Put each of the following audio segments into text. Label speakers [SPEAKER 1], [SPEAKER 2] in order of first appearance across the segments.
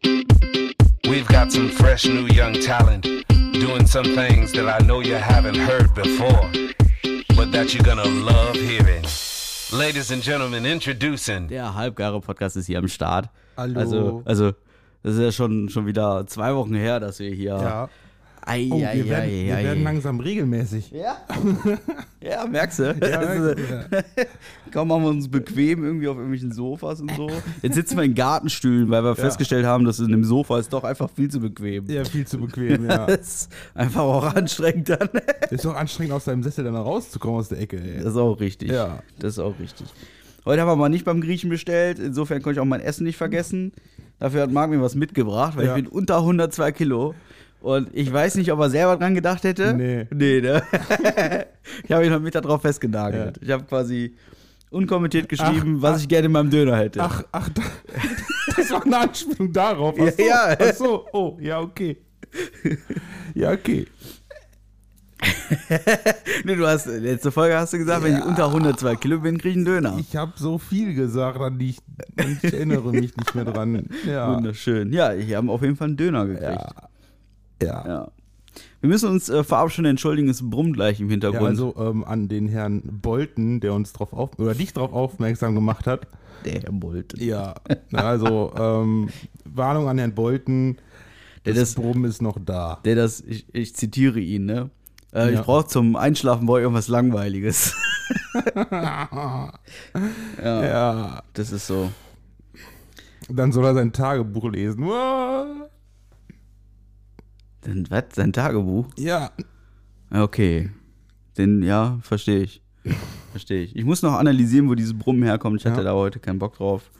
[SPEAKER 1] We've got some fresh new young talent doing some things that I know you haven't heard before, but that you're gonna love hearing. Ladies and gentlemen, introducing.
[SPEAKER 2] Der halbgare Podcast ist hier am Start.
[SPEAKER 3] Hallo.
[SPEAKER 2] Also, also das ist ja schon, schon wieder zwei Wochen her, dass wir hier.
[SPEAKER 3] Ja.
[SPEAKER 2] Ei,
[SPEAKER 3] Oh,
[SPEAKER 2] ei,
[SPEAKER 3] wir, werden,
[SPEAKER 2] ei,
[SPEAKER 3] wir
[SPEAKER 2] ei.
[SPEAKER 3] werden langsam regelmäßig.
[SPEAKER 2] Ja. ja, merkst du. also,
[SPEAKER 3] Ja,
[SPEAKER 2] kaum machen wir uns bequem irgendwie auf irgendwelchen Sofas und so. Jetzt sitzen wir in Gartenstühlen, weil wir festgestellt haben, dass in einem Sofa ist doch einfach viel zu bequem.
[SPEAKER 3] ja, viel zu bequem, ja.
[SPEAKER 2] Das ist einfach auch anstrengend dann.
[SPEAKER 3] Ist doch anstrengend, aus deinem Sessel dann noch rauszukommen aus der Ecke, ey.
[SPEAKER 2] Das ist auch richtig.
[SPEAKER 3] Ja.
[SPEAKER 2] Das ist auch richtig. Heute haben wir mal nicht beim Griechen bestellt, insofern konnte ich auch mein Essen nicht vergessen. Dafür hat Marc mir was mitgebracht, weil
[SPEAKER 3] Ja.
[SPEAKER 2] ich bin unter 102 Kilo. Und ich weiß nicht, ob er selber dran gedacht hätte.
[SPEAKER 3] Nee.
[SPEAKER 2] Nee, ne? ich habe ihn heute Mittag drauf festgenagelt.
[SPEAKER 3] Ja.
[SPEAKER 2] Ich habe quasi unkommentiert geschrieben, was ich gerne in meinem Döner hätte.
[SPEAKER 3] Ach, ach, da- das war eine Anspielung darauf. Ach so,
[SPEAKER 2] Ja, ja.
[SPEAKER 3] Ach so, oh, ja, okay. Ja, okay.
[SPEAKER 2] Nee, du hast, letzte Folge hast du gesagt, wenn ich unter 102 Kilo bin, kriege ich einen Döner.
[SPEAKER 3] Ich habe so viel gesagt, an die ich, ich erinnere mich nicht mehr dran. Ja.
[SPEAKER 2] Wunderschön. Ja, ich habe auf jeden Fall einen Döner gekriegt.
[SPEAKER 3] Ja. Ja.
[SPEAKER 2] Ja. Wir müssen uns äh, vorab schon entschuldigen, es brummt gleich im
[SPEAKER 3] Ja,
[SPEAKER 2] Hintergrund.
[SPEAKER 3] also ähm, an den Herrn Bolten, der uns drauf auf oder dich drauf aufmerksam gemacht hat.
[SPEAKER 2] der Herr Bolt.
[SPEAKER 3] Ja. Also ähm, Warnung an Herrn Bolten.
[SPEAKER 2] Der das-
[SPEAKER 3] Das, Brummen ist noch da.
[SPEAKER 2] Der das, ich, ich zitiere ihn, ne? Äh,
[SPEAKER 3] Ja.
[SPEAKER 2] Ich brauche zum Einschlafen brauche ich irgendwas Langweiliges. ja,
[SPEAKER 3] Ja.
[SPEAKER 2] das ist so.
[SPEAKER 3] Dann soll er sein Tagebuch lesen. Uah.
[SPEAKER 2] Dann, was? Sein Tagebuch?
[SPEAKER 3] Ja.
[SPEAKER 2] Okay. Den, ja, verstehe ich. Verstehe ich. Ich muss noch analysieren, wo dieses Brummen herkommt. Ich hatte
[SPEAKER 3] Ja.
[SPEAKER 2] da heute keinen Bock drauf.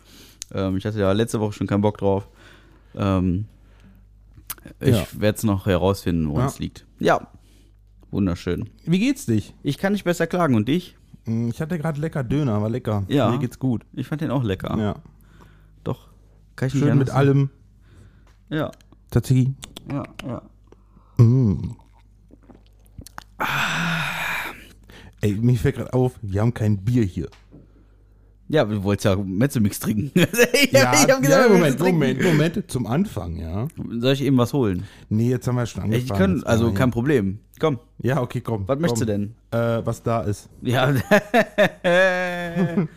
[SPEAKER 2] Ähm, ich hatte da letzte Woche schon keinen Bock drauf. Ähm, ich
[SPEAKER 3] Ja.
[SPEAKER 2] werde es noch herausfinden, woran
[SPEAKER 3] Ja.
[SPEAKER 2] es liegt. Ja. Wunderschön.
[SPEAKER 3] Wie geht's dich?
[SPEAKER 2] Ich kann nicht besser klagen. Und dich?
[SPEAKER 3] Hm, Ich hatte gerade lecker Döner, war lecker.
[SPEAKER 2] Ja.
[SPEAKER 3] Mir geht's gut.
[SPEAKER 2] Ich fand den auch lecker.
[SPEAKER 3] Ja.
[SPEAKER 2] Doch. Kann ich nicht
[SPEAKER 3] Schön
[SPEAKER 2] anders
[SPEAKER 3] mit
[SPEAKER 2] sagen.
[SPEAKER 3] allem.
[SPEAKER 2] Ja.
[SPEAKER 3] Tzatziki.
[SPEAKER 2] Ja, ja.
[SPEAKER 3] Ey, mir fällt gerade auf, wir haben kein Bier hier.
[SPEAKER 2] Ja, wir wollten ja Mezzomix trinken. ich hab
[SPEAKER 3] ja,
[SPEAKER 2] gesagt, wir müssen
[SPEAKER 3] Moment,
[SPEAKER 2] trinken.
[SPEAKER 3] Moment, Moment. Zum Anfang, ja.
[SPEAKER 2] Soll ich eben was holen?
[SPEAKER 3] Nee, jetzt haben wir schon angefangen.
[SPEAKER 2] Ich kann,
[SPEAKER 3] Jetzt
[SPEAKER 2] also
[SPEAKER 3] machen wir-
[SPEAKER 2] kein Problem. Komm,
[SPEAKER 3] Ja, okay, komm.
[SPEAKER 2] was
[SPEAKER 3] komm.
[SPEAKER 2] möchtest du denn?
[SPEAKER 3] Äh, was da ist.
[SPEAKER 2] Ja.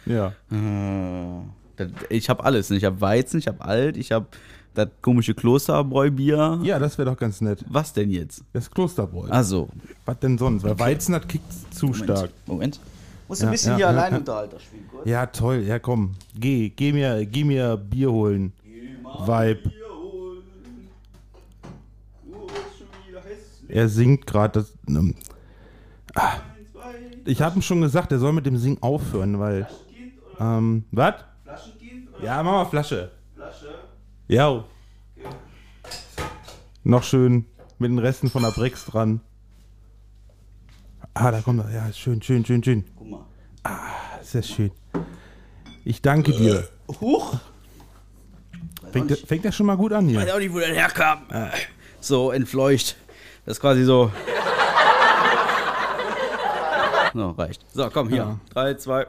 [SPEAKER 3] Ja.
[SPEAKER 2] Das- ich habe alles. ne? Ich habe Weizen, ich habe Alt, ich habe das komische Klosterbräubier.
[SPEAKER 3] Ja, das wäre doch ganz nett.
[SPEAKER 2] Was denn jetzt?
[SPEAKER 3] Das Klosterbräu.
[SPEAKER 2] Also,
[SPEAKER 3] Was denn sonst? Weil Weizen hat kickt zu stark.
[SPEAKER 2] Moment. Muss
[SPEAKER 3] Ja, ja, ja, ja.
[SPEAKER 2] Unterhalter spielen, kurz.
[SPEAKER 3] Ja, toll. Ja, komm. Geh, geh mir, geh mir Bier holen. Vibe. Er singt gerade. das- Ähm, ah. Ich habe ihm schon gesagt, er soll mit dem Singen aufhören, weil. Ähm, was? Ja, mach mal Flasche. Ja. Noch schön mit den Resten von der Brex dran. Ah, da kommt er. Ja, schön, schön, schön, schön.
[SPEAKER 2] Guck mal.
[SPEAKER 3] Sehr schön. Ich danke dir.
[SPEAKER 2] Äh, Huch!
[SPEAKER 3] Fängt, der- fängt er schon mal gut an
[SPEAKER 2] Ich
[SPEAKER 3] hier.
[SPEAKER 2] weiß auch nicht, wo das herkam. Äh, So entfleucht. Das ist quasi so. So, reicht. So, komm hier.
[SPEAKER 3] Ja.
[SPEAKER 2] Drei, zwei.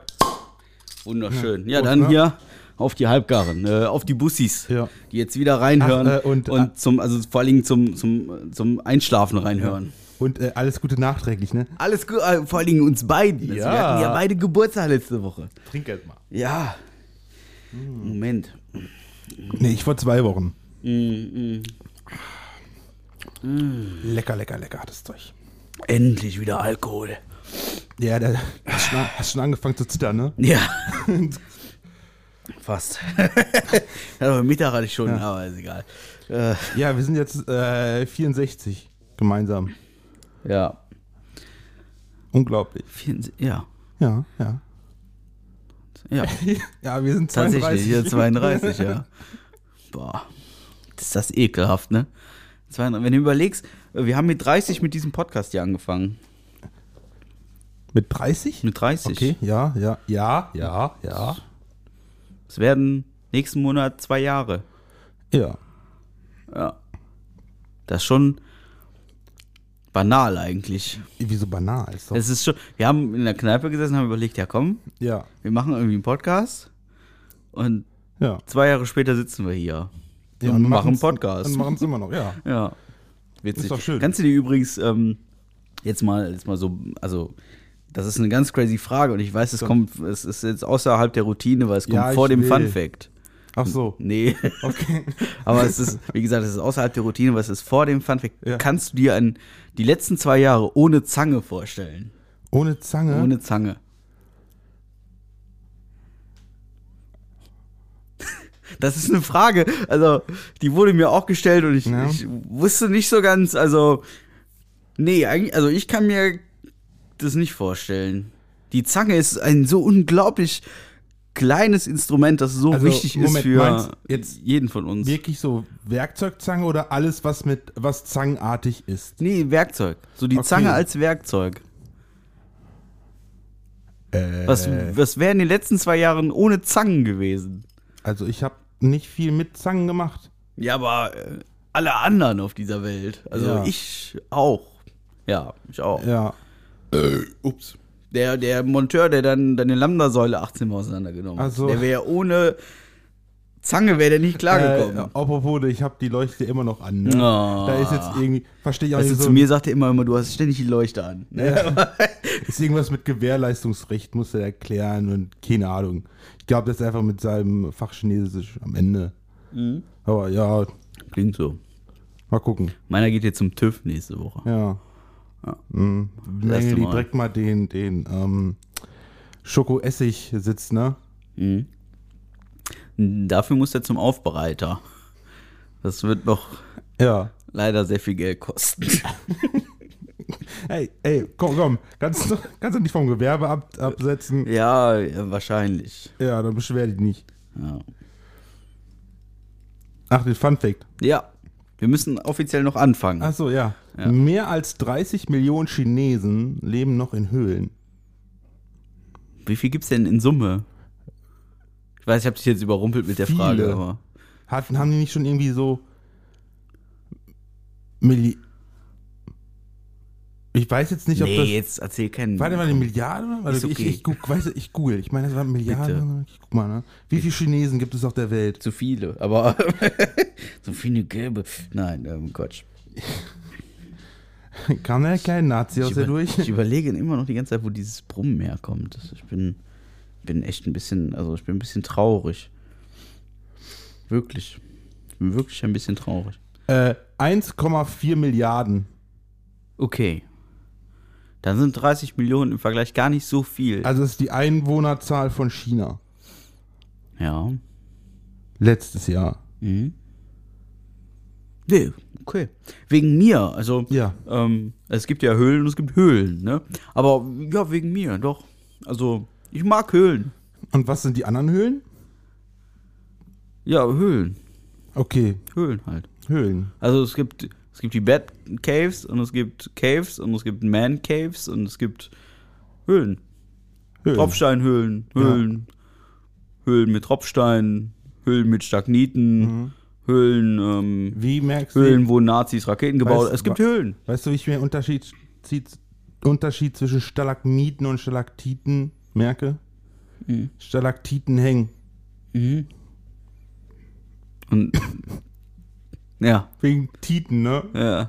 [SPEAKER 2] Wunderschön. Ja,
[SPEAKER 3] Prost,
[SPEAKER 2] dann
[SPEAKER 3] ne?
[SPEAKER 2] hier auf die Halbgarren, äh, auf die Bussis,
[SPEAKER 3] Ja.
[SPEAKER 2] die jetzt wieder reinhören
[SPEAKER 3] Ach, äh,
[SPEAKER 2] und,
[SPEAKER 3] und-
[SPEAKER 2] zum, also vor allen Dingen zum, zum, zum Einschlafen reinhören.
[SPEAKER 3] Und äh, alles Gute nachträglich, ne?
[SPEAKER 2] Alles gut, äh, vor allen Dingen uns beiden. Also, Wir
[SPEAKER 3] Ja.
[SPEAKER 2] hatten ja beide Geburtstag letzte Woche. Hm.
[SPEAKER 3] Trink jetzt mal.
[SPEAKER 2] Ja. Moment. Hm,
[SPEAKER 3] Nee, ich vor zwei Wochen. Lecker, lecker, lecker, das Zeug.
[SPEAKER 2] Endlich wieder Alkohol.
[SPEAKER 3] Ja, da hast schon, hast schon angefangen zu zittern, ne?
[SPEAKER 2] Ja. Fast. ja, aber Also Mittag hatte ich schon, aber ist egal. Äh,
[SPEAKER 3] Ja, wir sind jetzt äh, 64 gemeinsam.
[SPEAKER 2] ja.
[SPEAKER 3] Unglaublich.
[SPEAKER 2] Vierunds- Ja.
[SPEAKER 3] Ja, ja.
[SPEAKER 2] Ja.
[SPEAKER 3] Ja, wir sind
[SPEAKER 2] Tatsächlich,
[SPEAKER 3] 32.
[SPEAKER 2] hier 32, ja. Boah. Ist das ekelhaft, ne? 32. Wenn du überlegst, wir haben mit 30 mit diesem Podcast hier angefangen.
[SPEAKER 3] Mit 30?
[SPEAKER 2] Mit 30.
[SPEAKER 3] Okay, ja, ja, ja, ja, ja.
[SPEAKER 2] Es werden nächsten Monat zwei Jahre.
[SPEAKER 3] Ja.
[SPEAKER 2] Ja. Das ist schon. banal eigentlich.
[SPEAKER 3] Wieso banal? Ist doch,
[SPEAKER 2] Es ist schon, wir haben in der Kneipe gesessen und haben überlegt, ja komm,
[SPEAKER 3] ja,
[SPEAKER 2] wir machen irgendwie einen Podcast und
[SPEAKER 3] ja.
[SPEAKER 2] zwei Jahre später sitzen wir hier.
[SPEAKER 3] ja
[SPEAKER 2] und machen
[SPEAKER 3] machen's-
[SPEAKER 2] Podcast.
[SPEAKER 3] Und machen es immer noch, ja.
[SPEAKER 2] Ja. Witzig.
[SPEAKER 3] Ist doch schön.
[SPEAKER 2] Kannst du dir übrigens ähm, jetzt mal jetzt mal so, also das ist eine ganz crazy Frage und ich weiß, es kommt, es ist jetzt außerhalb der Routine, weil es kommt
[SPEAKER 3] Ja,
[SPEAKER 2] vor
[SPEAKER 3] ich
[SPEAKER 2] dem
[SPEAKER 3] will.
[SPEAKER 2] Fun Fact.
[SPEAKER 3] Ach so.
[SPEAKER 2] Nee.
[SPEAKER 3] Okay.
[SPEAKER 2] Aber es ist, wie gesagt, es ist außerhalb der Routine, was ist vor dem Funfact.
[SPEAKER 3] Ja.
[SPEAKER 2] Kannst du dir an die letzten zwei Jahre ohne Zange vorstellen?
[SPEAKER 3] Ohne Zange.
[SPEAKER 2] Ohne Zange. Das ist eine Frage, also die wurde mir auch gestellt und ich,
[SPEAKER 3] Ja.
[SPEAKER 2] ich wusste nicht so ganz, also nee, eigentlich, also ich kann mir das nicht vorstellen. Die Zange ist ein so unglaublich kleines Instrument, das so
[SPEAKER 3] Also,
[SPEAKER 2] wichtig ist
[SPEAKER 3] Moment, meinst
[SPEAKER 2] für
[SPEAKER 3] du jetzt
[SPEAKER 2] jeden von uns.
[SPEAKER 3] Wirklich so Werkzeugzange oder alles, was mit was zangenartig ist?
[SPEAKER 2] Nee, Werkzeug. So die
[SPEAKER 3] Okay.
[SPEAKER 2] Zange als Werkzeug.
[SPEAKER 3] Äh,
[SPEAKER 2] Was, was wäre in den letzten zwei Jahren ohne Zangen gewesen?
[SPEAKER 3] also ich habe nicht viel mit Zangen gemacht.
[SPEAKER 2] Ja, aber äh, alle anderen auf dieser Welt. Also
[SPEAKER 3] Ja.
[SPEAKER 2] ich auch. Ja, ich auch.
[SPEAKER 3] Ja.
[SPEAKER 2] Ups. Der, der Monteur, der dann deine Lambda-Säule 18 Mal auseinandergenommen hat,
[SPEAKER 3] Ach so.
[SPEAKER 2] der wäre ohne Zange wäre der nicht
[SPEAKER 3] Äh,
[SPEAKER 2] klargekommen.
[SPEAKER 3] apropos, ich habe die Leuchte immer noch an. Ne?
[SPEAKER 2] Ah.
[SPEAKER 3] Da ist jetzt irgendwie, verstehe ich auch
[SPEAKER 2] also
[SPEAKER 3] nicht so,
[SPEAKER 2] zu mir sagt er immer, immer, du hast ständig die Leuchte an.
[SPEAKER 3] ist irgendwas mit Gewährleistungsrecht, muss er erklären und keine Ahnung. Ich glaube, das ist einfach mit seinem Fachchinesisch am Ende.
[SPEAKER 2] Mhm.
[SPEAKER 3] Aber ja,
[SPEAKER 2] Klingt so.
[SPEAKER 3] mal gucken.
[SPEAKER 2] Meiner geht jetzt zum TÜV nächste Woche.
[SPEAKER 3] Ja. Mhm.
[SPEAKER 2] erste
[SPEAKER 3] Mängel, die
[SPEAKER 2] Mal.
[SPEAKER 3] direkt mal den, den ähm, Schokoessig sitzt, ne?
[SPEAKER 2] Dafür muss er zum Aufbereiter. Das wird noch
[SPEAKER 3] Ja.
[SPEAKER 2] leider sehr viel Geld kosten.
[SPEAKER 3] Hey, ey, komm, komm. Kannst du, kannst du nicht vom Gewerbeamt absetzen?
[SPEAKER 2] ja, ja, wahrscheinlich.
[SPEAKER 3] Ja, dann beschwer dich nicht.
[SPEAKER 2] Ja.
[SPEAKER 3] Ach, den Funfact.
[SPEAKER 2] ja, wir müssen offiziell noch anfangen.
[SPEAKER 3] Achso, ja.
[SPEAKER 2] Ja.
[SPEAKER 3] Mehr als 30 Millionen Chinesen leben noch in Höhlen.
[SPEAKER 2] Wie viel gibt's denn in Summe? Ich weiß, ich habe dich jetzt überrumpelt mit der
[SPEAKER 3] Viele.
[SPEAKER 2] Frage. Aber
[SPEAKER 3] Hat, haben die nicht schon irgendwie so. Milli ich weiß jetzt nicht, ob
[SPEAKER 2] nee,
[SPEAKER 3] das.
[SPEAKER 2] jetzt erzähl keinen.
[SPEAKER 3] Warte mal, eine Milliarde?
[SPEAKER 2] Hm. Ist
[SPEAKER 3] Also
[SPEAKER 2] okay.
[SPEAKER 3] ich, ich, guck, weiß, ich google. Ich meine, das waren Milliarden. Ich guck mal, ne? Wie viele Chinesen gibt es auf der Welt?
[SPEAKER 2] Zu viele, aber so viele gäbe. Nein, ähm, Quatsch.
[SPEAKER 3] Kam da der kleine Nazi aus
[SPEAKER 2] Ich,
[SPEAKER 3] der
[SPEAKER 2] über,
[SPEAKER 3] durch?
[SPEAKER 2] ich überlege immer noch die ganze Zeit, wo dieses Brummen herkommt. Das- Ich bin, bin echt ein bisschen, also ich bin ein bisschen traurig. Wirklich. Ich bin wirklich ein bisschen traurig.
[SPEAKER 3] Äh, 1,4 Milliarden.
[SPEAKER 2] Okay. Dann sind 30 Millionen im Vergleich gar nicht so viel.
[SPEAKER 3] Also das ist die Einwohnerzahl von China.
[SPEAKER 2] ja.
[SPEAKER 3] Letztes Jahr.
[SPEAKER 2] Mhm. Nee, okay. Wegen mir, also
[SPEAKER 3] Ja.
[SPEAKER 2] ähm, es gibt ja Höhlen und es gibt Höhlen, ne? Aber ja, wegen mir, doch. Also, ich mag Höhlen.
[SPEAKER 3] Und was sind die anderen Höhlen?
[SPEAKER 2] Ja, Höhlen.
[SPEAKER 3] Okay,
[SPEAKER 2] Höhlen halt.
[SPEAKER 3] Höhlen.
[SPEAKER 2] Also es gibt, es gibt die Bad Caves und es gibt Caves und es gibt Man Caves und es gibt Höhlen.
[SPEAKER 3] Höhlen.
[SPEAKER 2] Tropfsteinhöhlen, Höhlen, Höhlen mit Tropfstein, Höhlen mit Stagniten, Höhlen, ähm,
[SPEAKER 3] Mhm. Wie merkst
[SPEAKER 2] Höhlen, wo Nazis Raketen gebaut
[SPEAKER 3] Weißt-
[SPEAKER 2] Es gibt
[SPEAKER 3] wa-
[SPEAKER 2] Höhlen.
[SPEAKER 3] du, weißt du, wie ich mir den Unterschied, zieht- Unterschied zwischen Stalagmiten und Stalaktiten merke?
[SPEAKER 2] Hm.
[SPEAKER 3] Stalaktiten hängen.
[SPEAKER 2] Und ja,
[SPEAKER 3] Wegen Titen, ne?
[SPEAKER 2] ja.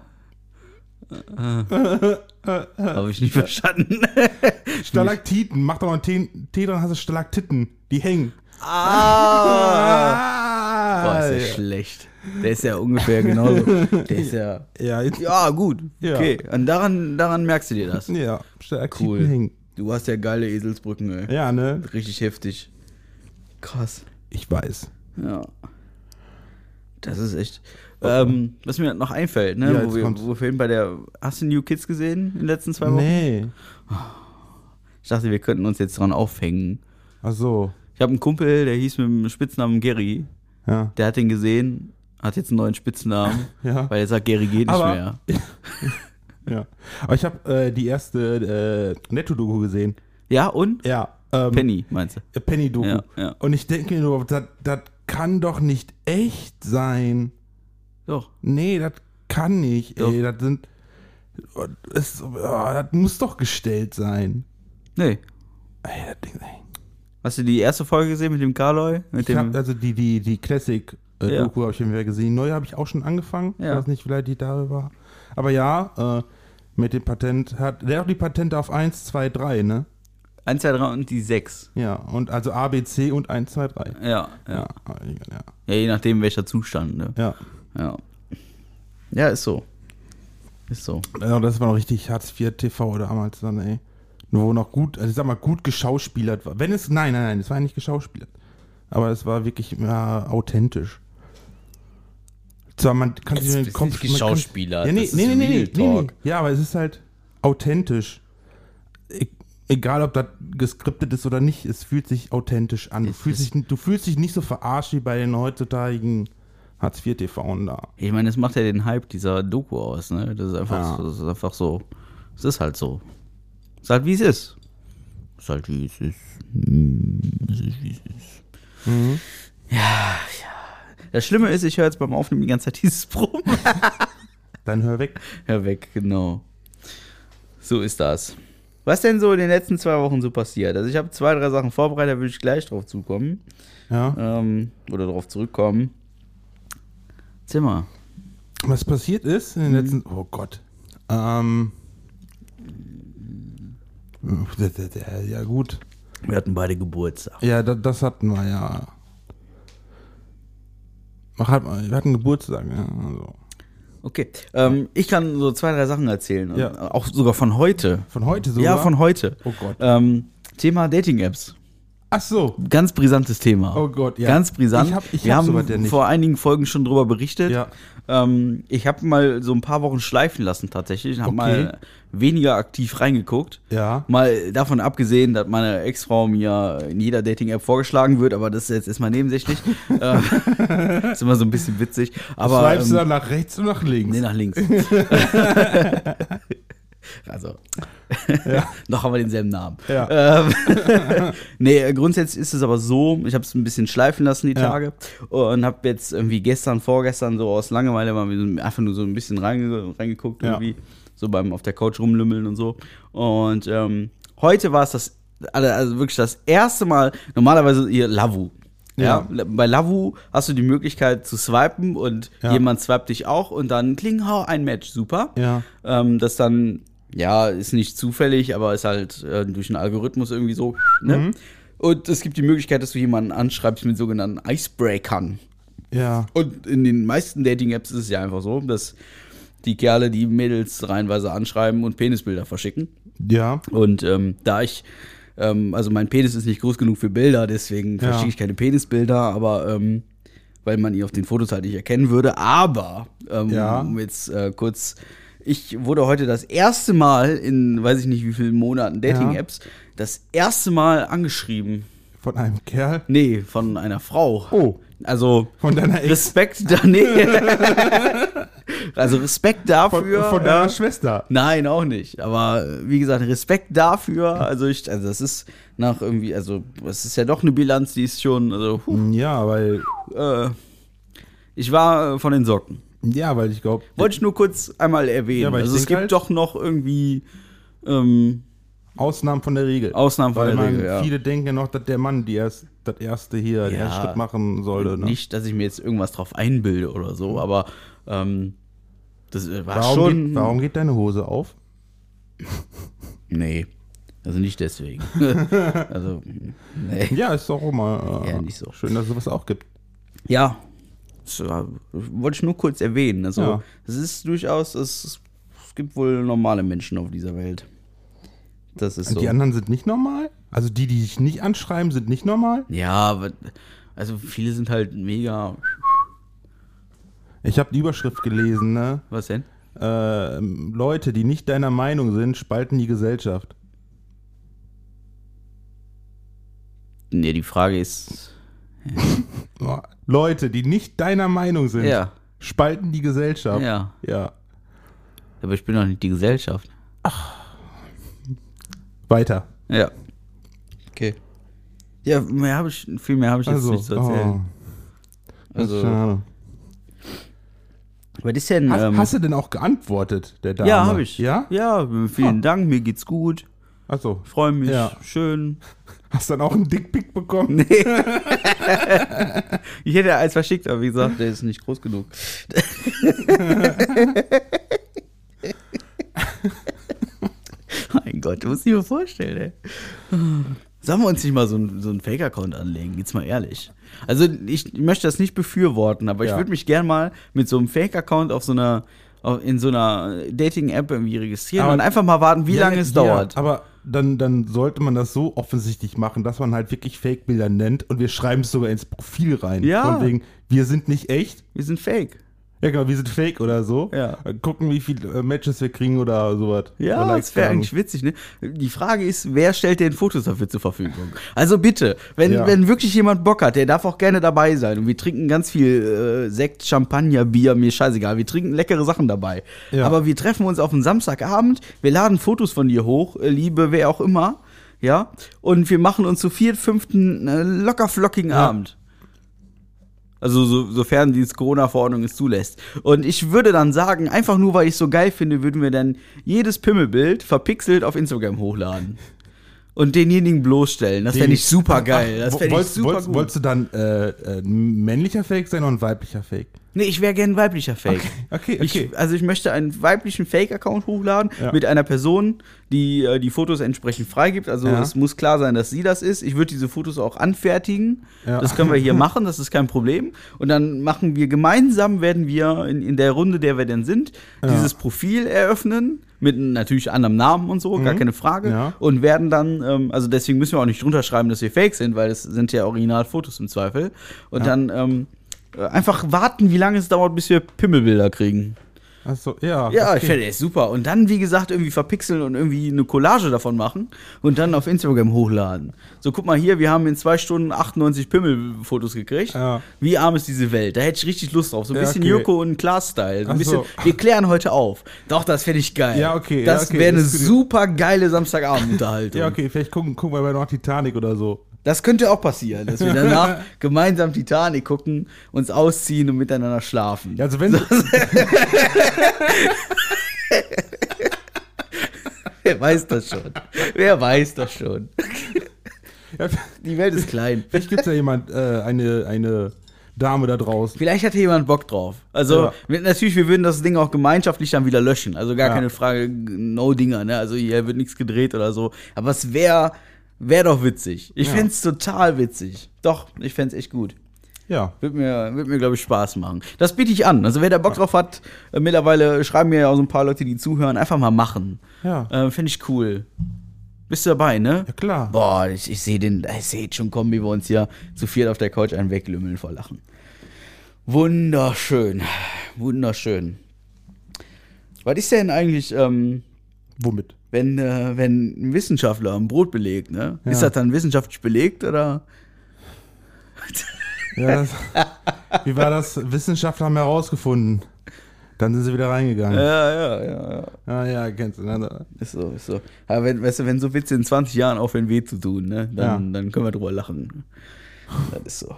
[SPEAKER 2] Habe ich nicht verstanden.
[SPEAKER 3] Stalaktiten, mach doch mal einen T, T dran, hast du Stalaktiten. Die hängen.
[SPEAKER 2] ah! Boah,
[SPEAKER 3] Ah,
[SPEAKER 2] ist ja schlecht. Der ist ja ungefähr genauso. Der ist ja.
[SPEAKER 3] ja, jetzt,
[SPEAKER 2] Ja, gut.
[SPEAKER 3] Ja.
[SPEAKER 2] Okay. Und daran, daran merkst du dir das.
[SPEAKER 3] ja, Stalaktiten
[SPEAKER 2] Cool.
[SPEAKER 3] hängen.
[SPEAKER 2] Du hast ja geile Eselsbrücken, ey.
[SPEAKER 3] Ja, ne?
[SPEAKER 2] Richtig heftig. Krass.
[SPEAKER 3] Ich weiß.
[SPEAKER 2] Ja. Das ist echt. Ähm, was mir noch einfällt, ne?
[SPEAKER 3] Oh. Ja,
[SPEAKER 2] wo,
[SPEAKER 3] jetzt
[SPEAKER 2] wir,
[SPEAKER 3] kommt's.
[SPEAKER 2] wo wir vorhin bei der. Hast du New Kids gesehen in den letzten zwei Wochen?
[SPEAKER 3] Nee.
[SPEAKER 2] Ich dachte, wir könnten uns jetzt dran aufhängen.
[SPEAKER 3] Ach so.
[SPEAKER 2] Ich habe einen Kumpel, der hieß mit dem Spitznamen Gary.
[SPEAKER 3] Ja.
[SPEAKER 2] Der hat den gesehen, hat jetzt einen neuen Spitznamen,
[SPEAKER 3] Ja.
[SPEAKER 2] weil er sagt, Gary geht nicht
[SPEAKER 3] Aber-
[SPEAKER 2] mehr.
[SPEAKER 3] ja. Aber ich habe äh, die erste äh, Netto-Doku gesehen.
[SPEAKER 2] Ja, und?
[SPEAKER 3] Ja. Ähm,
[SPEAKER 2] Penny, meinst du?
[SPEAKER 3] äh, Penny-Doku.
[SPEAKER 2] Ja, ja.
[SPEAKER 3] Und ich denke mir nur, das das kann doch nicht echt sein.
[SPEAKER 2] Doch.
[SPEAKER 3] Nee, das kann nicht. Ey, das sind. Es, oh, das muss doch gestellt sein.
[SPEAKER 2] Nee.
[SPEAKER 3] Ey, das Ding, ey.
[SPEAKER 2] Hast du die erste Folge gesehen mit dem Karloy? Mit
[SPEAKER 3] Ich
[SPEAKER 2] dem.
[SPEAKER 3] hab, also die, die, die Classic-Doku
[SPEAKER 2] Ja.
[SPEAKER 3] habe ich wieder gesehen. Neue habe ich auch schon angefangen.
[SPEAKER 2] Ja.
[SPEAKER 3] Ich weiß nicht, wie leid die da war. Aber ja, äh, mit dem Patent hat. Der hat auch die Patente auf 1, 2, 3, ne?
[SPEAKER 2] 1, 2, 3 und die 6.
[SPEAKER 3] Ja. Und also A, B, C und 1, 2, 3.
[SPEAKER 2] Ja, ja.
[SPEAKER 3] Ja, ja.
[SPEAKER 2] Ja, je nachdem, welcher Zustand, ne?
[SPEAKER 3] ja.
[SPEAKER 2] Ja. Ja, ist so. Ist so.
[SPEAKER 3] Ja, das war noch richtig Hartz IV TV damals dann, ey. Wo noch gut, also ich sag mal, gut geschauspielert war. Wenn es, nein, nein, nein, es war nicht geschauspielert. Aber es war wirklich ja, authentisch. Zwar, man kann
[SPEAKER 4] Es
[SPEAKER 3] sich
[SPEAKER 4] ist nicht
[SPEAKER 3] man kann-
[SPEAKER 4] geschauspielert,
[SPEAKER 3] Ja, nee,
[SPEAKER 4] das ist
[SPEAKER 3] nee, nee, nee,
[SPEAKER 4] Real
[SPEAKER 3] nee, nee, nee.
[SPEAKER 4] Talk.
[SPEAKER 3] Ja, aber es ist halt authentisch. E egal, ob das geskriptet ist oder nicht, es fühlt sich authentisch an. Du,
[SPEAKER 2] Es
[SPEAKER 3] fühlst dich, du fühlst dich nicht so verarscht wie bei den heutzutage Hartz IV TV da.
[SPEAKER 2] Ich meine, das macht ja den Hype dieser Doku aus, ne? Das ist einfach,
[SPEAKER 3] Ja.
[SPEAKER 2] so, das ist einfach so. Es ist halt so. Ist halt wie es ist. Ist halt wie es ist. Hm, Es ist wie es ist.
[SPEAKER 3] Mhm.
[SPEAKER 2] Ja, ja. Das Schlimme ist, ich höre jetzt beim Aufnehmen die ganze Zeit dieses Proben.
[SPEAKER 3] Dann hör weg.
[SPEAKER 2] Ja, weg, genau. So ist das. Was denn so in den letzten zwei Wochen so passiert? Also ich habe zwei, drei Sachen vorbereitet, da will ich gleich drauf zukommen.
[SPEAKER 3] Ja.
[SPEAKER 2] Ähm, oder drauf zurückkommen. Zimmer.
[SPEAKER 3] Was passiert ist in den
[SPEAKER 2] Mhm.
[SPEAKER 3] letzten. Oh Gott. Ähm. Ja, gut.
[SPEAKER 2] Wir hatten beide Geburtstag.
[SPEAKER 3] Ja, da, das hatten wir ja. Ach, hat- Wir hatten Geburtstag, ja. Also.
[SPEAKER 2] Okay. Ähm, ich kann so zwei, drei Sachen erzählen.
[SPEAKER 3] Ja.
[SPEAKER 2] Auch sogar von heute.
[SPEAKER 3] Von heute sogar.
[SPEAKER 2] Ja, von heute.
[SPEAKER 3] Oh Gott.
[SPEAKER 2] Ähm, Thema Dating-Apps.
[SPEAKER 3] Ach so.
[SPEAKER 2] Ganz brisantes Thema.
[SPEAKER 3] Oh Gott, ja.
[SPEAKER 2] Ganz brisant.
[SPEAKER 3] Ich hab- ich
[SPEAKER 2] Wir
[SPEAKER 3] hab sowas ja
[SPEAKER 2] haben
[SPEAKER 3] nicht.
[SPEAKER 2] vor einigen Folgen schon drüber berichtet.
[SPEAKER 3] Ja.
[SPEAKER 2] Ähm, ich habe mal so ein paar Wochen schleifen lassen tatsächlich. Ich habe
[SPEAKER 3] Okay.
[SPEAKER 2] mal weniger aktiv reingeguckt.
[SPEAKER 3] Ja.
[SPEAKER 2] Mal davon abgesehen, dass meine Ex-Frau mir in jeder Dating-App vorgeschlagen wird, aber das ist jetzt erstmal nebensächlich. ähm, ist immer so ein bisschen witzig. Aber,
[SPEAKER 3] Schreibst du
[SPEAKER 2] ähm,
[SPEAKER 3] dann nach rechts und nach links?
[SPEAKER 2] Nee, nach links. also. Noch haben wir denselben Namen.
[SPEAKER 3] Ja.
[SPEAKER 2] Ähm, nee, grundsätzlich ist es aber so, ich habe es ein bisschen schleifen lassen die
[SPEAKER 3] Ja.
[SPEAKER 2] Tage und habe jetzt irgendwie gestern, vorgestern so aus Langeweile mal wieder einfach nur so ein bisschen reinge reingeguckt
[SPEAKER 3] Ja.
[SPEAKER 2] irgendwie, so beim auf der Couch rumlümmeln und so. Und ähm, heute war es das, also- also wirklich das erste Mal, normalerweise ihr Lavu. Ja. bei Lavu hast du die Möglichkeit zu swipen und
[SPEAKER 3] Ja.
[SPEAKER 2] jemand swipet dich auch und dann kling, hau, ein Match, super.
[SPEAKER 3] Ja.
[SPEAKER 2] Ähm, das dann, ja, ist nicht zufällig, aber ist halt äh, durch einen Algorithmus irgendwie so. Ne?
[SPEAKER 3] Mhm.
[SPEAKER 2] Und es gibt die Möglichkeit, dass du jemanden anschreibst mit sogenannten Icebreakern.
[SPEAKER 3] Ja.
[SPEAKER 2] Und in den meisten Dating-Apps ist es ja einfach so, dass die Kerle die Mädels reihenweise anschreiben und Penisbilder verschicken.
[SPEAKER 3] Ja.
[SPEAKER 2] Und ähm, da ich, ähm, also mein Penis ist nicht groß genug für Bilder, deswegen
[SPEAKER 3] Ja.
[SPEAKER 2] verschicke ich keine Penisbilder, aber ähm, weil man ihn auf den Fotos halt nicht erkennen würde. Aber, ähm,
[SPEAKER 3] Ja.
[SPEAKER 2] um jetzt äh, kurz, ich wurde heute das erste Mal in, weiß ich nicht wie vielen Monaten Dating-Apps, das erste Mal angeschrieben.
[SPEAKER 3] Von einem Kerl.
[SPEAKER 2] Nee, von einer Frau.
[SPEAKER 3] Oh.
[SPEAKER 2] Also
[SPEAKER 3] Von deiner Ex.
[SPEAKER 2] Respekt da, nee. also Respekt
[SPEAKER 3] Von,
[SPEAKER 2] dafür.
[SPEAKER 3] von
[SPEAKER 2] ja.
[SPEAKER 3] deiner Schwester.
[SPEAKER 2] Nein, auch nicht. Aber äh, wie gesagt, Respekt dafür. Also ich, also das ist nach irgendwie, also es ist ja doch eine Bilanz, die ist schon, also huh,
[SPEAKER 3] Ja, weil.
[SPEAKER 2] äh, ich war äh, von den Socken.
[SPEAKER 3] Ja, weil ich glaube.
[SPEAKER 2] Wollte ich nur kurz einmal erwähnen.
[SPEAKER 3] Ja, aber ich
[SPEAKER 2] also es
[SPEAKER 3] denk
[SPEAKER 2] gibt
[SPEAKER 3] halt-
[SPEAKER 2] doch noch irgendwie ähm,
[SPEAKER 3] Ausnahmen von der Regel.
[SPEAKER 2] Ausnahmen von der
[SPEAKER 3] Weil man-
[SPEAKER 2] Regel, ja.
[SPEAKER 3] Viele denken noch, dass der Mann die erst, das erste hier, den
[SPEAKER 2] Ja.
[SPEAKER 3] ersten Schritt machen sollte. Ne?
[SPEAKER 2] nicht, dass ich mir jetzt irgendwas drauf einbilde oder so, aber ähm, das äh, war
[SPEAKER 3] warum,
[SPEAKER 2] schon.
[SPEAKER 3] geht, warum geht deine Hose auf?
[SPEAKER 2] Nee. Also nicht deswegen. also, nee.
[SPEAKER 3] Ja, ist doch immer äh,
[SPEAKER 2] Ja, nicht so.
[SPEAKER 3] schön, dass es sowas auch gibt.
[SPEAKER 2] Ja. Das war- wollte ich nur kurz erwähnen. Also,
[SPEAKER 3] Ja.
[SPEAKER 2] es ist durchaus, es, es gibt wohl normale Menschen auf dieser Welt. Das ist so.
[SPEAKER 3] Die anderen sind nicht normal? Also die, die dich nicht anschreiben, sind nicht normal?
[SPEAKER 2] Ja, aber- also viele sind halt mega.
[SPEAKER 3] Ich habe die Überschrift gelesen, ne?
[SPEAKER 2] Was denn?
[SPEAKER 3] Äh, Leute, die nicht deiner Meinung sind, spalten die Gesellschaft.
[SPEAKER 2] Nee, die Frage ist.
[SPEAKER 3] Oh, Leute, die nicht deiner Meinung sind,
[SPEAKER 2] Ja.
[SPEAKER 3] spalten die Gesellschaft.
[SPEAKER 2] Ja.
[SPEAKER 3] ja.
[SPEAKER 2] Aber ich bin doch nicht die Gesellschaft.
[SPEAKER 3] Weiter.
[SPEAKER 2] Ja. Okay. Ja, mehr habe ich, viel mehr habe ich jetzt
[SPEAKER 3] Also,
[SPEAKER 2] nicht zu erzählen.
[SPEAKER 3] Oh, also.
[SPEAKER 2] also,
[SPEAKER 3] Schade.
[SPEAKER 2] Was ist denn?
[SPEAKER 3] Hast,
[SPEAKER 2] ähm,
[SPEAKER 3] hast du denn auch geantwortet, der Dame?
[SPEAKER 2] ja, habe ich.
[SPEAKER 3] Ja?
[SPEAKER 2] Ja, vielen
[SPEAKER 3] Ah.
[SPEAKER 2] Dank, mir geht's gut.
[SPEAKER 3] Achso.
[SPEAKER 2] Freue mich.
[SPEAKER 3] Ja.
[SPEAKER 2] Schön.
[SPEAKER 3] Hast dann auch einen Dickpick bekommen?
[SPEAKER 2] Nee. ich hätte eins verschickt, aber wie gesagt, der ist nicht groß genug. mein Gott, du musst dir mal vorstellen, ey. Sollen wir uns nicht mal so einen so einen Fake-Account anlegen? Jetzt mal ehrlich. Also, ich möchte das nicht befürworten, aber ich
[SPEAKER 3] Ja.
[SPEAKER 2] würde mich gern mal mit so einem Fake-Account auf so einer auf- in so einer Dating-App irgendwie registrieren
[SPEAKER 3] Aber-
[SPEAKER 2] und einfach mal warten, wie
[SPEAKER 3] Ja,
[SPEAKER 2] lange es
[SPEAKER 3] ja,
[SPEAKER 2] dauert.
[SPEAKER 3] Aber dann, dann sollte man das so offensichtlich machen, dass man halt wirklich Fake-Bilder nennt und wir schreiben es sogar ins Profil rein.
[SPEAKER 2] Ja.
[SPEAKER 3] Von wegen, wir sind nicht echt.
[SPEAKER 2] Wir sind fake.
[SPEAKER 3] Ja, genau, wir sind fake oder so.
[SPEAKER 2] Ja.
[SPEAKER 3] Äh, Gucken, wie viele äh, Matches wir kriegen oder sowas.
[SPEAKER 2] Ja,
[SPEAKER 3] oder
[SPEAKER 2] das wäre
[SPEAKER 3] keine Ahnung.
[SPEAKER 2] eigentlich witzig, ne? Die Frage ist, wer stellt denn Fotos dafür zur Verfügung? Also bitte, wenn,
[SPEAKER 3] Ja.
[SPEAKER 2] wenn wirklich jemand Bock hat, der darf auch gerne dabei sein. Und wir trinken ganz viel äh, Sekt, Champagner, Bier, mir scheißegal. Wir trinken leckere Sachen dabei.
[SPEAKER 3] Ja.
[SPEAKER 2] Aber wir treffen uns auf einen Samstagabend, wir laden Fotos von dir hoch, äh, Liebe, wer auch immer. Ja, und wir machen uns zu viert, fünften äh, locker flockigen Abend. Also so, sofern die Corona-Verordnung es zulässt. Und ich würde dann sagen, einfach nur weil ich es so geil finde, würden wir dann jedes Pimmelbild verpixelt auf Instagram hochladen. Und denjenigen bloßstellen. Das fände ich super geil. Das
[SPEAKER 3] Wo-
[SPEAKER 2] fände ich
[SPEAKER 3] wolltest-
[SPEAKER 2] super
[SPEAKER 3] wolltest-
[SPEAKER 2] gut.
[SPEAKER 3] Wolltest du dann äh, äh, ein männlicher Fake sein oder ein weiblicher Fake?
[SPEAKER 2] Nee, ich wäre gern weiblicher Fake.
[SPEAKER 3] Okay, okay, okay.
[SPEAKER 2] Ich, also ich möchte einen weiblichen Fake-Account hochladen
[SPEAKER 3] Ja.
[SPEAKER 2] mit einer Person, die äh, die Fotos entsprechend freigibt. Also
[SPEAKER 3] Ja.
[SPEAKER 2] es muss klar sein, dass sie das ist. Ich würde diese Fotos auch anfertigen.
[SPEAKER 3] Ja.
[SPEAKER 2] Das können wir hier machen, das ist kein Problem. Und dann machen wir gemeinsam, werden wir in, in der Runde, der wir denn sind, dieses Profil eröffnen. Mit natürlich anderem Namen und so, gar keine Frage.
[SPEAKER 3] Ja.
[SPEAKER 2] Und werden dann, ähm, also deswegen müssen wir auch nicht drunter schreiben, dass wir fake sind, weil es sind ja Originalfotos im Zweifel. Und dann ähm, äh, einfach warten, wie lange es dauert, bis wir Pimmelbilder kriegen.
[SPEAKER 3] Achso, ja.
[SPEAKER 2] Ja, ich
[SPEAKER 3] okay.
[SPEAKER 2] finde es super. Und dann, wie gesagt, irgendwie verpixeln und irgendwie eine Collage davon machen und dann auf Instagram hochladen. So, guck mal hier, wir haben in zwei Stunden 98 Pimmelfotos gekriegt.
[SPEAKER 3] Ja.
[SPEAKER 2] Wie arm ist diese Welt? Da hätte ich richtig Lust drauf. So ein
[SPEAKER 3] Ja,
[SPEAKER 2] bisschen
[SPEAKER 3] okay.
[SPEAKER 2] Joko und Klaas-Style. So ein
[SPEAKER 3] Ach
[SPEAKER 2] bisschen,
[SPEAKER 3] so.
[SPEAKER 2] wir klären heute auf. Doch, das fände ich geil.
[SPEAKER 3] Ja, okay, ja,
[SPEAKER 2] Das
[SPEAKER 3] okay,
[SPEAKER 2] wäre eine
[SPEAKER 3] das ist gut.
[SPEAKER 2] super geile Samstagabendunterhaltung.
[SPEAKER 3] Ja, okay, vielleicht gucken, gucken wir mal noch Titanic oder so.
[SPEAKER 2] Das könnte auch passieren, dass wir danach gemeinsam Titanic gucken, uns ausziehen und miteinander schlafen.
[SPEAKER 3] Ja, also wenn.
[SPEAKER 2] Wer weiß das schon? Wer weiß das schon?
[SPEAKER 3] ja,
[SPEAKER 2] Die Welt ist klein.
[SPEAKER 3] vielleicht gibt es ja jemand, äh, eine, eine Dame da draußen.
[SPEAKER 2] Vielleicht hat hier jemand Bock drauf. Also
[SPEAKER 3] Ja.
[SPEAKER 2] wir- natürlich, wir würden das Ding auch gemeinschaftlich dann wieder löschen. Also gar
[SPEAKER 3] Ja.
[SPEAKER 2] keine Frage, no Dinger, ne? Also hier wird nichts gedreht oder so. Aber es wäre wär doch witzig. Ich
[SPEAKER 3] Ja.
[SPEAKER 2] fänd's total witzig. Doch, ich fänd's echt gut.
[SPEAKER 3] Ja.
[SPEAKER 2] Wird mir, wird mir glaube ich, Spaß machen. Das biete ich an. Also wer da Bock drauf hat, äh, mittlerweile schreiben mir ja auch so ein paar Leute, die zuhören, einfach mal machen.
[SPEAKER 3] Ja.
[SPEAKER 2] Äh, Finde ich cool. Bist du dabei, ne?
[SPEAKER 3] Ja, klar.
[SPEAKER 2] Boah, ich, ich sehe den, ich sehe schon kommen, wie wir uns hier zu viert auf der Couch einen weglümmeln vor Lachen. Wunderschön. Wunderschön. Was ist denn eigentlich, ähm,
[SPEAKER 3] Womit?
[SPEAKER 2] wenn, äh, wenn ein Wissenschaftler ein Brot belegt, ne? Ist
[SPEAKER 3] Ja.
[SPEAKER 2] das dann wissenschaftlich belegt oder?
[SPEAKER 3] Ja, das, wie war das? Wissenschaftler haben herausgefunden. Dann sind sie wieder reingegangen.
[SPEAKER 2] Ja, ja, ja, ja.
[SPEAKER 3] Ah ja, kennst du. Ne?
[SPEAKER 2] Ist so, ist so. Aber wenn, weißt du, wenn so Witze in 20 Jahren aufhören weh zu tun, ne, dann,
[SPEAKER 3] Ja.
[SPEAKER 2] dann können wir drüber lachen. Das ist so.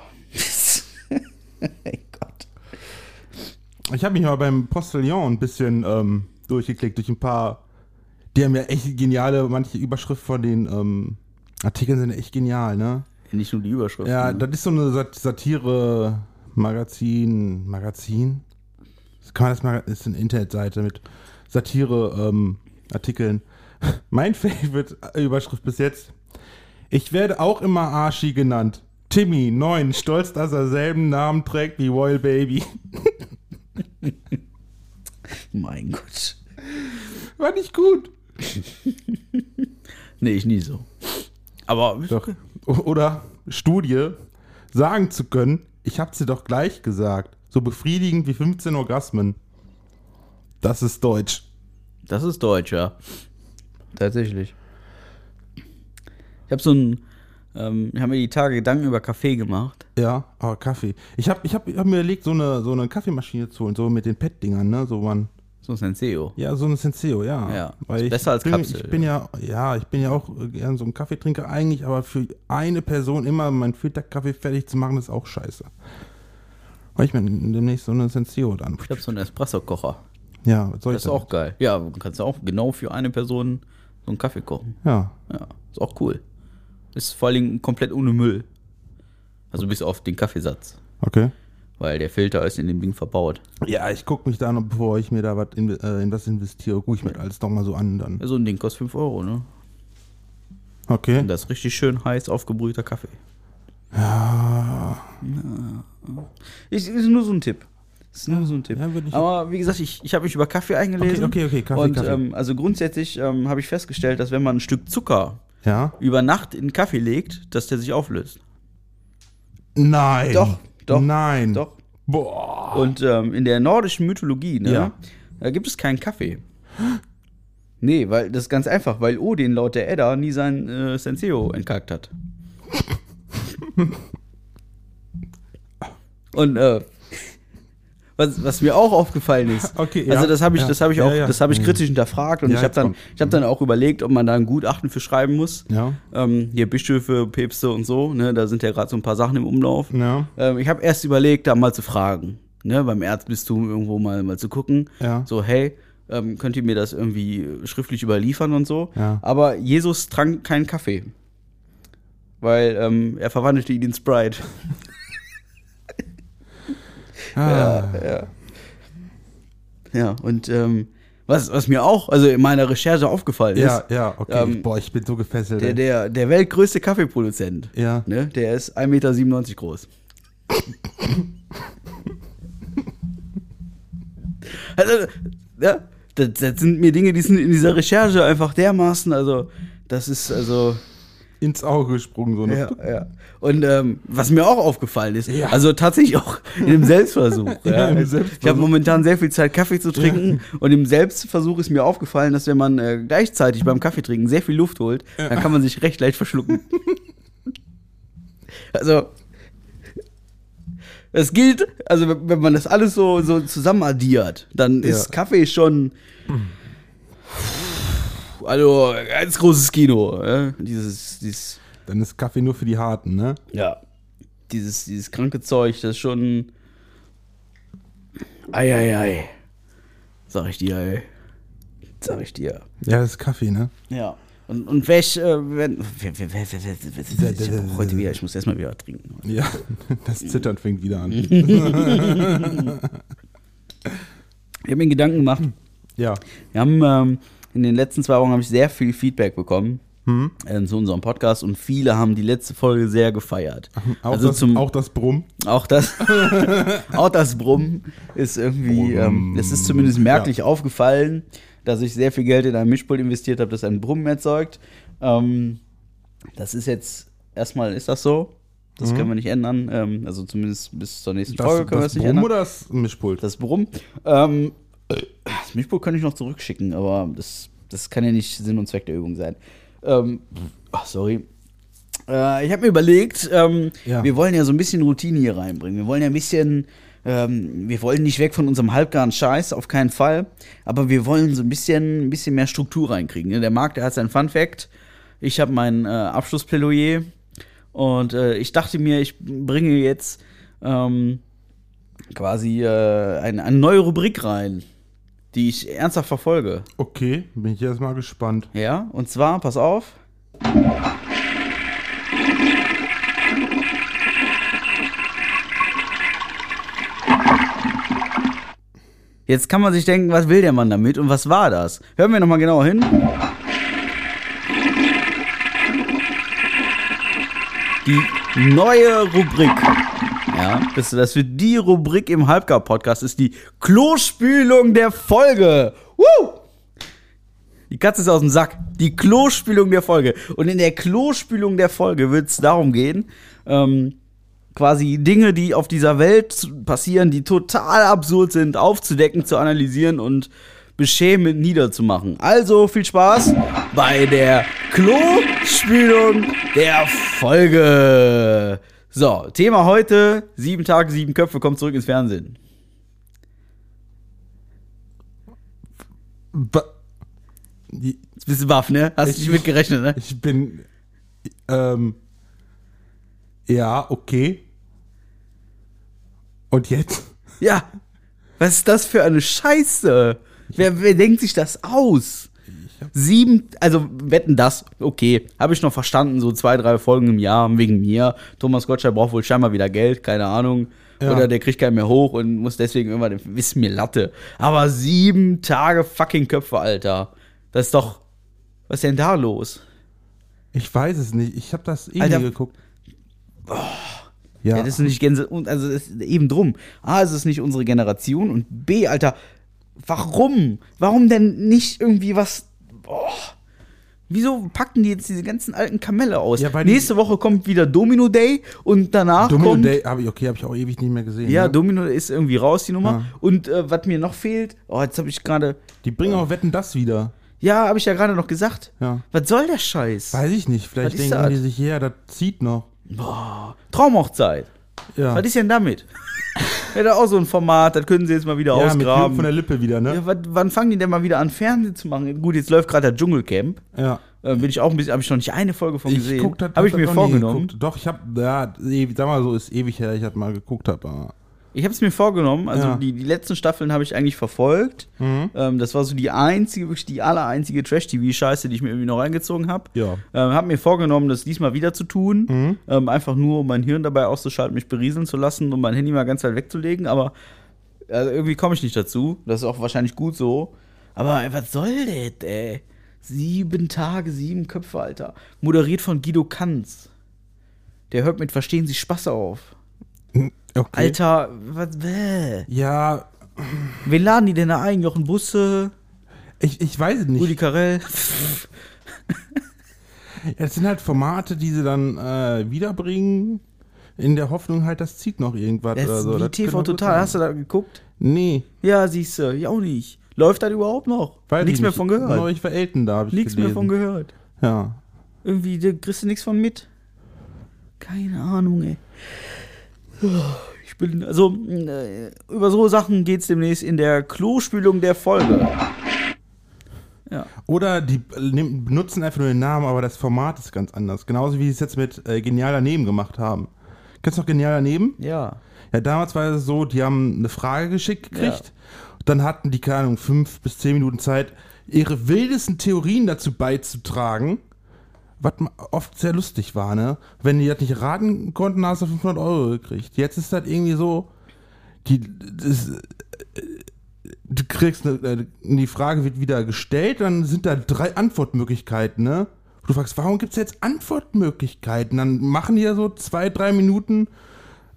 [SPEAKER 2] Ey Gott.
[SPEAKER 3] Ich habe mich mal beim Postillon ein bisschen ähm, durchgeklickt durch ein paar. Die haben ja echt geniale, manche Überschrift von den ähm, Artikeln sind echt genial, ne?
[SPEAKER 2] Nicht nur die Überschrift.
[SPEAKER 3] Ja,
[SPEAKER 2] ne?
[SPEAKER 3] das ist so eine Sat Satire Magazin Magazin. Das kann man das Magazin ist eine Internetseite mit Satire ähm, Artikeln. Mein Favorite Überschrift bis jetzt. Ich werde auch immer Arschi genannt. Timmy, neun, stolz, dass er selben Namen trägt wie Royal Baby.
[SPEAKER 2] Mein Gott.
[SPEAKER 3] War nicht gut.
[SPEAKER 2] Nee, ich nie so. Aber
[SPEAKER 3] Doch. O- Oder Studie, sagen zu können, ich hab's dir doch gleich gesagt. So befriedigend wie 15 Orgasmen. Das ist Deutsch.
[SPEAKER 2] das ist deutsch, ja. Tatsächlich. Ich habe so ein, ähm, ich habe mir die Tage Gedanken über Kaffee gemacht.
[SPEAKER 3] Ja, aber Kaffee. Ich hab, ich hab, ich hab mir überlegt, so eine, so eine Kaffeemaschine zu holen, so mit den Pet-Dingern, ne? So man.
[SPEAKER 2] So ein Senseo.
[SPEAKER 3] Ja, so eine Senseo, ja.
[SPEAKER 2] Ja,
[SPEAKER 3] Weil
[SPEAKER 2] ist
[SPEAKER 3] ich
[SPEAKER 2] besser als
[SPEAKER 3] bin,
[SPEAKER 2] Kapsel,
[SPEAKER 3] Ich bin ja, ja, ich bin ja auch gern so ein Kaffeetrinker eigentlich, aber für eine Person immer meinen Filterkaffee fertig zu machen, ist auch scheiße. Weil ich mir demnächst so eine Senseo dann.
[SPEAKER 2] Ich habe so einen Espresso-Kocher.
[SPEAKER 3] Ja, was soll
[SPEAKER 2] Das
[SPEAKER 3] ich
[SPEAKER 2] ist
[SPEAKER 3] denn?
[SPEAKER 2] auch geil. Ja, du kannst auch genau für eine Person so einen Kaffee kochen.
[SPEAKER 3] Ja.
[SPEAKER 2] Ja, ist auch cool. Ist vor allen Dingen komplett ohne Müll. Also bis auf den Kaffeesatz.
[SPEAKER 3] Okay.
[SPEAKER 2] Weil der Filter ist in dem Ding verbaut.
[SPEAKER 3] Ja, ich gucke mich da noch, bevor ich mir da was in, äh, in was investiere, gucke ich mir das alles doch mal so an dann.
[SPEAKER 2] Ja, so ein Ding kostet 5 Euro, ne?
[SPEAKER 3] Okay.
[SPEAKER 2] Und das ist richtig schön heiß aufgebrühter Kaffee. Ja. Ist, ist nur so ein Tipp. Ist nur so ein Tipp.
[SPEAKER 3] ja, würde ich-
[SPEAKER 2] Aber wie gesagt, ich, ich habe mich über Kaffee eingelesen.
[SPEAKER 3] Okay, okay, okay, Kaffee,
[SPEAKER 2] Und
[SPEAKER 3] Kaffee.
[SPEAKER 2] Ähm, also grundsätzlich ähm, habe ich festgestellt, dass wenn man ein Stück Zucker
[SPEAKER 3] Ja?
[SPEAKER 2] über Nacht in Kaffee legt, dass der sich auflöst.
[SPEAKER 3] Nein.
[SPEAKER 2] Doch, doch,
[SPEAKER 3] Nein.
[SPEAKER 2] Doch.
[SPEAKER 3] Boah.
[SPEAKER 2] Und ähm, in der nordischen Mythologie, ne,
[SPEAKER 3] Ja.
[SPEAKER 2] da gibt es keinen Kaffee. Nee, weil das ist ganz einfach, weil Odin laut der Edda nie sein äh, Senseo entkackt hat. Und äh, was, was mir auch aufgefallen ist,
[SPEAKER 3] Okay, ja.
[SPEAKER 2] also das habe ich,
[SPEAKER 3] Ja.
[SPEAKER 2] das habe ich
[SPEAKER 3] Ja,
[SPEAKER 2] auch,
[SPEAKER 3] ja.
[SPEAKER 2] das habe ich
[SPEAKER 3] Mhm.
[SPEAKER 2] kritisch hinterfragt und
[SPEAKER 3] Ja,
[SPEAKER 2] ich habe
[SPEAKER 3] jetzt
[SPEAKER 2] dann,
[SPEAKER 3] kommt.
[SPEAKER 2] ich habe dann auch überlegt, ob man da ein Gutachten für schreiben muss.
[SPEAKER 3] Ja.
[SPEAKER 2] Ähm, hier Bischöfe, Päpste und so, ne, da sind ja gerade so ein paar Sachen im Umlauf.
[SPEAKER 3] Ja.
[SPEAKER 2] Ähm, ich habe erst überlegt, da mal zu fragen, ne, beim Erzbistum irgendwo mal, mal zu gucken.
[SPEAKER 3] Ja.
[SPEAKER 2] So, hey, ähm, könnt ihr mir das irgendwie schriftlich überliefern und so?
[SPEAKER 3] Ja.
[SPEAKER 2] Aber Jesus trank keinen Kaffee. Weil ähm, er verwandelte ihn in Sprite.
[SPEAKER 3] Ah.
[SPEAKER 2] ja. Ja, und ähm, was, was mir auch, also in meiner Recherche aufgefallen
[SPEAKER 3] Ja,
[SPEAKER 2] ist,
[SPEAKER 3] ja, okay.
[SPEAKER 2] Ähm,
[SPEAKER 3] Ich- Boah, ich bin so gefesselt.
[SPEAKER 2] der,
[SPEAKER 3] ey.
[SPEAKER 2] der, der weltgrößte Kaffeeproduzent,
[SPEAKER 3] ja.
[SPEAKER 2] ne, der ist 1,97 Meter groß. also, ja, das, das sind mir Dinge, die sind in dieser Recherche einfach dermaßen, also, das ist, also,
[SPEAKER 3] Ins Auge gesprungen, so eine.
[SPEAKER 2] ja, ja. Und ähm, was mir auch aufgefallen ist,
[SPEAKER 3] Ja.
[SPEAKER 2] also tatsächlich auch in dem Selbstversuch. ja.
[SPEAKER 3] Ja, im
[SPEAKER 2] Ich
[SPEAKER 3] Selbstversuch.
[SPEAKER 2] habe momentan sehr viel Zeit, Kaffee zu trinken. Und im Selbstversuch ist mir aufgefallen, dass wenn man äh, gleichzeitig beim Kaffee trinken sehr viel Luft holt, dann kann man sich recht leicht verschlucken. also. Es gilt, also wenn wenn man das alles so, so zusammen addiert, dann
[SPEAKER 3] Ja. Hm.
[SPEAKER 2] ist Kaffee schon. Also, ganz großes Kino. Ja? Dieses, dieses
[SPEAKER 3] Dann ist Kaffee nur für die Harten, ne?
[SPEAKER 2] ja. Dieses, dieses kranke Zeug, das ist schon. Eieiei. Ei, ei. Sag ich dir, ey. Sag ich dir.
[SPEAKER 3] Ja, das ist Kaffee, ne?
[SPEAKER 2] Ja. Und, und welch. Äh, wenn, wer- wer- wer- wer- wer- wer- wer- ich hab auch heute wieder, ich muss erstmal wieder trinken.
[SPEAKER 3] Ja, das Zittern fängt wieder
[SPEAKER 2] Mhm.
[SPEAKER 3] an.
[SPEAKER 2] Ich habe mir Gedanken gemacht.
[SPEAKER 3] Ja.
[SPEAKER 2] Wir haben ähm, in den letzten zwei Wochen habe ich sehr viel Feedback bekommen
[SPEAKER 3] Mhm.
[SPEAKER 2] ähm, zu unserem Podcast und viele haben die letzte Folge sehr gefeiert.
[SPEAKER 3] Auch,
[SPEAKER 2] also
[SPEAKER 3] das,
[SPEAKER 2] zum,
[SPEAKER 3] auch das Brumm.
[SPEAKER 2] Auch das, auch das Brummen ist irgendwie, ähm, es ist zumindest merklich aufgefallen, dass ich sehr viel Geld in ein Mischpult investiert habe, das ein Brummen erzeugt. Ähm, das ist jetzt, erstmal ist das so. Das können wir nicht ändern. Ähm, also zumindest bis zur nächsten Folge
[SPEAKER 3] Mhm.
[SPEAKER 2] können wir es
[SPEAKER 3] Das, das
[SPEAKER 2] nicht
[SPEAKER 3] Brumm
[SPEAKER 2] ändern.
[SPEAKER 3] oder das Mischpult?
[SPEAKER 2] Das Brummen. Ähm, das Mischpult könnte ich noch zurückschicken, aber das, das kann ja nicht Sinn und Zweck der Übung sein. Ähm, ach, sorry. Äh, ich habe mir überlegt, ähm,
[SPEAKER 3] Ja.
[SPEAKER 2] wir wollen ja so ein bisschen Routine hier reinbringen. Wir wollen ja ein bisschen, ähm, wir wollen nicht weg von unserem halbgaren Scheiß, auf keinen Fall. Aber wir wollen so ein bisschen, ein bisschen mehr Struktur reinkriegen. ne? Der Marc, der hat sein Fun Fact. Ich habe mein äh, Abschlussplädoyer. Und äh, ich dachte mir, ich bringe jetzt ähm, quasi äh, eine, eine neue Rubrik rein, die ich ernsthaft verfolge.
[SPEAKER 3] Okay, bin ich erstmal gespannt.
[SPEAKER 2] Ja, und zwar, pass auf. Jetzt kann man sich denken, was will der Mann damit und was war das? Hören wir nochmal genau hin. Die neue Rubrik. Ja, das, das wird die Rubrik im Halbgar-Podcast, ist die Klospülung der Folge. Woo! Die Katze ist aus dem Sack. Die Klospülung der Folge. Und in der Klospülung der Folge wird es darum gehen, ähm, quasi Dinge, die auf dieser Welt zu- passieren, die total absurd sind, aufzudecken, zu analysieren und beschämend niederzumachen. Also viel Spaß bei der Klospülung der Folge. So, Thema heute: sieben Tage, sieben Köpfe, kommt zurück ins Fernsehen.
[SPEAKER 3] Ba- Ich
[SPEAKER 2] Ist ein bisschen baff, ne? Hast du nicht mitgerechnet, ne?
[SPEAKER 3] bin. Ähm. Ja, okay. Und jetzt?
[SPEAKER 2] Ja. Was ist das für eine Scheiße? Wer, wer denkt sich das aus? Sieben, also wetten das, okay, habe ich noch verstanden, so zwei, drei Folgen im Jahr wegen mir. Thomas Gottschalk braucht wohl scheinbar wieder Geld, keine Ahnung.
[SPEAKER 3] Ja.
[SPEAKER 2] Oder der kriegt keinen mehr hoch und muss deswegen immer, ist mir Latte. Aber sieben Tage fucking Köpfe, Alter. Das ist doch, was ist denn da los?
[SPEAKER 3] Ich weiß es nicht. Ich habe das eh
[SPEAKER 2] Alter. Oh.
[SPEAKER 3] nie geguckt.
[SPEAKER 2] Ja, das ist nicht Gänse, und also das ist eben drum. A, es ist nicht unsere Generation und B, Alter, warum? Warum denn nicht irgendwie was. Boah. Wieso packen die jetzt diese ganzen alten Kamelle aus?
[SPEAKER 3] Ja, weil die-
[SPEAKER 2] Nächste Woche kommt wieder Domino Day und danach
[SPEAKER 3] Domino
[SPEAKER 2] kommt.
[SPEAKER 3] Day habe ich, okay, habe ich auch ewig nicht mehr gesehen.
[SPEAKER 2] Ja,
[SPEAKER 3] ne?
[SPEAKER 2] Domino ist irgendwie raus, die Nummer.
[SPEAKER 3] Ja.
[SPEAKER 2] Und äh, was mir noch fehlt, oh, jetzt habe ich gerade.
[SPEAKER 3] Die bringen auch Wetten das wieder.
[SPEAKER 2] Ja, habe ich ja gerade noch gesagt.
[SPEAKER 3] Ja.
[SPEAKER 2] Was soll der Scheiß?
[SPEAKER 3] Weiß ich nicht. Vielleicht
[SPEAKER 2] Was ist
[SPEAKER 3] denken die
[SPEAKER 2] das?
[SPEAKER 3] sich, ja, das zieht noch.
[SPEAKER 2] Traumhochzeit.
[SPEAKER 3] Ja,
[SPEAKER 2] Was ist denn damit? Hätte auch so ein Format, das können sie jetzt mal wieder
[SPEAKER 3] ja mit Blut
[SPEAKER 2] ausgraben.
[SPEAKER 3] von der Lippe wieder, ne?
[SPEAKER 2] Ja, wat, wann fangen die denn mal wieder an, Fernsehen zu machen? Gut, jetzt läuft gerade der Dschungelcamp.
[SPEAKER 3] Ja.
[SPEAKER 2] Äh, bin ich auch ein bisschen, habe ich noch nicht eine Folge von gesehen.
[SPEAKER 3] guck das-
[SPEAKER 2] Habe ich
[SPEAKER 3] das
[SPEAKER 2] mir
[SPEAKER 3] noch nie
[SPEAKER 2] vorgenommen.
[SPEAKER 3] geguckt. Doch, ich habe, ja, eh, sag mal so, ist ewig her, ich das mal geguckt habe.
[SPEAKER 2] Ich habe es mir vorgenommen. Also
[SPEAKER 3] Ja. Mhm.
[SPEAKER 2] die, die letzten Staffeln habe ich eigentlich verfolgt. Ähm, das war so die einzige, wirklich die aller einzige Trash-TV-Scheiße, die ich mir irgendwie noch reingezogen habe.
[SPEAKER 3] Ja. Mhm.
[SPEAKER 2] Ähm, habe mir vorgenommen, das diesmal wieder zu tun. Ähm, einfach nur, um mein Hirn dabei auszuschalten, mich berieseln zu lassen und mein Handy mal ganz weit wegzulegen. Aber also irgendwie komme ich nicht dazu. Das ist auch wahrscheinlich gut so. Aber ey, was soll das, ey? Sieben Tage, sieben Köpfe, Alter. Moderiert von Guido Kanz. Der hört mit Verstehen Sie Spaß auf.
[SPEAKER 3] Okay.
[SPEAKER 2] Alter, was, bäh.
[SPEAKER 3] Ja,
[SPEAKER 2] Wen laden die denn da ein? Jochen Busse,
[SPEAKER 3] ich, ich weiß es
[SPEAKER 2] Rudi
[SPEAKER 3] nicht.
[SPEAKER 2] Carell?
[SPEAKER 3] Es sind halt Formate, die sie dann äh, wiederbringen, in der Hoffnung halt, das zieht noch irgendwas.
[SPEAKER 2] Das
[SPEAKER 3] oder
[SPEAKER 2] ist
[SPEAKER 3] so.
[SPEAKER 2] wie
[SPEAKER 3] Das
[SPEAKER 2] TV
[SPEAKER 3] könnte gut
[SPEAKER 2] Total.
[SPEAKER 3] sein.
[SPEAKER 2] Hast du da geguckt?
[SPEAKER 3] Nee.
[SPEAKER 2] Ja, siehst du, ich auch nicht. Läuft das überhaupt noch?
[SPEAKER 3] Weiß
[SPEAKER 2] nichts
[SPEAKER 3] ich
[SPEAKER 2] mehr
[SPEAKER 3] nicht.
[SPEAKER 2] von gehört.
[SPEAKER 3] Neulich war Elton da, habe ich
[SPEAKER 2] nichts mehr
[SPEAKER 3] gelesen.
[SPEAKER 2] von gehört.
[SPEAKER 3] Ja.
[SPEAKER 2] Irgendwie da kriegst du nichts von mit. Keine Ahnung, ey. Ich bin, also, äh, über so Sachen geht's demnächst in der Klospülung der Folge. Ja.
[SPEAKER 3] Oder die äh, nehm- benutzen einfach nur den Namen, aber das Format ist ganz anders. Genauso wie sie es jetzt mit äh, Genial daneben gemacht haben. Kennst du noch Genial daneben?
[SPEAKER 2] Ja.
[SPEAKER 3] Ja, damals war es so, die haben eine Frage geschickt gekriegt. Dann hatten die, keine Ahnung, fünf bis zehn Minuten Zeit, ihre wildesten Theorien dazu beizutragen. Was ma- oft sehr lustig war, ne? Wenn die das nicht raten konnten, hast du 500 Euro gekriegt. Jetzt ist das irgendwie so, die, das, du kriegst eine, äh, die Frage wird wieder gestellt, dann sind da drei Antwortmöglichkeiten, ne? Du fragst, warum gibt es jetzt Antwortmöglichkeiten? Dann machen die ja so zwei, drei Minuten,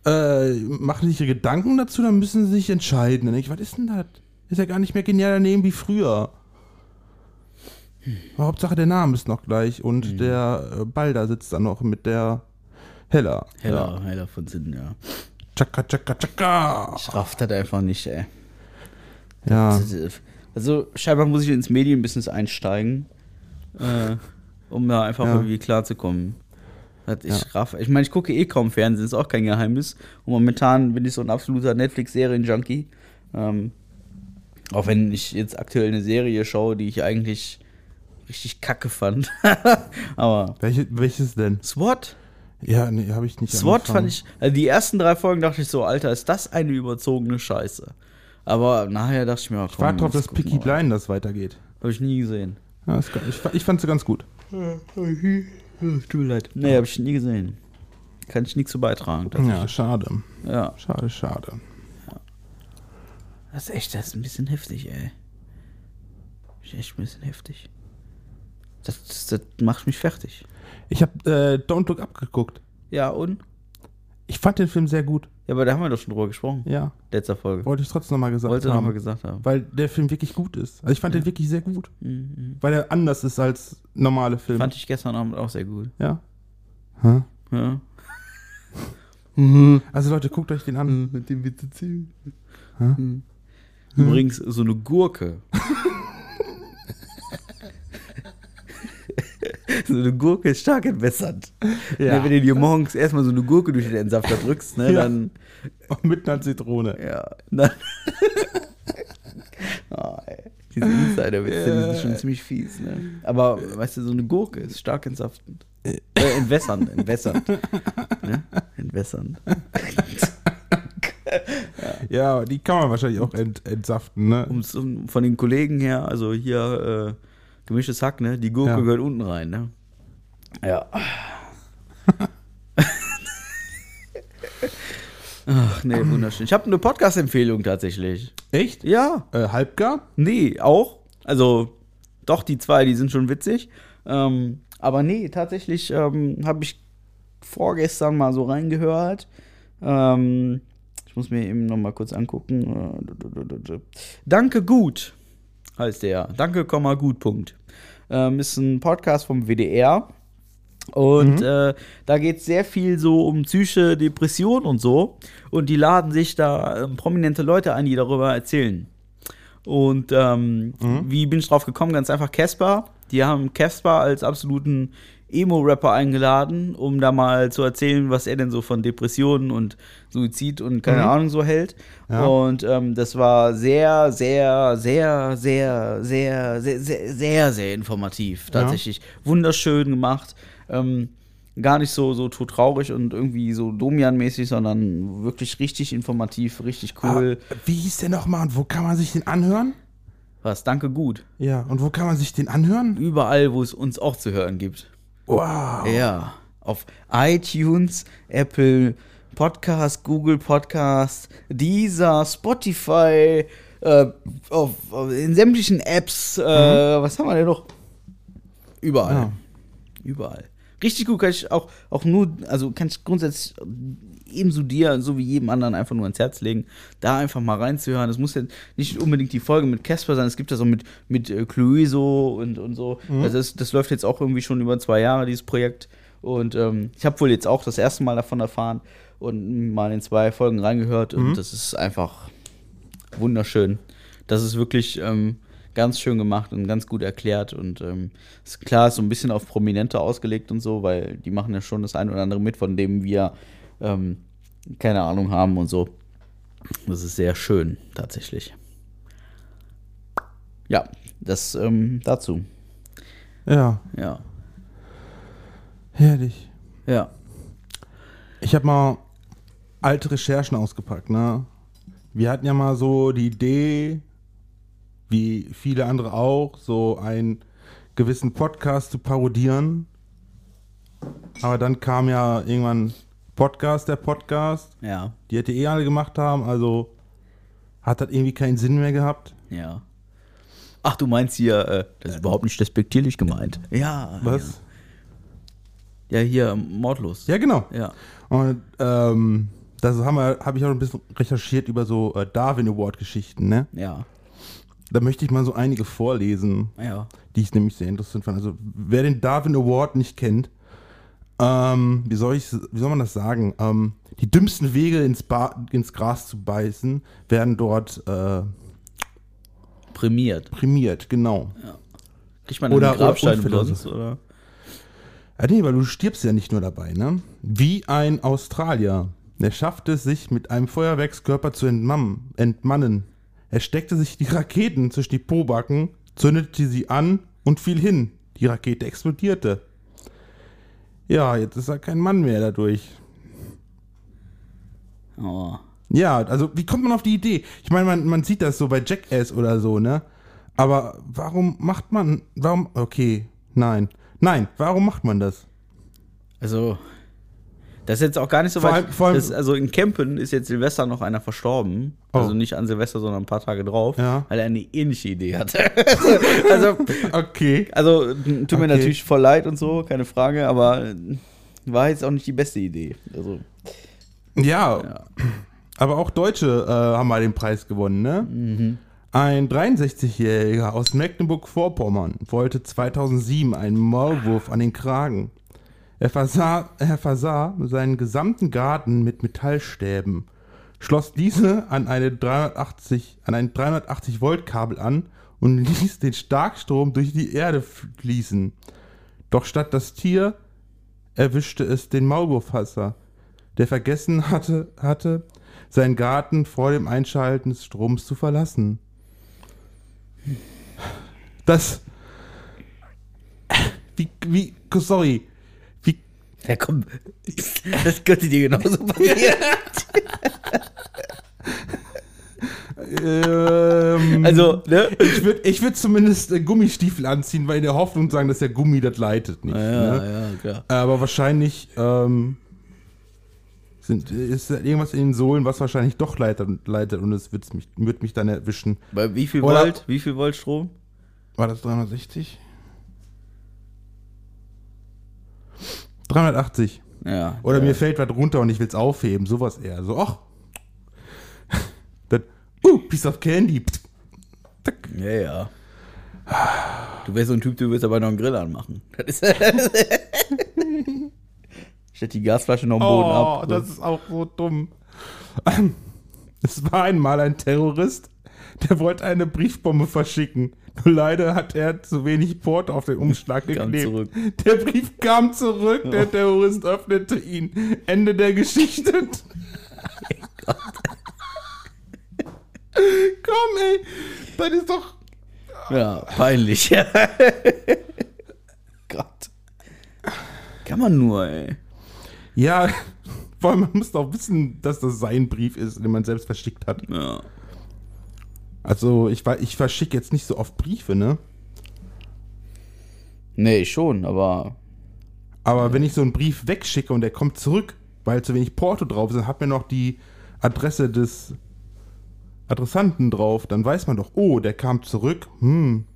[SPEAKER 3] äh, machen sich ihre Gedanken dazu, dann müssen sie sich entscheiden. Dann denk ich, was ist denn das? Ist ja gar nicht mehr genial daneben wie früher. Aber Hauptsache der Name ist noch gleich und
[SPEAKER 2] Mhm.
[SPEAKER 3] der äh, Ball da sitzt dann noch mit der Hella.
[SPEAKER 2] Heller, heller von Sinn, ja.
[SPEAKER 3] Tschakka, tschakka, tschakka.
[SPEAKER 2] Ich raff das einfach nicht, ey.
[SPEAKER 3] Ja.
[SPEAKER 2] Also scheinbar muss ich ins Medienbusiness einsteigen, äh, um da einfach
[SPEAKER 3] Ja.
[SPEAKER 2] irgendwie klarzukommen. Das Ich raff. Ich meine, ich gucke eh kaum Fernsehen, ist auch kein Geheimnis. Und momentan bin ich so ein absoluter Netflix-Serien-Junkie. Ähm, auch wenn ich jetzt aktuell eine Serie schaue, die ich eigentlich richtig kacke fand. Aber
[SPEAKER 3] Welche, welches denn?
[SPEAKER 2] SWAT?
[SPEAKER 3] Ja, nee, habe ich nicht.
[SPEAKER 2] SWAT
[SPEAKER 3] angefangen.
[SPEAKER 2] fand ich, also die ersten drei Folgen dachte ich so, Alter, ist das eine überzogene Scheiße. Aber nachher dachte ich mir, oh, komm,
[SPEAKER 3] Ich warte
[SPEAKER 2] jetzt
[SPEAKER 3] drauf, dass
[SPEAKER 2] gucken
[SPEAKER 3] Picky
[SPEAKER 2] wir mal.
[SPEAKER 3] Blinders weitergeht.
[SPEAKER 2] Habe ich nie gesehen.
[SPEAKER 3] Ja, ist geil. Ich, fa- ich fand sie ganz gut.
[SPEAKER 2] Tut mir leid. Nee, habe ich nie gesehen. Kann ich nichts zu beitragen. Das,
[SPEAKER 3] Ja, schade.
[SPEAKER 2] ja.
[SPEAKER 3] Schade, schade.
[SPEAKER 2] Das ist echt, das ist ein bisschen heftig, ey. Das ist echt ein bisschen heftig. Das, das, das macht mich fertig.
[SPEAKER 3] Ich habe äh, Don't Look Up geguckt.
[SPEAKER 2] Ja, und?
[SPEAKER 3] Ich fand den Film sehr gut.
[SPEAKER 2] Ja, aber da haben wir doch schon drüber gesprochen.
[SPEAKER 3] Ja,
[SPEAKER 2] Letzter Folge.
[SPEAKER 3] wollte ich trotzdem nochmal gesagt
[SPEAKER 2] Wollte
[SPEAKER 3] haben.
[SPEAKER 2] nochmal gesagt haben.
[SPEAKER 3] weil der Film wirklich gut ist. Also ich fand den wirklich sehr gut.
[SPEAKER 2] Mhm.
[SPEAKER 3] Weil er anders ist als normale Filme.
[SPEAKER 2] Fand ich gestern Abend auch sehr gut.
[SPEAKER 3] ja. Hä?
[SPEAKER 2] Ja.
[SPEAKER 3] Also Leute, guckt euch den an.
[SPEAKER 2] Mhm. Mit dem Witze ziehen. Übrigens, so eine Gurke. so eine Gurke ist stark entwässert.
[SPEAKER 3] Ja.
[SPEAKER 2] Wenn du dir morgens erstmal so eine Gurke durch den Entsafter drückst, ne,
[SPEAKER 3] Ja.
[SPEAKER 2] dann.
[SPEAKER 3] Mit einer Zitrone.
[SPEAKER 2] Ja. Dann oh, ey. Diese Insider-Witze, die sind schon ziemlich fies, ne? Aber weißt du, so eine Gurke ist stark entsaftend. Äh, entwässernd, entwässernd. ne? Entwässernd.
[SPEAKER 3] Ja, aber die kann man wahrscheinlich auch ent, entsaften, ne?
[SPEAKER 2] Um's- um, von den Kollegen her, also hier äh, gemischtes Hack, ne? Die Gurke
[SPEAKER 3] Ja.
[SPEAKER 2] gehört unten rein, ne? Ja. Ach nee, wunderschön. Ich habe eine Podcast-Empfehlung tatsächlich.
[SPEAKER 3] Echt?
[SPEAKER 2] Ja,
[SPEAKER 3] Äh, halbgar?
[SPEAKER 2] nee, auch. Also doch, die zwei, die sind schon witzig. Ähm, aber nee, tatsächlich ähm, habe ich vorgestern mal so reingehört. Ähm, ich muss mir eben noch mal kurz angucken. Äh, Danke gut heißt der. Danke, Komma, gut, Punkt. Ähm, ist ein Podcast vom WDR. Und äh, da geht es sehr viel so um Psyche, Depression und so. Und die laden sich da ähm, prominente Leute ein, die darüber erzählen. Und ähm,
[SPEAKER 3] Mhm.
[SPEAKER 2] wie bin ich drauf gekommen? Ganz einfach Casper. Die haben Casper als absoluten Emo-Rapper eingeladen, um da mal zu erzählen, was er denn so von Depressionen und Suizid und keine
[SPEAKER 3] Mhm.
[SPEAKER 2] Ahnung so hält.
[SPEAKER 3] Ja.
[SPEAKER 2] Und ähm, das war sehr, sehr, sehr, sehr, sehr, sehr, sehr, sehr, sehr informativ. Tatsächlich wunderschön gemacht. Ähm, gar nicht so, so todtraurig und irgendwie so Domian-mäßig, sondern wirklich richtig informativ, richtig cool.
[SPEAKER 3] Ah, wie hieß der nochmal und wo kann man sich den anhören?
[SPEAKER 2] Was, danke gut.
[SPEAKER 3] Ja. Und wo kann man sich den anhören?
[SPEAKER 2] überall, wo es uns auch zu hören gibt.
[SPEAKER 3] Wow.
[SPEAKER 2] Ja, auf iTunes, Apple Podcast, Google Podcast, Deezer, Spotify, äh, auf, auf, in sämtlichen Apps. Äh, Was haben wir denn noch? Überall.
[SPEAKER 3] Ja.
[SPEAKER 2] Überall. Richtig gut kann ich auch, auch nur, also kann ich grundsätzlich ebenso dir, so wie jedem anderen einfach nur ans Herz legen, da einfach mal reinzuhören. Es muss ja nicht unbedingt die Folge mit Casper sein, es gibt das auch mit, mit äh, Clueso und, und so. Also das, das läuft jetzt auch irgendwie schon über zwei Jahre, dieses Projekt. Und ähm, ich habe wohl jetzt auch das erste Mal davon erfahren und mal in zwei Folgen reingehört und das ist einfach wunderschön. Das ist wirklich ähm, ganz schön gemacht und ganz gut erklärt und ähm, ist klar, ist so ein bisschen auf Prominente ausgelegt und so, weil die machen ja schon das ein oder andere mit, von dem wir ähm, keine Ahnung haben und so. Das ist sehr schön, tatsächlich. Ja, das ähm, dazu.
[SPEAKER 3] Ja,
[SPEAKER 2] Ja,
[SPEAKER 3] herrlich.
[SPEAKER 2] ja.
[SPEAKER 3] Ich habe mal alte Recherchen ausgepackt, ne? Wir hatten ja mal so die Idee, wie viele andere auch, so einen gewissen Podcast zu parodieren. Aber dann kam ja irgendwann Podcast, der Podcast,
[SPEAKER 2] Ja,
[SPEAKER 3] die hätte eh alle gemacht haben, also hat das irgendwie keinen Sinn mehr gehabt.
[SPEAKER 2] ja. Ach, du meinst hier, äh, das ist überhaupt nicht respektierlich gemeint. Ja.
[SPEAKER 3] Was?
[SPEAKER 2] Ja, ja hier, mordlos.
[SPEAKER 3] Ja, genau.
[SPEAKER 2] Ja.
[SPEAKER 3] Und ähm, das habe hab ich auch ein bisschen recherchiert über so äh, Darwin Award-Geschichten, ne?
[SPEAKER 2] Ja.
[SPEAKER 3] Da möchte ich mal so einige vorlesen.
[SPEAKER 2] Ja.
[SPEAKER 3] die ich nämlich sehr interessant fand. Also, wer den Darwin Award nicht kennt, ähm, wie, soll ich, wie soll man das sagen? Ähm, die dümmsten Wege ins, ba ins Gras zu beißen werden dort äh,
[SPEAKER 2] Prämiert.
[SPEAKER 3] prämiert, genau.
[SPEAKER 2] Kriegt man
[SPEAKER 3] Oder-
[SPEAKER 2] einen Grabstein
[SPEAKER 3] oder Unfälle oder
[SPEAKER 2] umsonst, oder?
[SPEAKER 3] Ja, nee, weil du stirbst ja nicht nur dabei, ne? Wie ein Australier. Er schaffte es, sich mit einem Feuerwerkskörper zu entmammen, entmannen. Er steckte sich die Raketen zwischen die Pobacken, zündete sie an und fiel hin. Die Rakete explodierte. Ja, jetzt ist er kein Mann mehr dadurch.
[SPEAKER 2] Oh.
[SPEAKER 3] Ja, also wie kommt man auf die Idee? Ich meine, man, man sieht das so bei Jackass oder so, ne? Aber warum macht man, warum, okay, nein. Nein, warum macht man das?
[SPEAKER 2] Also, das ist jetzt auch gar nicht so
[SPEAKER 3] Vor
[SPEAKER 2] weit.
[SPEAKER 3] allem- vor allem-
[SPEAKER 2] das, also in Kempen ist jetzt Silvester noch einer verstorben.
[SPEAKER 3] Oh.
[SPEAKER 2] Also nicht an Silvester, sondern ein paar Tage drauf,
[SPEAKER 3] Ja.
[SPEAKER 2] weil er eine ähnliche Idee hatte. also,
[SPEAKER 3] Okay.
[SPEAKER 2] also, m, tut mir
[SPEAKER 3] Okay.
[SPEAKER 2] natürlich voll leid und so, keine Frage, aber äh, war jetzt auch nicht die beste Idee. Also,
[SPEAKER 3] Ja,
[SPEAKER 2] Ja.
[SPEAKER 3] aber auch Deutsche äh, haben mal den Preis gewonnen, ne? Ein 63-Jähriger aus Mecklenburg-Vorpommern wollte 2007 einen Maulwurf an den Kragen. Er versah, er versah seinen gesamten Garten mit Metallstäben, schloss diese an, eine 380, an ein 380-Volt-Kabel an und ließ den Starkstrom durch die Erde fließen. Doch statt das Tier erwischte es den Maulwurfhasser, der vergessen hatte, hatte, seinen Garten vor dem Einschalten des Stroms zu verlassen. Das. Wie, wie, sorry. Wie,
[SPEAKER 2] ja komm, das könnte dir genauso passieren.
[SPEAKER 3] ähm,
[SPEAKER 2] Also, ne?
[SPEAKER 3] ich würde ich würd zumindest äh, Gummistiefel anziehen, weil in der Hoffnung sagen, dass der Gummi das leitet nicht. ne?
[SPEAKER 2] ja, klar.
[SPEAKER 3] Aber wahrscheinlich ähm, sind, ist da irgendwas in den Sohlen, was wahrscheinlich doch leitet, leitet und es wird mich, wird mich dann erwischen.
[SPEAKER 2] Bei wie viel
[SPEAKER 3] Oder-
[SPEAKER 2] Volt? Wie viel Volt Strom?
[SPEAKER 3] War das 360? 380.
[SPEAKER 2] Ja.
[SPEAKER 3] Oder
[SPEAKER 2] ja.
[SPEAKER 3] mir fällt was runter und ich will es aufheben. Sowas eher. So, ach. Dann, uh, piece of candy. Pst.
[SPEAKER 2] Ja, ja. Du wärst so ein Typ, du würdest aber noch einen Grill anmachen. Das ist Statt die Gasflasche noch am Boden ab.
[SPEAKER 3] Oh,
[SPEAKER 2] ne?
[SPEAKER 3] das ist auch so dumm. Es war einmal ein Terrorist, der wollte eine Briefbombe verschicken. Nur leider hat er zu wenig Port auf den Umschlag
[SPEAKER 2] Kam
[SPEAKER 3] geklebt.
[SPEAKER 2] zurück. Oh.
[SPEAKER 3] Der Brief kam zurück, der Terrorist öffnete ihn. Ende der Geschichte. Komm, ey. Das ist doch.
[SPEAKER 2] Ja, peinlich. Gott. Kann man nur, ey.
[SPEAKER 3] Ja, vor allem, man muss doch wissen, dass das sein Brief ist, den man selbst verschickt hat.
[SPEAKER 2] Ja.
[SPEAKER 3] Also, ich, wa- ich verschicke jetzt nicht so oft Briefe, ne?
[SPEAKER 2] Nee, schon, aber.
[SPEAKER 3] Aber wenn ich so einen Brief wegschicke und der kommt zurück, weil zu wenig Porto drauf ist, dann hat mir noch die Adresse des Adressanten drauf. Dann weiß man doch, oh, der kam zurück. Hm,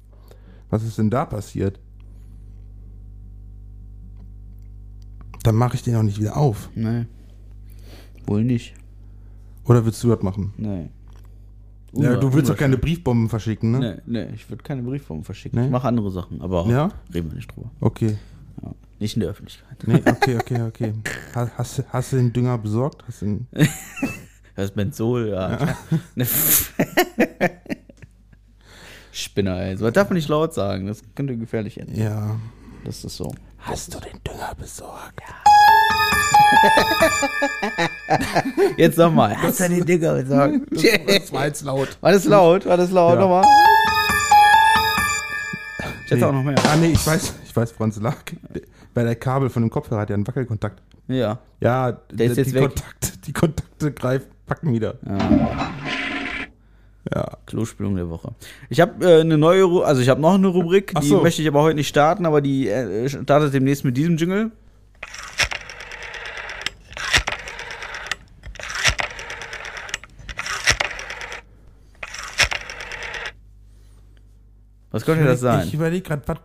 [SPEAKER 3] was ist denn da passiert? Dann mache ich den auch nicht wieder auf.
[SPEAKER 2] Nee. Wohl nicht.
[SPEAKER 3] Oder willst du das machen?
[SPEAKER 2] Nee.
[SPEAKER 3] ja,
[SPEAKER 2] Unwahr-
[SPEAKER 3] du willst doch
[SPEAKER 2] unwahrscheinlich.
[SPEAKER 3] keine Briefbomben verschicken, ne?
[SPEAKER 2] Nee, nee, ich würde keine Briefform verschicken.
[SPEAKER 3] Nee?
[SPEAKER 2] Ich mache andere Sachen, aber
[SPEAKER 3] Ja?
[SPEAKER 2] reden wir nicht drüber.
[SPEAKER 3] Okay.
[SPEAKER 2] Ja. Nicht in der Öffentlichkeit.
[SPEAKER 3] Nee, okay, okay, okay. Ha- Hast, du- hast du den Dünger besorgt? Hast du den
[SPEAKER 2] Das Benzol, ja. klar. Ne, Spinner, ey. So was darf man nicht laut sagen. Das könnte gefährlich enden.
[SPEAKER 3] ja.
[SPEAKER 2] Das ist so.
[SPEAKER 3] Hast du den Dünger besorgt?
[SPEAKER 2] Jetzt nochmal. Hast du den Dinger sagen?
[SPEAKER 3] Das war jetzt laut.
[SPEAKER 2] War das laut? War das laut?
[SPEAKER 3] Ja.
[SPEAKER 2] Nochmal. Ich hätte auch noch mehr.
[SPEAKER 3] Ah, nee, ich weiß, ich weiß, woran es lag. Weil der Kabel von dem Kopfhörer hat ja einen Wackelkontakt.
[SPEAKER 2] Ja.
[SPEAKER 3] Ja, der
[SPEAKER 2] ist jetzt
[SPEAKER 3] die,
[SPEAKER 2] weg.
[SPEAKER 3] Kontakte, die Kontakte greifen, packen wieder. Ja.
[SPEAKER 2] Klospülung der Woche. Ich habe äh, eine neue, Ru also ich habe noch eine Rubrik,
[SPEAKER 3] Ach
[SPEAKER 2] die
[SPEAKER 3] so.
[SPEAKER 2] möchte ich aber heute nicht starten, aber die äh, startet demnächst mit diesem Jingle. Was könnte das
[SPEAKER 3] Ich
[SPEAKER 2] sein?
[SPEAKER 3] überlege gerade, was.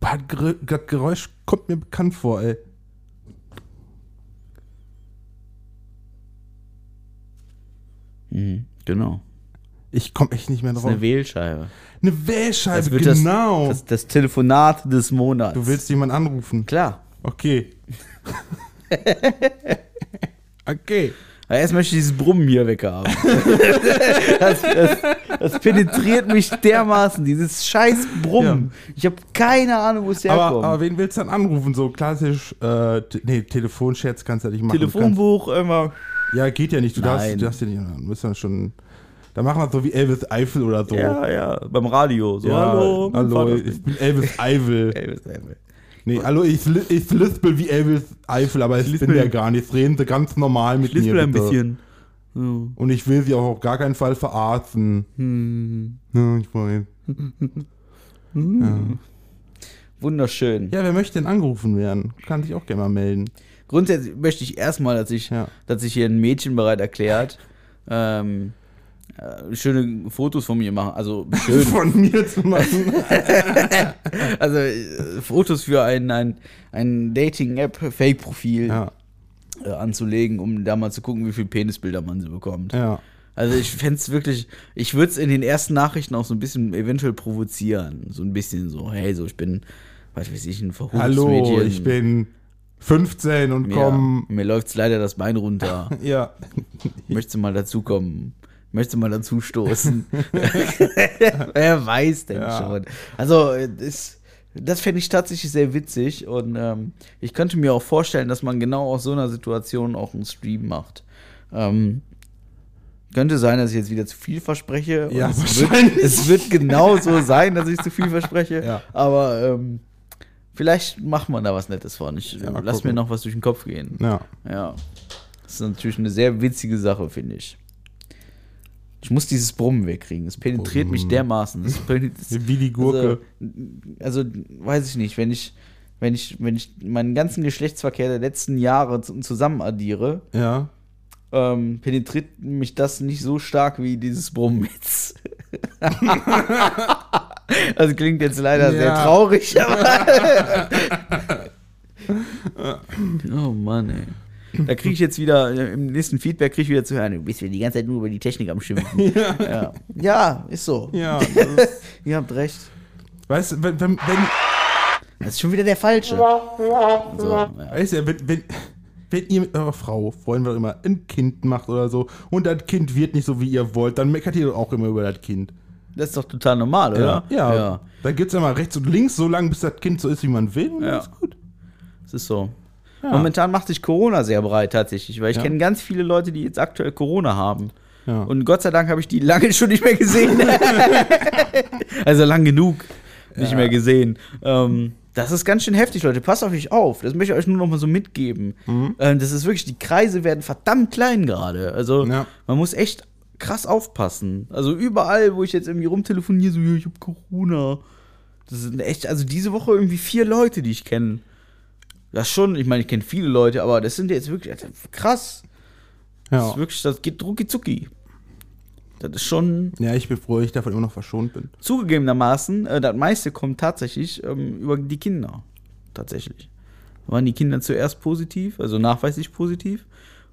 [SPEAKER 3] was Ger- Das Geräusch kommt mir bekannt vor, ey.
[SPEAKER 2] Mhm, genau.
[SPEAKER 3] Ich komme echt nicht mehr
[SPEAKER 2] Das
[SPEAKER 3] drauf.
[SPEAKER 2] ist eine Wählscheibe.
[SPEAKER 3] Eine Wählscheibe,
[SPEAKER 2] Das wird
[SPEAKER 3] genau.
[SPEAKER 2] das, das, das Telefonat des Monats.
[SPEAKER 3] du willst jemanden anrufen.
[SPEAKER 2] Klar.
[SPEAKER 3] Okay. okay.
[SPEAKER 2] Aber erst möchte ich dieses Brummen hier weghaben. das, das, das penetriert mich dermaßen, dieses scheiß Brummen. Ich habe keine Ahnung, wo es herkommt.
[SPEAKER 3] Aber, aber wen willst du dann anrufen? So klassisch, äh, t- nee, Telefonscherz kannst du ja nicht machen. Du kannst-
[SPEAKER 2] Telefonbuch immer.
[SPEAKER 3] Ja, geht ja nicht. Du darfst,
[SPEAKER 2] Nein.
[SPEAKER 3] du darfst ja nicht. Du bist ja schon. Da machen wir so wie Elvis Eifel oder so.
[SPEAKER 2] Ja, ja, beim Radio. So,
[SPEAKER 3] Ja,
[SPEAKER 2] hallo.
[SPEAKER 3] hallo,
[SPEAKER 2] Vater-
[SPEAKER 3] ich bin Elvis Eifel.
[SPEAKER 2] Elvis Presley.
[SPEAKER 3] Nee, hallo, ich, li- ich lispel wie Elvis Eifel, aber ich bin
[SPEAKER 2] lispel-
[SPEAKER 3] ja gar nicht. Reden Sie ganz normal mit
[SPEAKER 2] Lies
[SPEAKER 3] mir.
[SPEAKER 2] mir ein
[SPEAKER 3] bitte.
[SPEAKER 2] bisschen. So.
[SPEAKER 3] Und ich will Sie auch auf gar keinen Fall verarzen.
[SPEAKER 2] Hm.
[SPEAKER 3] Ja, ich weiß.
[SPEAKER 2] Wunderschön.
[SPEAKER 3] Ja, wer möchte denn angerufen werden? Kann sich auch gerne mal melden.
[SPEAKER 2] Grundsätzlich möchte ich erstmal, dass sich
[SPEAKER 3] Ja.
[SPEAKER 2] dass sich hier ein Mädchen bereit erklärt, ähm, äh, schöne Fotos von mir machen. Also schön.
[SPEAKER 3] Von mir zu machen.
[SPEAKER 2] Also äh, Fotos für ein, ein, ein Dating-App-Fake-Profil
[SPEAKER 3] ja,
[SPEAKER 2] äh, anzulegen, um da mal zu gucken, wie viele Penisbilder man so bekommt.
[SPEAKER 3] ja.
[SPEAKER 2] Also ich fände es wirklich, ich würde es in den ersten Nachrichten auch so ein bisschen eventuell provozieren. So ein bisschen so, hey, so ich bin, was weiß ich, ein verhunztes
[SPEAKER 3] Hallo,
[SPEAKER 2] Mädchen.
[SPEAKER 3] ich bin 15 und
[SPEAKER 2] mir,
[SPEAKER 3] komm.
[SPEAKER 2] Mir läuft's leider das Bein runter.
[SPEAKER 3] Ja.
[SPEAKER 2] Möchtest du mal dazukommen? Möchtest du mal dazu stoßen? Wer weiß denn
[SPEAKER 3] Ja.
[SPEAKER 2] schon. Also, äh, das, das fände ich tatsächlich sehr witzig und ähm, ich könnte mir auch vorstellen, dass man genau aus so einer Situation auch einen Stream macht. Ähm, könnte sein, dass ich jetzt wieder zu viel verspreche. und
[SPEAKER 3] Ja,
[SPEAKER 2] es, wird,
[SPEAKER 3] wahrscheinlich.
[SPEAKER 2] es wird genau so sein, dass ich zu viel verspreche.
[SPEAKER 3] Ja.
[SPEAKER 2] Aber ähm, vielleicht macht man da was Nettes von. Ich
[SPEAKER 3] Ja, mal
[SPEAKER 2] lass
[SPEAKER 3] gucken.
[SPEAKER 2] mir noch was durch den Kopf gehen.
[SPEAKER 3] Ja.
[SPEAKER 2] Ja. Das ist natürlich eine sehr witzige Sache, finde ich. Ich Ich muss dieses Brummen wegkriegen. Es penetriert mich dermaßen. Es penetriert,
[SPEAKER 3] Wie die Gurke.
[SPEAKER 2] Also, also, weiß ich nicht, wenn ich, wenn ich, wenn ich meinen ganzen Geschlechtsverkehr der letzten Jahre zu- zusammen addiere,
[SPEAKER 3] ja.
[SPEAKER 2] ähm, penetriert mich das nicht so stark wie dieses Brummen jetzt. das klingt jetzt leider sehr
[SPEAKER 3] Ja.
[SPEAKER 2] traurig, aber. oh Mann, ey. Da kriege ich jetzt wieder, im nächsten Feedback kriege ich wieder zu hören, du bist ja die ganze Zeit nur über die Technik am Schimpfen. ja. ja, ist so.
[SPEAKER 3] Ja. das ist-
[SPEAKER 2] Ihr habt recht.
[SPEAKER 3] weißt du, wenn, wenn, wenn,
[SPEAKER 2] Das ist schon wieder der Falsche. So, ja.
[SPEAKER 3] Weißt du, wenn, wenn, wenn ihr mit eurer Frau, Freundin, was auch immer, ein Kind macht oder so und das Kind wird nicht so, wie ihr wollt, dann meckert ihr doch auch immer über das Kind.
[SPEAKER 2] Das ist doch total normal, oder?
[SPEAKER 3] Ja.
[SPEAKER 2] ja.
[SPEAKER 3] Dann gibt's ja mal rechts und links, so lange, bis das Kind so ist, wie man will. Und
[SPEAKER 2] Ja.
[SPEAKER 3] dann ist gut.
[SPEAKER 2] Es ist so. Momentan macht sich Corona sehr breit tatsächlich, weil ich
[SPEAKER 3] Ja.
[SPEAKER 2] kenne ganz viele Leute, die jetzt aktuell Corona haben.
[SPEAKER 3] Ja.
[SPEAKER 2] Und Gott sei Dank habe ich die lange schon nicht mehr gesehen. also lang genug nicht mehr gesehen. Ähm, das ist ganz schön heftig, Leute. Passt auf euch auf. Das möchte ich euch nur noch mal so mitgeben.
[SPEAKER 3] Mhm.
[SPEAKER 2] Ähm, das ist wirklich, die Kreise werden verdammt klein gerade. Also
[SPEAKER 3] Ja.
[SPEAKER 2] man muss echt krass aufpassen. Also überall, wo ich jetzt irgendwie rumtelefoniere, so, ja, ich habe Corona. Das sind echt, also diese Woche irgendwie vier Leute, die ich kenne. Das schon, ich meine, ich kenne viele Leute, aber das sind jetzt wirklich Alter, krass. Das
[SPEAKER 3] ja.
[SPEAKER 2] ist wirklich, das geht rucki zucki. Das ist schon
[SPEAKER 3] ja, ich bin froh, dass ich davon immer noch verschont bin.
[SPEAKER 2] zugegebenermaßen, äh, das meiste kommt tatsächlich ähm, über die Kinder. Tatsächlich. Da waren die Kinder zuerst positiv, also nachweislich positiv.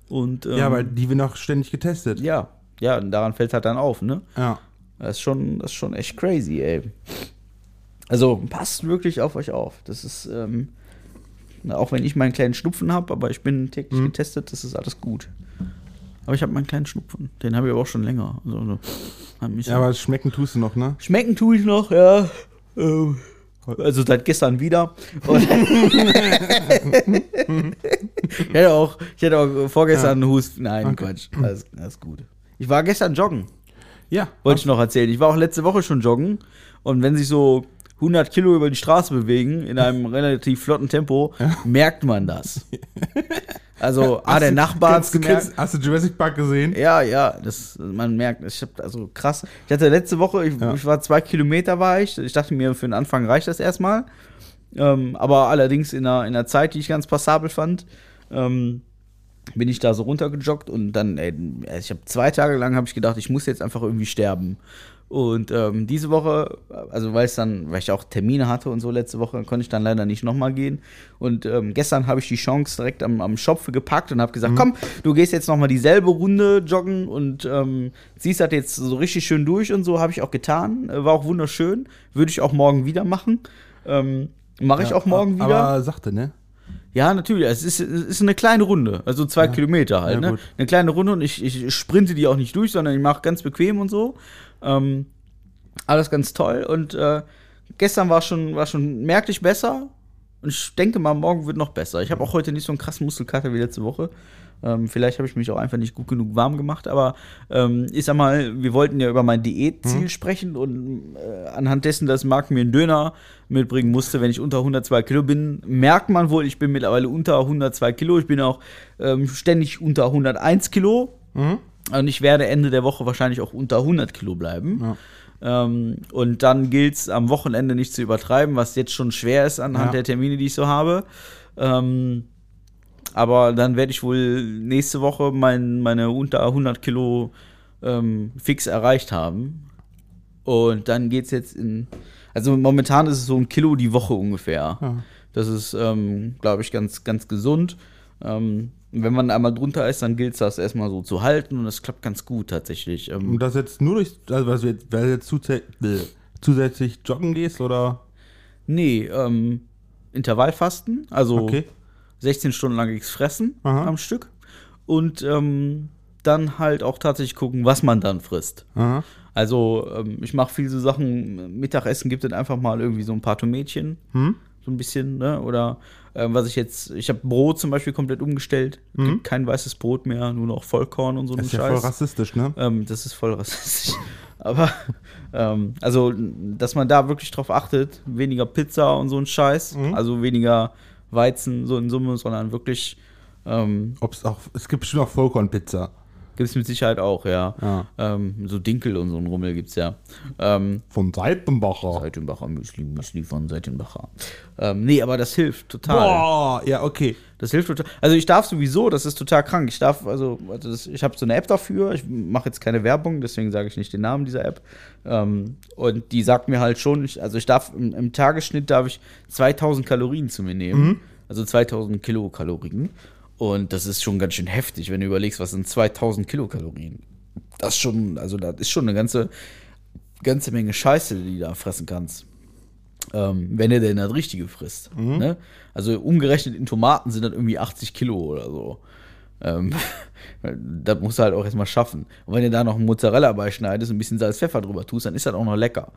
[SPEAKER 2] Und, ähm,
[SPEAKER 3] Ja, weil die werden auch ständig getestet.
[SPEAKER 2] ja, ja, und daran fällt halt dann auf, ne?
[SPEAKER 3] Ja.
[SPEAKER 2] Das ist schon, das ist schon echt crazy, ey. Also passt wirklich auf euch auf. Das ist, ähm, na, auch wenn ich meinen kleinen Schnupfen habe, aber ich bin täglich
[SPEAKER 3] Mhm.
[SPEAKER 2] getestet, das ist alles gut. Aber ich habe meinen kleinen Schnupfen. Den habe ich aber auch schon länger. Also, also, hat mich
[SPEAKER 3] Ja, aber das schmecken tust du noch, ne?
[SPEAKER 2] Schmecken tue ich noch, ja. Ähm, Also seit gestern wieder. Und ich, hatte auch, ich hatte auch vorgestern einen Husten. Nein, Quatsch. Alles, alles gut. Ich war gestern joggen.
[SPEAKER 3] Ja.
[SPEAKER 2] Wollte ich noch erzählen. Ich war auch letzte Woche schon joggen. Und wenn sich so 100 Kilo über die Straße bewegen, in einem relativ flotten Tempo, merkt man das. Also, ah, der Nachbar hat's
[SPEAKER 3] Hast du-
[SPEAKER 2] gemerkt.
[SPEAKER 3] kennst- Hast du Jurassic Park gesehen?
[SPEAKER 2] Ja, ja, das, man merkt, ich hab, also krass. Ich hatte letzte Woche, ich,
[SPEAKER 3] Ja.
[SPEAKER 2] ich war zwei Kilometer war ich. Ich dachte mir, für den Anfang reicht das erstmal. Ähm, aber allerdings in einer, in einer Zeit, die ich ganz passabel fand, ähm, bin ich da so runtergejoggt und dann, ey, ich habe zwei Tage lang habe ich gedacht, ich muss jetzt einfach irgendwie sterben. Und ähm, diese Woche, also weil es dann, weil ich auch Termine hatte und so letzte Woche, konnte ich dann leider nicht nochmal gehen. Und ähm, gestern habe ich die Chance direkt am, am Schopfe gepackt und habe gesagt, komm, du gehst jetzt nochmal dieselbe Runde joggen und ähm, ziehst das jetzt so richtig schön durch und so habe ich auch getan. Äh, War auch wunderschön. Würde ich auch morgen wieder machen. Ähm, Mache ich auch morgen wieder.
[SPEAKER 3] Aber sachte, ne?
[SPEAKER 2] Ja, natürlich. Es ist, es ist eine kleine Runde, also zwei Kilometer halt.
[SPEAKER 3] Ja,
[SPEAKER 2] ne?
[SPEAKER 3] gut.
[SPEAKER 2] Eine kleine Runde und ich, ich sprinte die auch nicht durch, sondern ich mache ganz bequem und so. Ähm, alles ganz toll und äh, gestern war schon, war schon merklich besser und ich denke mal, morgen wird noch besser. Ich habe auch heute nicht so einen krassen Muskelkater wie letzte Woche. Ähm, vielleicht habe ich mich auch einfach nicht gut genug warm gemacht, aber ähm, ich sag mal, wir wollten ja über mein Diätziel sprechen und äh, anhand dessen, dass Marc mir einen Döner mitbringen musste, wenn ich unter 102 Kilo bin, merkt man wohl, ich bin mittlerweile unter 102 Kilo. Ich bin auch ähm, ständig unter 101 Kilo.
[SPEAKER 3] Mhm.
[SPEAKER 2] Und ich werde Ende der Woche wahrscheinlich auch unter 100 Kilo bleiben. Ähm, und dann gilt es am Wochenende nicht zu übertreiben, was jetzt schon schwer ist anhand
[SPEAKER 3] Ja.
[SPEAKER 2] der Termine, die ich so habe. Ähm, aber dann werde ich wohl nächste Woche mein, meine unter 100 Kilo ähm, fix erreicht haben. Und dann geht es jetzt in. Also momentan ist es so ein Kilo die Woche ungefähr.
[SPEAKER 3] Ja.
[SPEAKER 2] Das ist, ähm, glaube ich, ganz, ganz gesund. Ähm, wenn man einmal drunter ist, dann gilt es das erstmal so zu halten und das klappt ganz gut tatsächlich. Ähm,
[SPEAKER 3] Und das jetzt nur durch, also was jetzt, weil du jetzt zusätzlich, zusätzlich joggen gehst oder?
[SPEAKER 2] nee, ähm, Intervallfasten, also
[SPEAKER 3] Okay.
[SPEAKER 2] 16 Stunden lang nichts fressen
[SPEAKER 3] Aha.
[SPEAKER 2] am Stück. Und ähm, dann halt auch tatsächlich gucken, was man dann frisst.
[SPEAKER 3] Aha.
[SPEAKER 2] Also, ähm, ich mache viel so Sachen. Mittagessen gibt es einfach mal irgendwie so ein paar Tomätchen.
[SPEAKER 3] Hm?
[SPEAKER 2] So ein bisschen, ne? Oder ähm, was ich jetzt. Ich habe Brot zum Beispiel komplett umgestellt. Gibt kein weißes Brot mehr, nur noch Vollkorn und so
[SPEAKER 3] Mhm. Das
[SPEAKER 2] einen
[SPEAKER 3] ist ja
[SPEAKER 2] Scheiß.
[SPEAKER 3] voll rassistisch, ne?
[SPEAKER 2] Ähm, das ist voll rassistisch. Aber, ähm, also, dass man da wirklich drauf achtet, weniger Pizza und so ein Scheiß,
[SPEAKER 3] Mhm.
[SPEAKER 2] also weniger Weizen so in Summe, sondern wirklich ähm,
[SPEAKER 3] Ob's auch, es gibt bestimmt auch Vollkornpizza.
[SPEAKER 2] Gibt es mit Sicherheit auch, ja.
[SPEAKER 3] Ja.
[SPEAKER 2] Ähm, so Dinkel und so ein Rummel gibt's ja. Ähm,
[SPEAKER 3] Von Seitenbacher.
[SPEAKER 2] Seitenbacher Müsli, Müsli von Seitenbacher. Ähm, nee, aber das hilft total.
[SPEAKER 3] Boah, ja, okay.
[SPEAKER 2] Das hilft total. Also ich darf sowieso, das ist total krank. Ich darf, also, also das, ich habe so eine App dafür. Ich mache jetzt keine Werbung, deswegen sage ich nicht den Namen dieser App. Ähm, und die sagt mir halt schon, ich, also ich darf im, im Tagesschnitt darf ich 2000 Kalorien zu mir nehmen. Also 2000 Kilokalorien. Und das ist schon ganz schön heftig, wenn du überlegst, was sind 2000 Kilokalorien. Das ist schon, also das ist schon eine ganze, ganze Menge Scheiße, die du da fressen kannst. Ähm, wenn er denn das Richtige frisst. Ne? Also umgerechnet in Tomaten sind das irgendwie 80 Kilo oder so. Ähm, das musst du halt auch erstmal schaffen. Und wenn du da noch einen Mozzarella beischneidest und ein bisschen Salz, Pfeffer drüber tust, dann ist das auch noch lecker.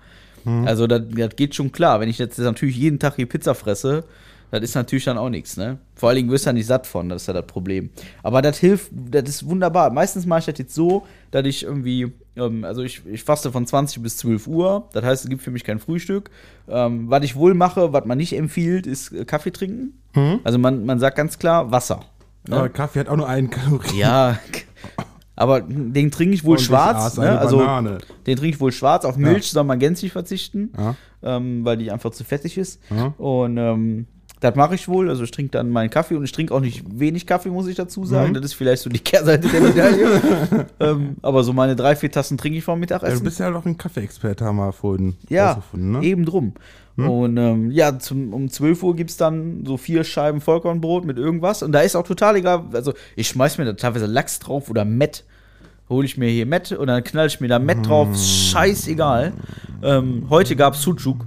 [SPEAKER 2] Also das, das geht schon klar. Wenn ich jetzt natürlich jeden Tag hier Pizza fresse, das ist natürlich dann auch nichts. Ne? Vor allen Dingen wirst du ja nicht satt von, das ist ja das Problem. Aber das hilft, das ist wunderbar. Meistens mache ich das jetzt so, dass ich irgendwie, ähm, also ich, ich faste von 20 bis 12 Uhr. Das heißt, es gibt für mich kein Frühstück. Ähm, was ich wohl mache, was man nicht empfiehlt, ist äh, Kaffee trinken. Also man, man sagt ganz klar Wasser. ne?
[SPEAKER 3] Aber Kaffee hat auch nur einen Kalorien.
[SPEAKER 2] Ja. Aber den trinke ich wohl
[SPEAKER 3] Und ich
[SPEAKER 2] schwarz.
[SPEAKER 3] aß
[SPEAKER 2] ne?
[SPEAKER 3] eine
[SPEAKER 2] also
[SPEAKER 3] Banane.
[SPEAKER 2] den trinke ich wohl schwarz. Auf Milch soll man gänzlich verzichten,
[SPEAKER 3] Ja.
[SPEAKER 2] ähm, weil die einfach zu fettig ist.
[SPEAKER 3] Ja.
[SPEAKER 2] Und ähm, das mache ich wohl. Also ich trinke dann meinen Kaffee und ich trinke auch nicht wenig Kaffee, muss ich dazu
[SPEAKER 3] Mhm.
[SPEAKER 2] sagen. Das ist vielleicht so die Kehrseite der Medaille. ähm, aber so meine drei, vier Tassen trinke ich vor dem
[SPEAKER 3] Ja,
[SPEAKER 2] Mittagessen.
[SPEAKER 3] du bist ja doch ein Kaffee-Experte, haben wir vorhin
[SPEAKER 2] Ja,
[SPEAKER 3] rausgefunden, ne?
[SPEAKER 2] eben drum. Und ähm, ja, zum, um 12 Uhr gibt es dann so vier Scheiben Vollkornbrot mit irgendwas. Und da ist auch total egal, also ich schmeiß mir da teilweise Lachs drauf oder Mett. Hole ich mir hier Mett und dann knall ich mir da Mett
[SPEAKER 3] Hm.
[SPEAKER 2] drauf. Scheißegal. Ähm, heute gab es Sucuk.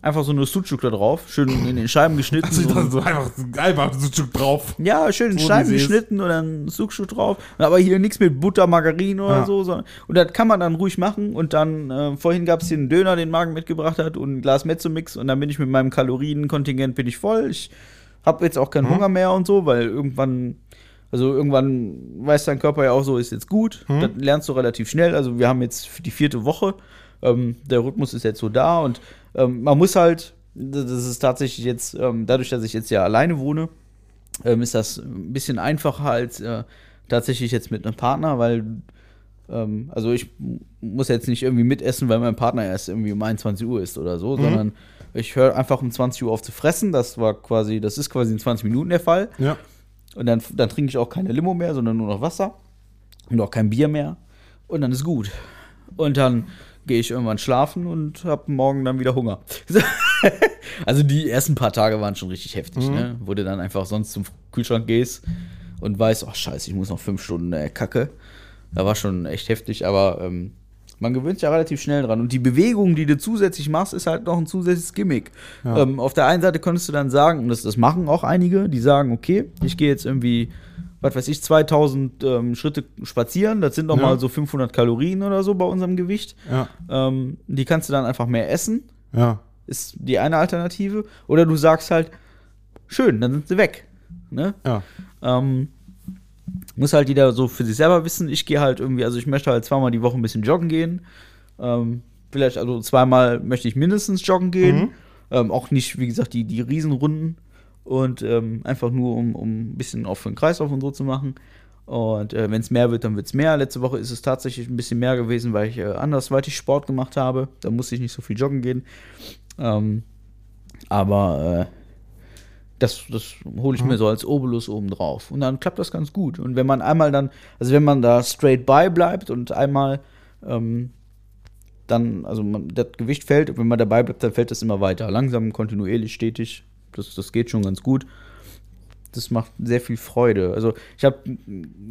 [SPEAKER 2] Einfach so eine Sucuk da drauf. Schön in den Scheiben geschnitten.
[SPEAKER 3] Also ich
[SPEAKER 2] so ein-
[SPEAKER 3] dachte so einfach, einfach so ein Stück drauf.
[SPEAKER 2] ja, schön in
[SPEAKER 3] So,
[SPEAKER 2] Scheiben
[SPEAKER 3] wie sie ist.
[SPEAKER 2] geschnitten und dann Suchtschuh drauf. Aber hier nichts mit Butter, Margarine oder
[SPEAKER 3] Ja.
[SPEAKER 2] so. Sondern, und das kann man dann ruhig machen. Und dann, äh, vorhin gab es hier einen Döner, den Magen mitgebracht hat und ein Glas Mezzomix. Und dann bin ich mit meinem Kalorienkontingent bin ich voll. Ich habe jetzt auch keinen Hunger mehr und so, weil irgendwann, also irgendwann weiß dein Körper ja auch so, ist jetzt gut. Das lernst du relativ schnell. Also wir haben jetzt die vierte Woche. Ähm, der Rhythmus ist jetzt so da und ähm, man muss halt, das das ist tatsächlich jetzt, ähm, dadurch, dass ich jetzt ja alleine wohne, ähm, ist das ein bisschen einfacher als äh, tatsächlich jetzt mit einem Partner, weil ähm, also ich m- muss jetzt nicht irgendwie mitessen, weil mein Partner erst irgendwie um 21 Uhr ist oder so, sondern ich höre einfach um 20 Uhr auf zu fressen. Das war quasi, das ist quasi in 20 Minuten der Fall.
[SPEAKER 3] Ja.
[SPEAKER 2] Und dann, dann trinke ich auch keine Limo mehr, sondern nur noch Wasser und auch kein Bier mehr. Und dann ist gut. Und dann gehe ich irgendwann schlafen und habe morgen dann wieder Hunger. also die ersten paar Tage waren schon richtig heftig, ne? Wo du dann einfach sonst zum Kühlschrank gehst und weißt, ach scheiße, ich muss noch fünf Stunden äh, Kacke. Da war schon echt heftig, aber ähm, man gewöhnt sich ja relativ schnell dran. Und die Bewegung, die du zusätzlich machst, ist halt noch ein zusätzliches Gimmick. Ähm, auf der einen Seite könntest du dann sagen, und das, das machen auch einige, die sagen, okay, ich gehe jetzt irgendwie, was weiß ich, 2000 ähm, Schritte spazieren, das sind
[SPEAKER 3] Ja.
[SPEAKER 2] nochmal mal so 500 Kalorien oder so bei unserem Gewicht.
[SPEAKER 3] Ja.
[SPEAKER 2] Ähm, die kannst du dann einfach mehr essen,
[SPEAKER 3] Ja.
[SPEAKER 2] ist die eine Alternative. Oder du sagst halt, schön, dann sind sie weg. Ne?
[SPEAKER 3] Ja.
[SPEAKER 2] Ähm, muss halt jeder so für sich selber wissen. Ich gehe halt irgendwie, also ich möchte halt zweimal die Woche ein bisschen joggen gehen. Ähm, vielleicht, also zweimal möchte ich mindestens joggen gehen. Ähm, auch nicht, wie gesagt, die, die Riesenrunden. Und ähm, einfach nur, um, um ein bisschen auch für den Kreislauf und so zu machen. Und äh, wenn es mehr wird, dann wird es mehr. Letzte Woche ist es tatsächlich ein bisschen mehr gewesen, weil ich äh, andersweitig Sport gemacht habe. Da musste ich nicht so viel joggen gehen. Ähm, aber äh, das, das hole ich mir so als Obolus oben drauf. Und dann klappt das ganz gut. Und wenn man einmal dann, also wenn man da straight by bleibt und einmal ähm, dann, also man, das Gewicht fällt, und wenn man dabei bleibt, dann fällt das immer weiter. Langsam, kontinuierlich, stetig. Das, das geht schon ganz gut. Das macht sehr viel Freude. Also ich habe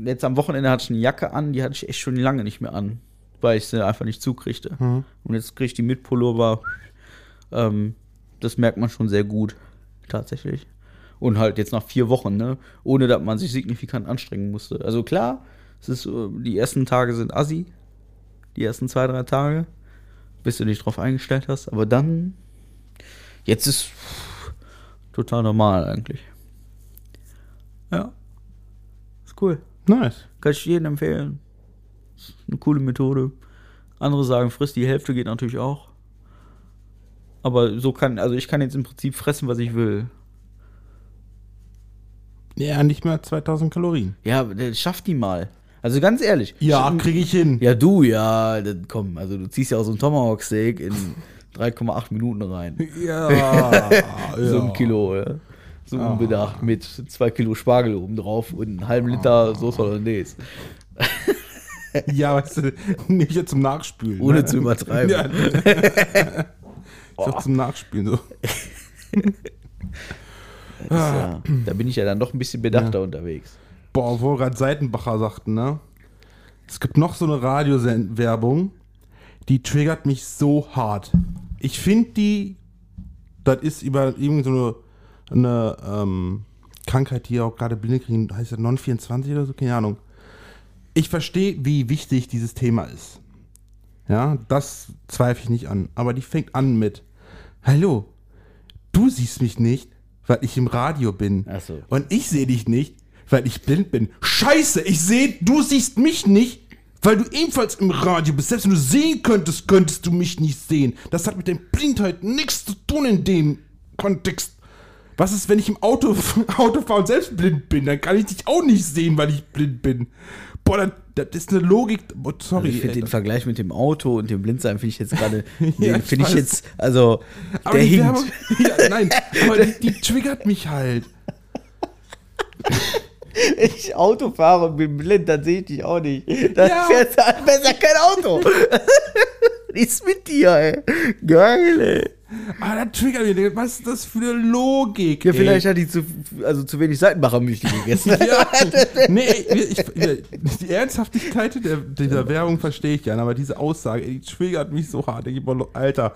[SPEAKER 2] jetzt am Wochenende hatte ich eine Jacke an, die hatte ich echt schon lange nicht mehr an, weil ich sie einfach nicht zukriegte. Und jetzt kriege ich die mit Pullover. Ähm, das merkt man schon sehr gut, tatsächlich. Und halt jetzt nach vier Wochen, ne? Ohne dass man sich signifikant anstrengen musste. Also klar, es ist, äh, die ersten Tage sind assi. Die ersten zwei, drei Tage. Bis du dich drauf eingestellt hast. Aber dann. Jetzt ist pff, total normal eigentlich. Ja. Ist cool.
[SPEAKER 3] Nice.
[SPEAKER 2] Kann ich jedem empfehlen. Ist eine coole Methode. Andere sagen, friss die Hälfte geht natürlich auch. Aber so kann, also ich kann jetzt im Prinzip fressen, was ich will.
[SPEAKER 3] Ja, nicht mehr 2000 Kalorien.
[SPEAKER 2] Ja, der schafft die mal. Also ganz ehrlich.
[SPEAKER 3] Ja, kriege ich hin.
[SPEAKER 2] Ja, du, ja, dann komm, also du ziehst ja auch so ein Tomahawk Steak in 3,8 Minuten rein.
[SPEAKER 3] Ja, ja. Ah.
[SPEAKER 2] So ein Kilo, ja. So unbedacht mit zwei Kilo Spargel oben drauf und einem halben
[SPEAKER 3] Ah.
[SPEAKER 2] Liter Soße Hollandaise.
[SPEAKER 3] Ja, weißt du, nicht jetzt zum Nachspülen.
[SPEAKER 2] Ohne
[SPEAKER 3] ne?
[SPEAKER 2] zu übertreiben.
[SPEAKER 3] Ja. Ist doch zum Nachspülen so.
[SPEAKER 2] Ja, da bin ich ja dann doch ein bisschen bedachter unterwegs.
[SPEAKER 3] Boah, wo wir gerade Seitenbacher sagten, ne? Es gibt noch so eine Radiowerbung, die triggert mich so hart. Ich finde die, das ist über irgend so eine, eine ähm, Krankheit, die auch gerade Blinde kriegen, heißt ja Non-24 oder so, keine Ahnung. Ich verstehe, wie wichtig dieses Thema ist. Ja, das zweifle ich nicht an. Aber die fängt an mit, hallo, du siehst mich nicht, weil ich im Radio bin.
[SPEAKER 2] Ach so.
[SPEAKER 3] Und ich sehe dich nicht, weil ich blind bin. Scheiße, ich sehe, du siehst mich nicht, weil du ebenfalls im Radio bist. Selbst wenn du sehen könntest, könntest du mich nicht sehen. Das hat mit der Blindheit nichts zu tun in dem Kontext. Was ist, wenn ich im Auto, Auto fahre und selbst blind bin? Dann kann ich dich auch nicht sehen, weil ich blind bin. Boah, das, das ist eine Logik. Boah, sorry.
[SPEAKER 2] Ich finde
[SPEAKER 3] ey.
[SPEAKER 2] den Vergleich mit dem Auto und dem Blindsein finde ich jetzt gerade,
[SPEAKER 3] Ja,
[SPEAKER 2] den
[SPEAKER 3] ich
[SPEAKER 2] finde ich
[SPEAKER 3] weiß.
[SPEAKER 2] jetzt, also,
[SPEAKER 3] Aber
[SPEAKER 2] der
[SPEAKER 3] die
[SPEAKER 2] hinkt.
[SPEAKER 3] Werbung, ja, nein, aber die, die triggert mich halt.
[SPEAKER 2] Wenn ich Auto fahre und bin blind, dann sehe ich dich auch nicht. Dann
[SPEAKER 3] Ja.
[SPEAKER 2] fährst du halt besser kein Auto. Nichts mit dir, ey. Geil, ey.
[SPEAKER 3] Aber das Ah, triggert mich. Ich denk, Was ist das für eine Logik?
[SPEAKER 2] Ja,
[SPEAKER 3] ey?
[SPEAKER 2] vielleicht hat die zu, also zu wenig Seitenbachermüsli gegessen.
[SPEAKER 3] Ja. Nee, ey, ich, ich, die Ernsthaftigkeit der, dieser Werbung verstehe ich gerne, aber diese Aussage, ey, die triggert mich so hart. Ich denk immer, Alter,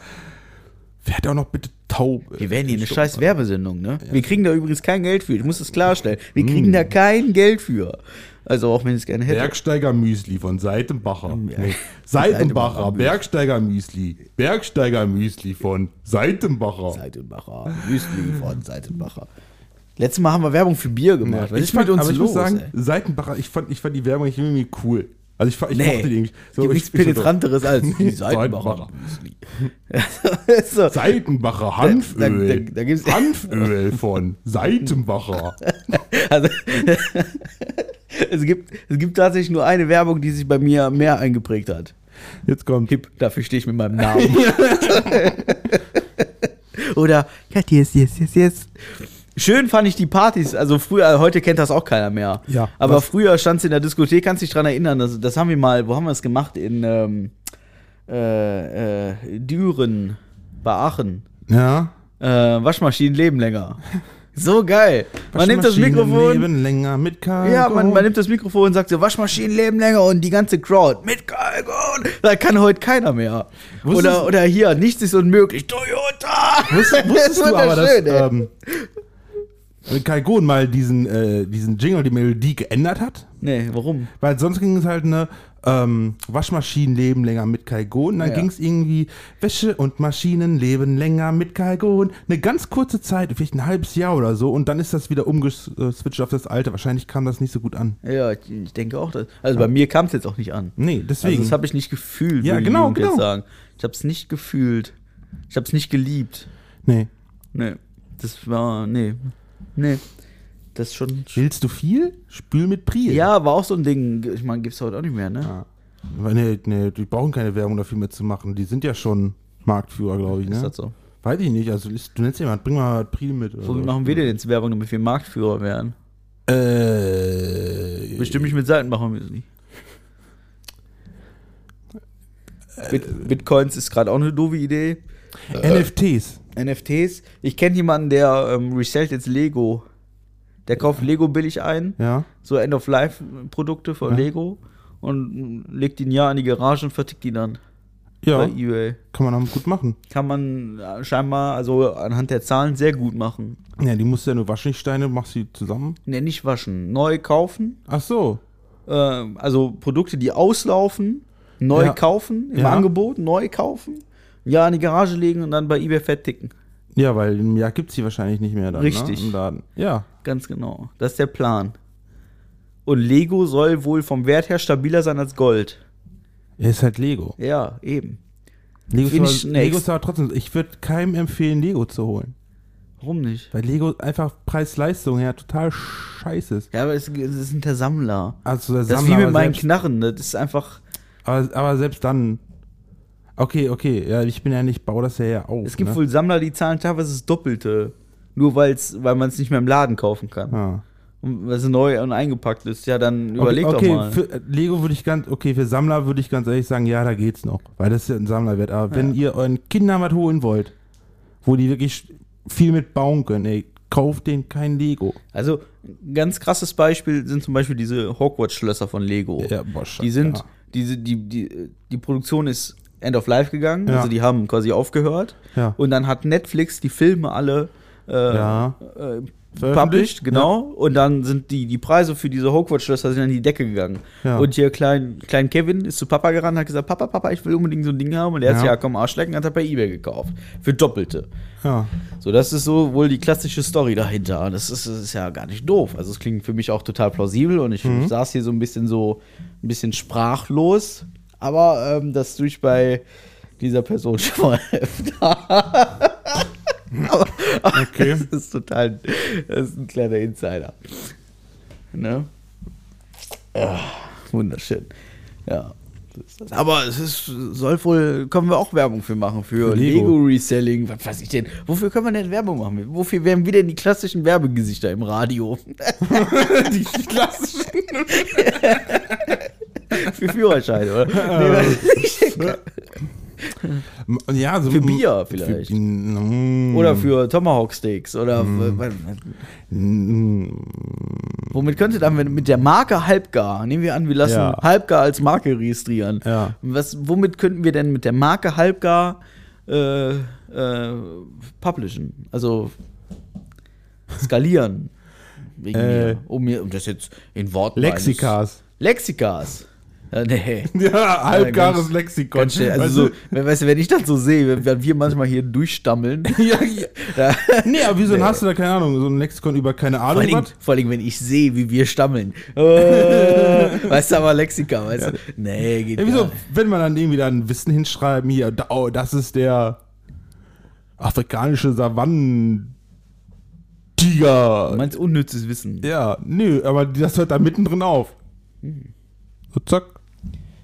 [SPEAKER 3] werd auch noch bitte taub.
[SPEAKER 2] Wir werden hier eine scheiß Werbesendung, ne? Wir kriegen da übrigens kein Geld für. Ich muss das klarstellen. Wir kriegen da kein Geld für. Also auch wenn ich es gerne hätte.
[SPEAKER 3] Bergsteiger Müsli von Seitenbacher. Nee. Seitenbacher, Bergsteiger Müsli. Bergsteiger Müsli von Seitenbacher.
[SPEAKER 2] Seitenbacher. Müsli von Seitenbacher. Letztes Mal haben wir Werbung für Bier gemacht. Was
[SPEAKER 3] ich
[SPEAKER 2] ist mit uns
[SPEAKER 3] aber ich
[SPEAKER 2] los?
[SPEAKER 3] muss sagen,
[SPEAKER 2] ey?
[SPEAKER 3] Seitenbacher, ich fand, ich fand die Werbung eigentlich irgendwie cool. Also ich, fand- ich
[SPEAKER 2] Nee,
[SPEAKER 3] mochte die irgendwie.
[SPEAKER 2] es gibt
[SPEAKER 3] ich-
[SPEAKER 2] nichts
[SPEAKER 3] ich-
[SPEAKER 2] Penetranteres als die Seitenbacher.
[SPEAKER 3] Seitenbacher.
[SPEAKER 2] Müsli. so.
[SPEAKER 3] Seitenbacher
[SPEAKER 2] Da-
[SPEAKER 3] Hanföl.
[SPEAKER 2] da- da gibt's-
[SPEAKER 3] Hanföl von Seitenbacher.
[SPEAKER 2] Also, es, gibt, es gibt tatsächlich nur eine Werbung, die sich bei mir mehr eingeprägt hat.
[SPEAKER 3] Jetzt kommt.
[SPEAKER 2] Hip, dafür stehe ich mit meinem Namen. Oder, ja, yes, yes, yes, yes. Schön fand ich die Partys, also früher, heute kennt das auch keiner mehr.
[SPEAKER 3] Ja,
[SPEAKER 2] Aber
[SPEAKER 3] was-
[SPEAKER 2] früher stand es in der Diskothek, kannst dich dran erinnern, das, das haben wir mal, wo haben wir das gemacht? In ähm, äh, äh, Düren, bei Aachen.
[SPEAKER 3] Ja.
[SPEAKER 2] Äh, Waschmaschinen leben länger. So geil. Man nimmt das
[SPEAKER 3] Waschmaschinen
[SPEAKER 2] Mikrofon.
[SPEAKER 3] Leben länger mit Kalkon.
[SPEAKER 2] Ja, man, man nimmt das Mikrofon und sagt so, Waschmaschinen leben länger und die ganze Crowd mit Kalkon. Da kann heute keiner mehr.
[SPEAKER 3] Wusstest-
[SPEAKER 2] Oder, oder hier, nichts ist unmöglich. Toyota!
[SPEAKER 3] Wusstest, wusstest
[SPEAKER 2] Das ist
[SPEAKER 3] du aber, dass
[SPEAKER 2] wunderschön, ey.
[SPEAKER 3] ähm, Kalkon mal diesen, äh, diesen Jingle, die Melodie geändert hat?
[SPEAKER 2] Nee, warum?
[SPEAKER 3] Weil sonst ging es halt eine ähm, Waschmaschinen leben länger mit Kalkon. Dann
[SPEAKER 2] Ja.
[SPEAKER 3] ging es irgendwie Wäsche und Maschinen leben länger mit Kalkon. Eine ganz kurze Zeit, vielleicht ein halbes Jahr oder so. Und dann ist das wieder umgeswitcht auf das alte. Wahrscheinlich kam das nicht so gut an.
[SPEAKER 2] Ja, ich, ich denke auch. Dass, also bei mir kam es jetzt auch nicht an.
[SPEAKER 3] Nee, Hm, deswegen.
[SPEAKER 2] Also das habe ich nicht gefühlt,
[SPEAKER 3] Ja,
[SPEAKER 2] würde die
[SPEAKER 3] genau,
[SPEAKER 2] Jugend jetzt
[SPEAKER 3] genau.
[SPEAKER 2] sagen. Ich habe es nicht gefühlt. Ich habe es nicht geliebt.
[SPEAKER 3] nee.
[SPEAKER 2] Nee. Das war, nee. Nee. Das ist schon...
[SPEAKER 3] Willst du viel? Spül mit Priel.
[SPEAKER 2] Ja, war auch so ein Ding. Ich meine, gibt's heute auch nicht mehr, ne?
[SPEAKER 3] Ja. Weil, Nee, nee, die brauchen keine Werbung dafür mehr zu machen. Die sind ja schon Marktführer, glaube ich. Ne?
[SPEAKER 2] Ist das so?
[SPEAKER 3] Weiß ich nicht. Also ist, du nennst jemand, bring mal Priel mit. Oder
[SPEAKER 2] Wo
[SPEAKER 3] so.
[SPEAKER 2] machen wir denn jetzt Werbung, damit wir Marktführer werden?
[SPEAKER 3] Äh,
[SPEAKER 2] Bestimmt nicht mit Seitenbacher Müsli.
[SPEAKER 3] Äh,
[SPEAKER 2] Bit Bitcoins ist gerade auch eine doofe Idee.
[SPEAKER 3] NFTs.
[SPEAKER 2] NFTs. Ich kenne jemanden, der ähm, resellt jetzt Lego. Der kauft Lego billig ein,
[SPEAKER 3] Ja.
[SPEAKER 2] so End-of-Life-Produkte von
[SPEAKER 3] Ja.
[SPEAKER 2] Lego und legt die ein Jahr in die Garage und vertickt die dann
[SPEAKER 3] Ja,
[SPEAKER 2] bei eBay.
[SPEAKER 3] kann man auch gut machen.
[SPEAKER 2] Kann man scheinbar, also anhand der Zahlen, sehr gut machen.
[SPEAKER 3] Ja, die musst du ja nur waschen, die Steine, machst sie zusammen.
[SPEAKER 2] Ne, nicht waschen. Neu kaufen,
[SPEAKER 3] Ach so.
[SPEAKER 2] ähm, also Produkte, die auslaufen, neu
[SPEAKER 3] Ja.
[SPEAKER 2] kaufen, im
[SPEAKER 3] Ja.
[SPEAKER 2] Angebot, neu kaufen, ja in die Garage legen und dann bei eBay verticken.
[SPEAKER 3] Ja, weil im Jahr gibt es die wahrscheinlich nicht mehr dann,
[SPEAKER 2] Richtig.
[SPEAKER 3] Ne? Im Laden. Ja.
[SPEAKER 2] Ganz genau. Das ist der Plan. Und Lego soll wohl vom Wert her stabiler sein als Gold.
[SPEAKER 3] Er ist halt Lego.
[SPEAKER 2] Ja, eben.
[SPEAKER 3] Lego
[SPEAKER 2] Finde
[SPEAKER 3] ist,
[SPEAKER 2] ich
[SPEAKER 3] aber,
[SPEAKER 2] eine
[SPEAKER 3] Lego
[SPEAKER 2] ex-
[SPEAKER 3] ist aber trotzdem. Ich würde keinem empfehlen, Lego zu holen.
[SPEAKER 2] Warum nicht?
[SPEAKER 3] Weil Lego einfach Preis-Leistung her total scheiße ist.
[SPEAKER 2] Ja, aber es, es ist ein Sammler.
[SPEAKER 3] Also der
[SPEAKER 2] Das ist
[SPEAKER 3] Sammler,
[SPEAKER 2] wie mit
[SPEAKER 3] aber
[SPEAKER 2] meinen
[SPEAKER 3] selbst-
[SPEAKER 2] Knarren. ne? Das ist einfach.
[SPEAKER 3] Aber, aber selbst dann. Okay, okay, ja, ich bin ja nicht, bau das ja ja auf.
[SPEAKER 2] Es gibt
[SPEAKER 3] ne?
[SPEAKER 2] wohl Sammler, die zahlen teilweise das Doppelte. Nur weil's, weil man es nicht mehr im Laden kaufen kann.
[SPEAKER 3] Ja.
[SPEAKER 2] Und weil es neu und eingepackt ist. Ja, dann überleg
[SPEAKER 3] okay,
[SPEAKER 2] doch mal.
[SPEAKER 3] Für, äh, Lego würde ich ganz, okay, für Sammler würde ich ganz ehrlich sagen, ja, da geht's noch, weil das ist ja ein Sammlerwert. Aber wenn ihr euren Kindern was holen wollt, wo die wirklich viel mit bauen können, ey, kauft denen kein Lego.
[SPEAKER 2] Also, ein ganz krasses Beispiel sind zum Beispiel diese Hogwarts-Schlösser von Lego.
[SPEAKER 3] Ja, boah, scheiße,
[SPEAKER 2] die sind,
[SPEAKER 3] ja.
[SPEAKER 2] diese, die, die, die Produktion ist end of life gegangen,
[SPEAKER 3] Ja.
[SPEAKER 2] also die haben quasi aufgehört.
[SPEAKER 3] Ja.
[SPEAKER 2] Und dann hat Netflix die Filme alle äh,
[SPEAKER 3] Ja.
[SPEAKER 2] äh,
[SPEAKER 3] Veröffentlicht,
[SPEAKER 2] published, genau. Und dann sind die, die Preise für diese Hogwarts-Schlösser sind an die Decke gegangen.
[SPEAKER 3] Ja.
[SPEAKER 2] Und hier klein, klein Kevin ist zu Papa gerannt und hat gesagt, Papa, Papa, ich will unbedingt so ein Ding haben. Und er hat
[SPEAKER 3] Ja.
[SPEAKER 2] sich ja komm, Arschlecken, hat er bei Ebay gekauft. Für Doppelte.
[SPEAKER 3] Ja.
[SPEAKER 2] So, das ist so wohl die klassische Story dahinter. Das ist, das ist ja gar nicht doof. Also es klingt für mich auch total plausibel und ich saß hier so ein bisschen so ein bisschen sprachlos. Aber ähm, das tue ich bei dieser Person schon mal öfter. aber, aber
[SPEAKER 3] Okay.
[SPEAKER 2] das ist total, das ist ein kleiner Insider. Ne? Ja, wunderschön. Ja. so ist das. Aber es ist, soll wohl, können wir auch Werbung für machen, für,
[SPEAKER 3] Für Lego.
[SPEAKER 2] Lego. Reselling, was weiß ich denn. Wofür können wir denn Werbung machen? Wofür werden wir denn die klassischen Werbegesichter im Radio? die klassischen. für Führerschein, oder? Nee,
[SPEAKER 3] M- ja so,
[SPEAKER 2] Für
[SPEAKER 3] m-
[SPEAKER 2] Bier vielleicht.
[SPEAKER 3] Für, mm,
[SPEAKER 2] oder für Tomahawk Steaks oder
[SPEAKER 3] mm,
[SPEAKER 2] womit könnte dann wenn- mit der Marke Halbgar, nehmen wir an, wir lassen
[SPEAKER 3] Ja.
[SPEAKER 2] Halbgar als Marke registrieren.
[SPEAKER 3] Ja.
[SPEAKER 2] Was, womit könnten wir denn mit der Marke Halbgar äh, äh, publishen? Also skalieren. Wegen
[SPEAKER 3] Äh.
[SPEAKER 2] mir. Um, mir, um das jetzt in Worten.
[SPEAKER 3] Lexikas.
[SPEAKER 2] meines- Lexikas. Äh, nee.
[SPEAKER 3] Ja, halbgares
[SPEAKER 2] ganz-
[SPEAKER 3] Lexikon.
[SPEAKER 2] Ganz schnell.
[SPEAKER 3] Weißt
[SPEAKER 2] Also,
[SPEAKER 3] du?
[SPEAKER 2] so, we- weißt du, wenn ich das so sehe, wenn- wenn wir manchmal hier durchstammeln.
[SPEAKER 3] ja, ja.
[SPEAKER 2] da-
[SPEAKER 3] Nee, aber wieso hast du da keine Ahnung, so ein Lexikon über keine
[SPEAKER 2] Vor
[SPEAKER 3] Ahnung
[SPEAKER 2] allem,
[SPEAKER 3] was?
[SPEAKER 2] vor allem, wenn ich sehe, wie wir stammeln. Äh, weißt du, aber Lexika, weißt du? Nee, geht
[SPEAKER 3] Ja, wieso,
[SPEAKER 2] gar nicht.
[SPEAKER 3] wenn man dann irgendwie dann Wissen hinschreiben, hier, da, oh, das ist der afrikanische Savannentiger.
[SPEAKER 2] Du meinst unnützes Wissen.
[SPEAKER 3] Ja, nö, aber das hört da mittendrin auf.
[SPEAKER 2] Hm.
[SPEAKER 3] So, zack.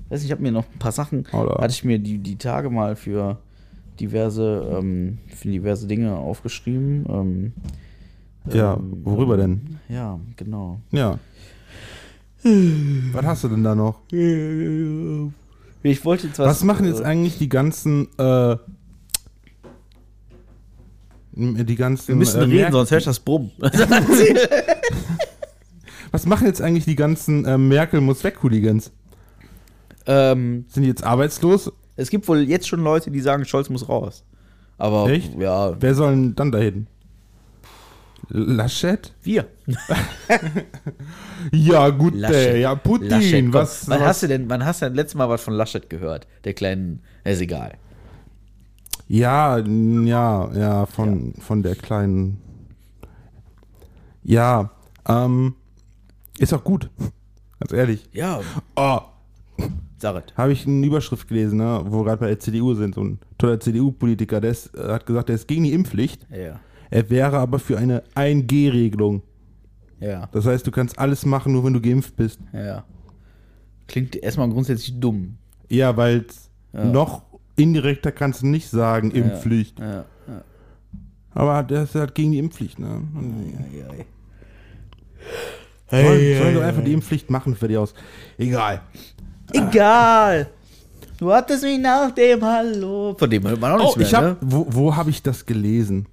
[SPEAKER 2] Weißt, du, ich habe mir noch ein paar Sachen,
[SPEAKER 3] Oder?
[SPEAKER 2] hatte ich mir die, die Tage mal für diverse, ähm, für diverse Dinge aufgeschrieben. Ähm,
[SPEAKER 3] Ja, worüber denn?
[SPEAKER 2] ja, genau.
[SPEAKER 3] Ja. was hast du denn da noch?
[SPEAKER 2] Äh, Ich wollte jetzt was. äh,
[SPEAKER 3] Was machen jetzt eigentlich die ganzen, äh, m- die ganzen.
[SPEAKER 2] Wir müssen
[SPEAKER 3] äh,
[SPEAKER 2] reden,
[SPEAKER 3] Märk-
[SPEAKER 2] sonst hörst du das Brummen.
[SPEAKER 3] Was machen jetzt eigentlich die ganzen äh, Merkel muss weg Hooligans?
[SPEAKER 2] ähm,
[SPEAKER 3] Sind die jetzt arbeitslos?
[SPEAKER 2] es gibt wohl jetzt schon Leute, die sagen, Scholz muss raus. Aber
[SPEAKER 3] Echt?
[SPEAKER 2] ja,
[SPEAKER 3] Wer soll denn dann dahin? Laschet?
[SPEAKER 2] wir.
[SPEAKER 3] Ja, gut,
[SPEAKER 2] Laschet.
[SPEAKER 3] ey, ja, Putin,
[SPEAKER 2] Laschet, komm.
[SPEAKER 3] was,
[SPEAKER 2] wann,
[SPEAKER 3] was
[SPEAKER 2] Hast du denn, wann hast du denn letztes Mal was von Laschet gehört? Der kleinen, ist egal.
[SPEAKER 3] Ja, n- ja, ja, von, von der kleinen. Ja, ähm, ist auch gut. Ganz ehrlich.
[SPEAKER 2] Ja,
[SPEAKER 3] Oh,
[SPEAKER 2] sag es.
[SPEAKER 3] habe ich eine Überschrift gelesen, ne, wo wir gerade bei der CDU sind. So ein toller CDU-Politiker, der ist, äh, hat gesagt, der ist gegen die Impfpflicht.
[SPEAKER 2] Ja.
[SPEAKER 3] Er wäre aber für eine 1G-Regelung.
[SPEAKER 2] Ja,
[SPEAKER 3] Das heißt, du kannst alles machen, nur wenn du geimpft bist.
[SPEAKER 2] ja. Klingt erstmal grundsätzlich dumm.
[SPEAKER 3] Ja, weil noch indirekter kannst du nicht sagen, Impfpflicht.
[SPEAKER 2] Ja,
[SPEAKER 3] Aber der ist halt gegen die Impfpflicht, ne?
[SPEAKER 2] ja, ja.
[SPEAKER 3] Sollen, sollen doch einfach die Impfpflicht machen für die aus. Egal.
[SPEAKER 2] Egal. Du hattest mich nach dem Hallo. Von dem hört man auch
[SPEAKER 3] Oh,
[SPEAKER 2] nichts mehr,
[SPEAKER 3] ich hab,
[SPEAKER 2] ne?
[SPEAKER 3] wo wo habe ich das gelesen?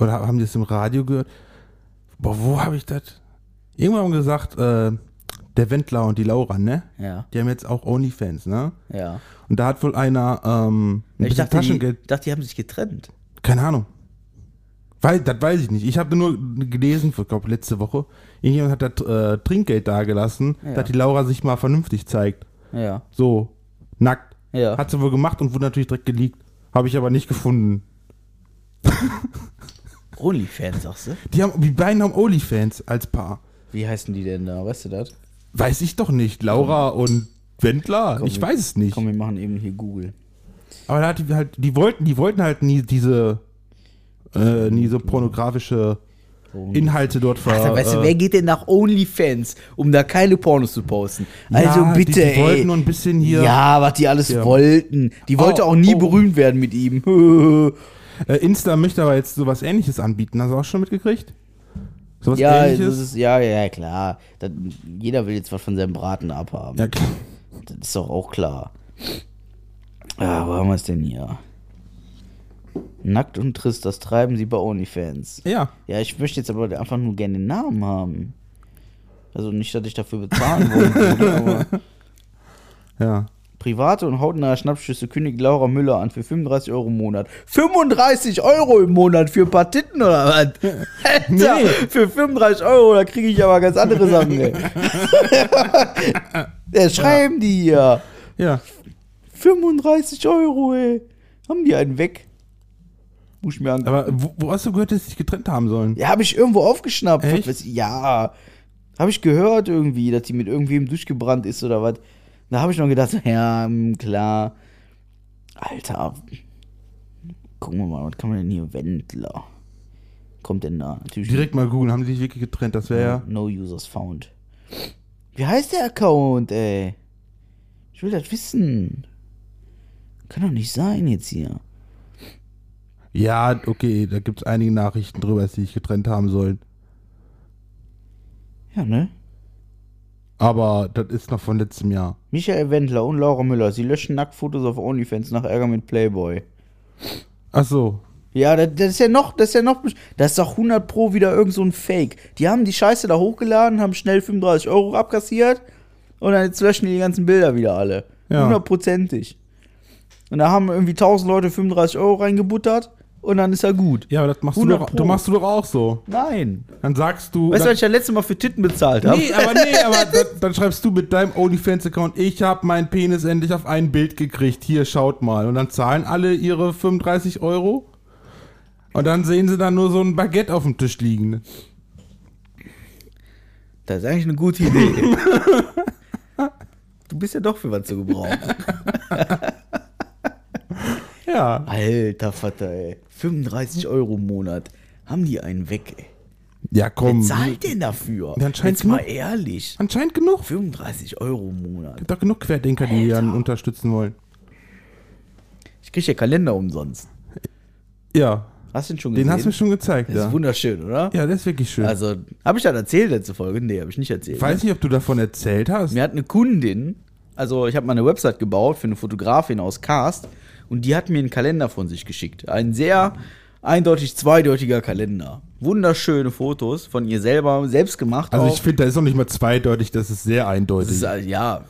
[SPEAKER 3] Oder ha- haben die das im Radio gehört? Boah, wo habe ich das? Irgendwann haben gesagt, äh, der Wendler und die Laura, ne?
[SPEAKER 2] Ja,
[SPEAKER 3] Die haben jetzt auch OnlyFans, ne?
[SPEAKER 2] ja.
[SPEAKER 3] Und da hat wohl einer ähm, ein
[SPEAKER 2] Ich
[SPEAKER 3] bisschen
[SPEAKER 2] dachte die,
[SPEAKER 3] Taschengeld.
[SPEAKER 2] dachte, die haben sich getrennt.
[SPEAKER 3] Keine Ahnung. Weil, das weiß ich nicht. Ich habe nur gelesen, ich glaube letzte Woche, irgendjemand hat das äh, Trinkgeld dagelassen,
[SPEAKER 2] Ja.
[SPEAKER 3] dass die Laura sich mal vernünftig zeigt.
[SPEAKER 2] Ja.
[SPEAKER 3] So, nackt.
[SPEAKER 2] Ja.
[SPEAKER 3] Hat sie wohl gemacht und wurde natürlich direkt geleakt. Habe ich aber nicht gefunden.
[SPEAKER 2] Onlyfans, sagst du?
[SPEAKER 3] Die, haben, die beiden haben Onlyfans als Paar.
[SPEAKER 2] Wie heißen die denn da? Weißt du das?
[SPEAKER 3] Weiß ich doch nicht. Laura und Wendler? ich
[SPEAKER 2] wir-
[SPEAKER 3] weiß es nicht.
[SPEAKER 2] Komm, wir machen eben hier Google.
[SPEAKER 3] Aber da hat die halt, die wollten, die wollten halt nie diese äh, nie so pornografische Inhalte dort ver.
[SPEAKER 5] Alter, weißt du,
[SPEAKER 3] äh,
[SPEAKER 5] wer geht denn nach OnlyFans, um da keine Pornos zu posten? Also
[SPEAKER 3] ja,
[SPEAKER 5] bitte,
[SPEAKER 3] die, die
[SPEAKER 5] ey.
[SPEAKER 3] wollten nur ein bisschen hier.
[SPEAKER 5] ja, was die alles
[SPEAKER 3] Ja.
[SPEAKER 5] wollten. Die wollte
[SPEAKER 3] Oh,
[SPEAKER 5] auch nie
[SPEAKER 3] oh.
[SPEAKER 5] berühmt werden mit ihm.
[SPEAKER 3] Äh, Insta möchte aber jetzt sowas ähnliches anbieten. Hast du auch schon mitgekriegt? Sowas
[SPEAKER 2] Ja, das
[SPEAKER 3] ähnliches?
[SPEAKER 2] ist, ja, ja, klar. Das, jeder will jetzt was von seinem Braten abhaben.
[SPEAKER 3] ja, klar.
[SPEAKER 2] Das ist doch auch klar. Ah, wo haben wir es denn hier? Nackt und trist, das treiben sie bei OnlyFans.
[SPEAKER 3] ja.
[SPEAKER 2] Ja, ich möchte jetzt aber einfach nur gerne den Namen haben. Also nicht, dass ich dafür bezahlen wollte, aber
[SPEAKER 3] ja.
[SPEAKER 2] private und hautnahe Schnappschüsse kündigt Laura Müller an für 35 Euro im Monat. 35 Euro im Monat für ein paar Titten oder was? Alter,
[SPEAKER 3] Nee.
[SPEAKER 2] für 35 Euro, da kriege ich aber ganz andere Sachen, ey. ja, schreiben die hier.
[SPEAKER 3] Ja.
[SPEAKER 2] 35 Euro, ey. Haben die einen weg? Muss ich mir angucken.
[SPEAKER 3] Aber wo, wo hast du gehört, dass sie sich getrennt haben sollen?
[SPEAKER 2] Ja, habe ich irgendwo aufgeschnappt.
[SPEAKER 3] Echt?
[SPEAKER 2] Was weiß ich- Ja. Habe ich gehört irgendwie, dass die mit irgendwem durchgebrannt ist oder was. Da habe ich noch gedacht, ja, hm, klar. Alter. Gucken wir mal, was kann man denn hier? Wendler. Kommt denn da? Natürlich.
[SPEAKER 3] Direkt mal googeln, haben sie sich wirklich getrennt? Das wäre ja.
[SPEAKER 2] No users found. Wie heißt der Account, ey? Ich will das wissen. Kann doch nicht sein jetzt hier.
[SPEAKER 3] Ja, okay, da gibt es einige Nachrichten drüber, dass sie sich getrennt haben sollen.
[SPEAKER 2] Ja, ne?
[SPEAKER 3] Aber das ist noch von letztem Jahr.
[SPEAKER 2] Michael Wendler und Laura Müller, sie löschen Nacktfotos auf OnlyFans nach Ärger mit Playboy.
[SPEAKER 3] Ach so.
[SPEAKER 2] Ja, das, das ist ja noch, das ist ja noch, das ist doch 100 pro wieder irgend so ein Fake. Die haben die Scheiße da hochgeladen, haben schnell 35 Euro abkassiert und dann jetzt löschen die die ganzen Bilder wieder alle.
[SPEAKER 3] Ja.
[SPEAKER 2] Hundertprozentig. Und da haben irgendwie 1000 Leute 35 Euro reingebuttert und dann ist er gut.
[SPEAKER 3] Ja, aber das machst du
[SPEAKER 2] 100
[SPEAKER 3] doch,
[SPEAKER 2] Pro.
[SPEAKER 3] du machst du doch auch so.
[SPEAKER 2] Nein.
[SPEAKER 3] Dann sagst du.
[SPEAKER 5] Weißt du,
[SPEAKER 3] dann,
[SPEAKER 5] was ich das letzte Mal für Titten bezahlt habe?
[SPEAKER 3] Nee, aber nee, aber dann, dann schreibst du mit deinem OnlyFans-Account, ich habe meinen Penis endlich auf ein Bild gekriegt. Hier, schaut mal. Und dann zahlen alle ihre 35 Euro. Und dann sehen sie dann nur so ein Baguette auf dem Tisch liegen.
[SPEAKER 5] Das ist eigentlich eine gute Idee. du bist ja doch für was zu gebrauchen.
[SPEAKER 3] Ja.
[SPEAKER 2] Alter Vater, ey. 35 Euro im Monat. Haben die einen weg, ey.
[SPEAKER 3] Ja, komm.
[SPEAKER 2] Wer zahlt denn dafür?
[SPEAKER 3] Ja, anscheinend
[SPEAKER 2] Jetzt mal
[SPEAKER 3] genug.
[SPEAKER 2] ehrlich.
[SPEAKER 3] Anscheinend genug.
[SPEAKER 2] 35 Euro im Monat.
[SPEAKER 3] Gibt doch genug Querdenker, die dann unterstützen wollen.
[SPEAKER 2] Ich krieg ja Kalender umsonst.
[SPEAKER 3] Ja.
[SPEAKER 2] Hast du ihn schon
[SPEAKER 3] Den
[SPEAKER 2] gesehen?
[SPEAKER 3] hast du mir schon gezeigt,
[SPEAKER 2] Das ist
[SPEAKER 3] ja.
[SPEAKER 2] wunderschön, oder?
[SPEAKER 3] Ja, der ist wirklich schön.
[SPEAKER 2] Also, habe ich das erzählt letzte Folge? Nee, habe ich nicht erzählt.
[SPEAKER 3] ich weiß nicht, ob du davon erzählt hast.
[SPEAKER 2] Mir hat eine Kundin, also ich habe mal eine Website gebaut für eine Fotografin aus Cast und die hat mir einen Kalender von sich geschickt. Ein sehr eindeutig zweideutiger Kalender. Wunderschöne Fotos von ihr selber, selbst gemacht.
[SPEAKER 3] Also
[SPEAKER 2] auch.
[SPEAKER 3] ich finde, da ist noch nicht mal zweideutig, das ist sehr
[SPEAKER 2] Das
[SPEAKER 3] eindeutig.
[SPEAKER 2] ist, halt- ja,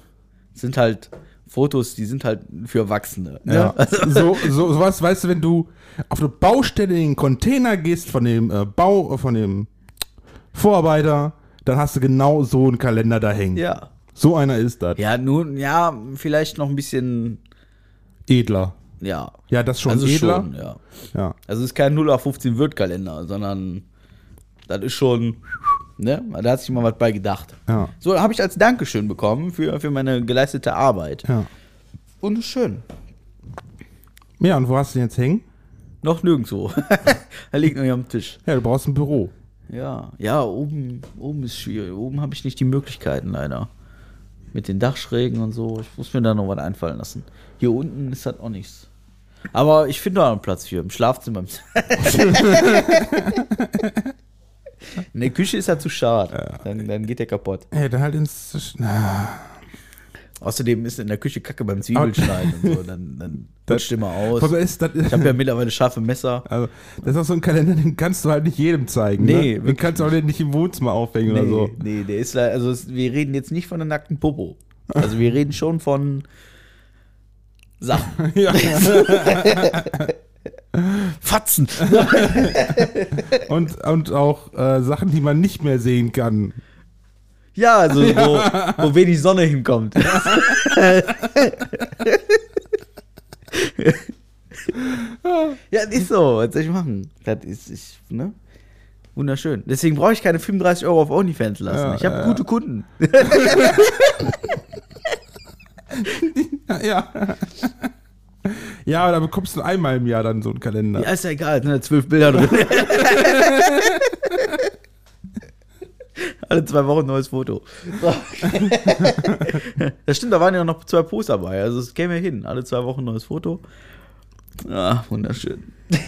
[SPEAKER 2] sind halt Fotos, die sind halt für Erwachsene. Ne?
[SPEAKER 3] ja. so, so, sowas, weißt du, wenn du auf eine Baustelle in den Container gehst von dem äh, Bau, äh, von dem Vorarbeiter, dann hast du genau so einen Kalender da hängen.
[SPEAKER 2] Ja.
[SPEAKER 3] So einer ist das.
[SPEAKER 2] Ja, nun, ja, vielleicht noch ein bisschen,
[SPEAKER 3] Edler.
[SPEAKER 2] ja.
[SPEAKER 3] Ja, das schon
[SPEAKER 2] Also
[SPEAKER 3] edler.
[SPEAKER 2] schon, ja.
[SPEAKER 3] Ja.
[SPEAKER 2] Also es ist kein 0 auf 15 wird Kalender, sondern das ist schon, ne? Da hat sich mal was bei gedacht.
[SPEAKER 3] Ja.
[SPEAKER 2] So habe ich als Dankeschön bekommen für, für meine geleistete Arbeit.
[SPEAKER 3] Ja.
[SPEAKER 2] Und ist schön.
[SPEAKER 3] Ja, und wo hast du den jetzt hängen?
[SPEAKER 2] Noch nirgendwo. er liegt noch hier am Tisch.
[SPEAKER 3] Ja, du brauchst ein Büro.
[SPEAKER 2] Ja, ja, oben, oben ist schwierig. Oben habe ich nicht die Möglichkeiten leider. Mit den Dachschrägen und so. Ich muss mir da noch was einfallen lassen. Hier unten ist das auch nichts. Aber ich finde da einen Platz für. Im Schlafzimmer. In der Küche ist er zu schade. Dann, dann geht der kaputt.
[SPEAKER 3] Ja, dann halt ins. Na,
[SPEAKER 2] Außerdem ist in der Küche Kacke beim Zwiebelschneiden und so. Dann, dann rutscht immer aus.
[SPEAKER 3] aber ist, das,
[SPEAKER 2] Ich habe ja mittlerweile scharfe Messer.
[SPEAKER 3] Also, das ist auch so ein Kalender, den kannst du halt nicht jedem zeigen.
[SPEAKER 2] Nee,
[SPEAKER 3] ne? Den
[SPEAKER 2] wirklich
[SPEAKER 3] kannst du auch nicht im Wohnzimmer aufhängen oder so.
[SPEAKER 2] nee, der ist leider, also es- wir reden jetzt nicht von einer nackten Popo. Also wir reden schon von Sachen.
[SPEAKER 3] Ja.
[SPEAKER 2] Fatzen.
[SPEAKER 3] Und, und auch äh, Sachen, die man nicht mehr sehen kann.
[SPEAKER 2] Ja, also Wo, wo wenig Sonne hinkommt. ja, ist so. Was soll ich machen? Das ist, ich, ne? Wunderschön. Deswegen brauche ich keine 35 Euro auf OnlyFans lassen.
[SPEAKER 3] Ja,
[SPEAKER 2] ich habe
[SPEAKER 3] ja,
[SPEAKER 2] gute Kunden.
[SPEAKER 3] Ja, ja. Ja, aber da bekommst du einmal im Jahr dann so einen Kalender.
[SPEAKER 2] Ja, ist ja egal, sind ja zwölf Bilder drin. Alle zwei Wochen neues Foto. das stimmt, da waren ja noch zwei Poster bei. Also es käme ja hin. Alle zwei Wochen neues Foto. Ah, wunderschön.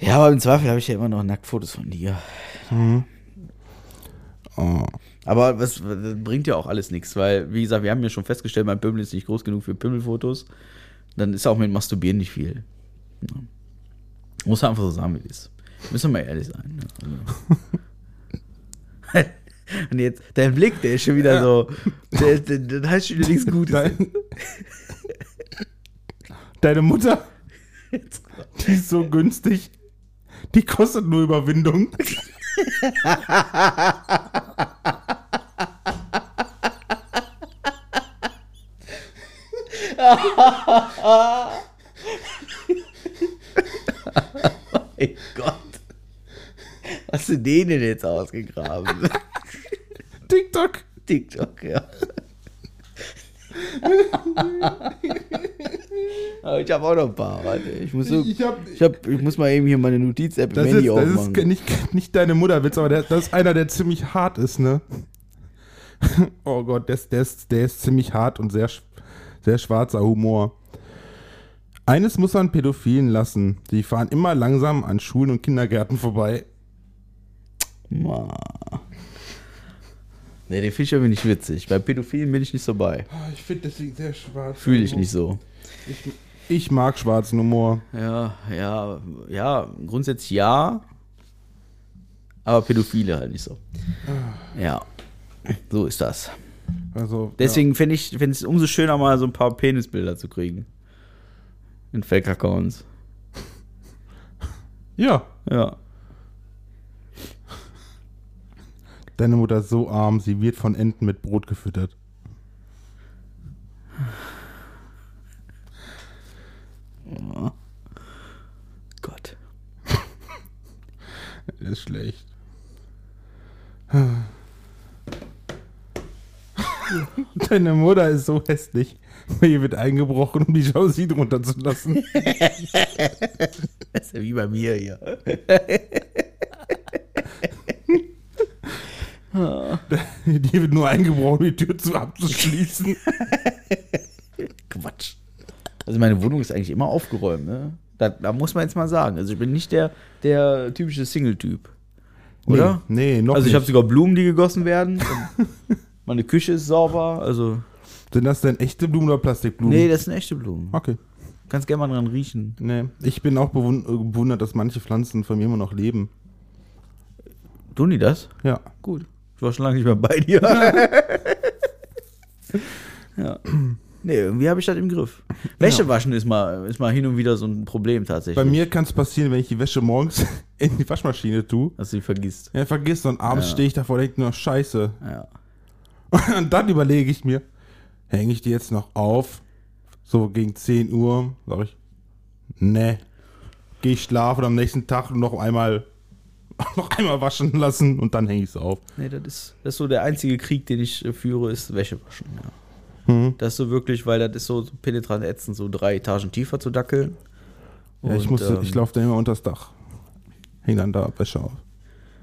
[SPEAKER 4] Ja, aber im Zweifel habe ich ja immer noch Nacktfotos von dir.
[SPEAKER 3] Oh.
[SPEAKER 2] Aber was das bringt ja auch alles nichts, weil, wie gesagt, wir haben ja schon festgestellt, mein Pimmel ist nicht groß genug für Pimmelfotos. Dann ist auch mit Masturbieren nicht viel. Ja. Muss einfach so sagen, wie es ist. Müssen wir mal ehrlich sein. Ne? Also. Und jetzt, dein Blick, der ist schon wieder so. Der, der, der heißt schon wieder nichts Gutes.
[SPEAKER 3] Dein, deine Mutter, die ist so günstig. Die kostet nur Überwindung.
[SPEAKER 2] Oh Mein Gott. Hast du den denn jetzt ausgegraben?
[SPEAKER 3] TikTok.
[SPEAKER 2] TikTok, ja. Aber ich habe auch noch ein paar. Warte, ich muss, so,
[SPEAKER 3] Ich hab-
[SPEAKER 2] ich, hab, ich muss mal eben hier meine Notiz-App im
[SPEAKER 3] Das
[SPEAKER 2] Handy
[SPEAKER 3] ist, das
[SPEAKER 2] aufmachen.
[SPEAKER 3] ist nicht, nicht deine Mutterwitz, aber der, das ist einer, der ziemlich hart ist, ne? Oh Gott, der, ist- der, ist, der ist ziemlich hart und sehr, sch- sehr schwarzer Humor. Eines muss man Pädophilen lassen. Die fahren immer langsam an Schulen und Kindergärten vorbei.
[SPEAKER 2] Ma. Nee, den Fischer bin ich witzig. Bei Pädophilen bin ich nicht so bei.
[SPEAKER 3] Ah, Ich finde deswegen sehr schwarz.
[SPEAKER 2] Fühle ich nicht so.
[SPEAKER 3] Ich mag schwarzen Humor.
[SPEAKER 2] Ja, ja, ja, grundsätzlich ja. Aber Pädophile halt nicht so. Ja, so ist das.
[SPEAKER 3] Also,
[SPEAKER 2] Deswegen fände ich fänd es umso schöner, mal so ein paar Penisbilder zu kriegen. In Fake-Accounts.
[SPEAKER 3] ja. ja,
[SPEAKER 2] Ja.
[SPEAKER 3] deine Mutter ist so arm, sie wird von Enten mit Brot gefüttert.
[SPEAKER 2] Oh Gott.
[SPEAKER 3] Ist schlecht. Deine Mutter ist so hässlich. Hier wird eingebrochen, um die Jalousie drunter zu lassen.
[SPEAKER 2] Das ist ja wie bei mir hier.
[SPEAKER 3] Die wird nur eingebrochen, um die Tür zu abzuschließen.
[SPEAKER 2] Quatsch. Also meine Wohnung ist eigentlich immer aufgeräumt, ne? Da, da muss man jetzt mal sagen. Also ich bin nicht der, der typische Single-Typ. Oder?
[SPEAKER 3] Nee, nee noch
[SPEAKER 2] also ich habe
[SPEAKER 3] nicht.
[SPEAKER 2] sogar Blumen, die gegossen werden. Und meine Küche ist sauber. Also.
[SPEAKER 3] Sind das denn echte Blumen oder Plastikblumen?
[SPEAKER 2] Nee, das sind echte Blumen.
[SPEAKER 3] Okay.
[SPEAKER 2] Kannst gerne mal dran riechen.
[SPEAKER 3] Nee. Ich bin auch bewund- äh, bewundert, dass manche Pflanzen von mir immer noch leben.
[SPEAKER 2] Tun die das?
[SPEAKER 3] Ja.
[SPEAKER 2] Gut. Ich war schon lange nicht mehr bei dir. ja. Nee, irgendwie habe ich das im Griff. Wäsche waschen ist mal, ist mal hin und wieder so ein Problem tatsächlich.
[SPEAKER 3] Bei mir kann es passieren, wenn ich die Wäsche morgens in die Waschmaschine tue.
[SPEAKER 2] Dass du die vergisst.
[SPEAKER 3] Ja, vergiss und abends stehe ich davor und denke nur, scheiße,
[SPEAKER 2] Ja.
[SPEAKER 3] Und dann überlege ich mir, hänge ich die jetzt noch auf? So gegen 10 Uhr, sag ich, ne. Gehe ich schlafen und am nächsten Tag noch einmal, noch einmal waschen lassen und dann hänge ich es auf.
[SPEAKER 2] Nee, das ist, das ist so der einzige Krieg, den ich äh, führe, ist Wäsche waschen. Ja.
[SPEAKER 3] Mhm.
[SPEAKER 2] Das ist so wirklich, weil das ist so penetrant ätzend, so drei Etagen tiefer zu dackeln.
[SPEAKER 3] Ja, ich
[SPEAKER 2] Und,
[SPEAKER 3] muss,
[SPEAKER 2] ähm,
[SPEAKER 3] ich laufe dann immer unters Dach. Hänge dann da Wäsche auf.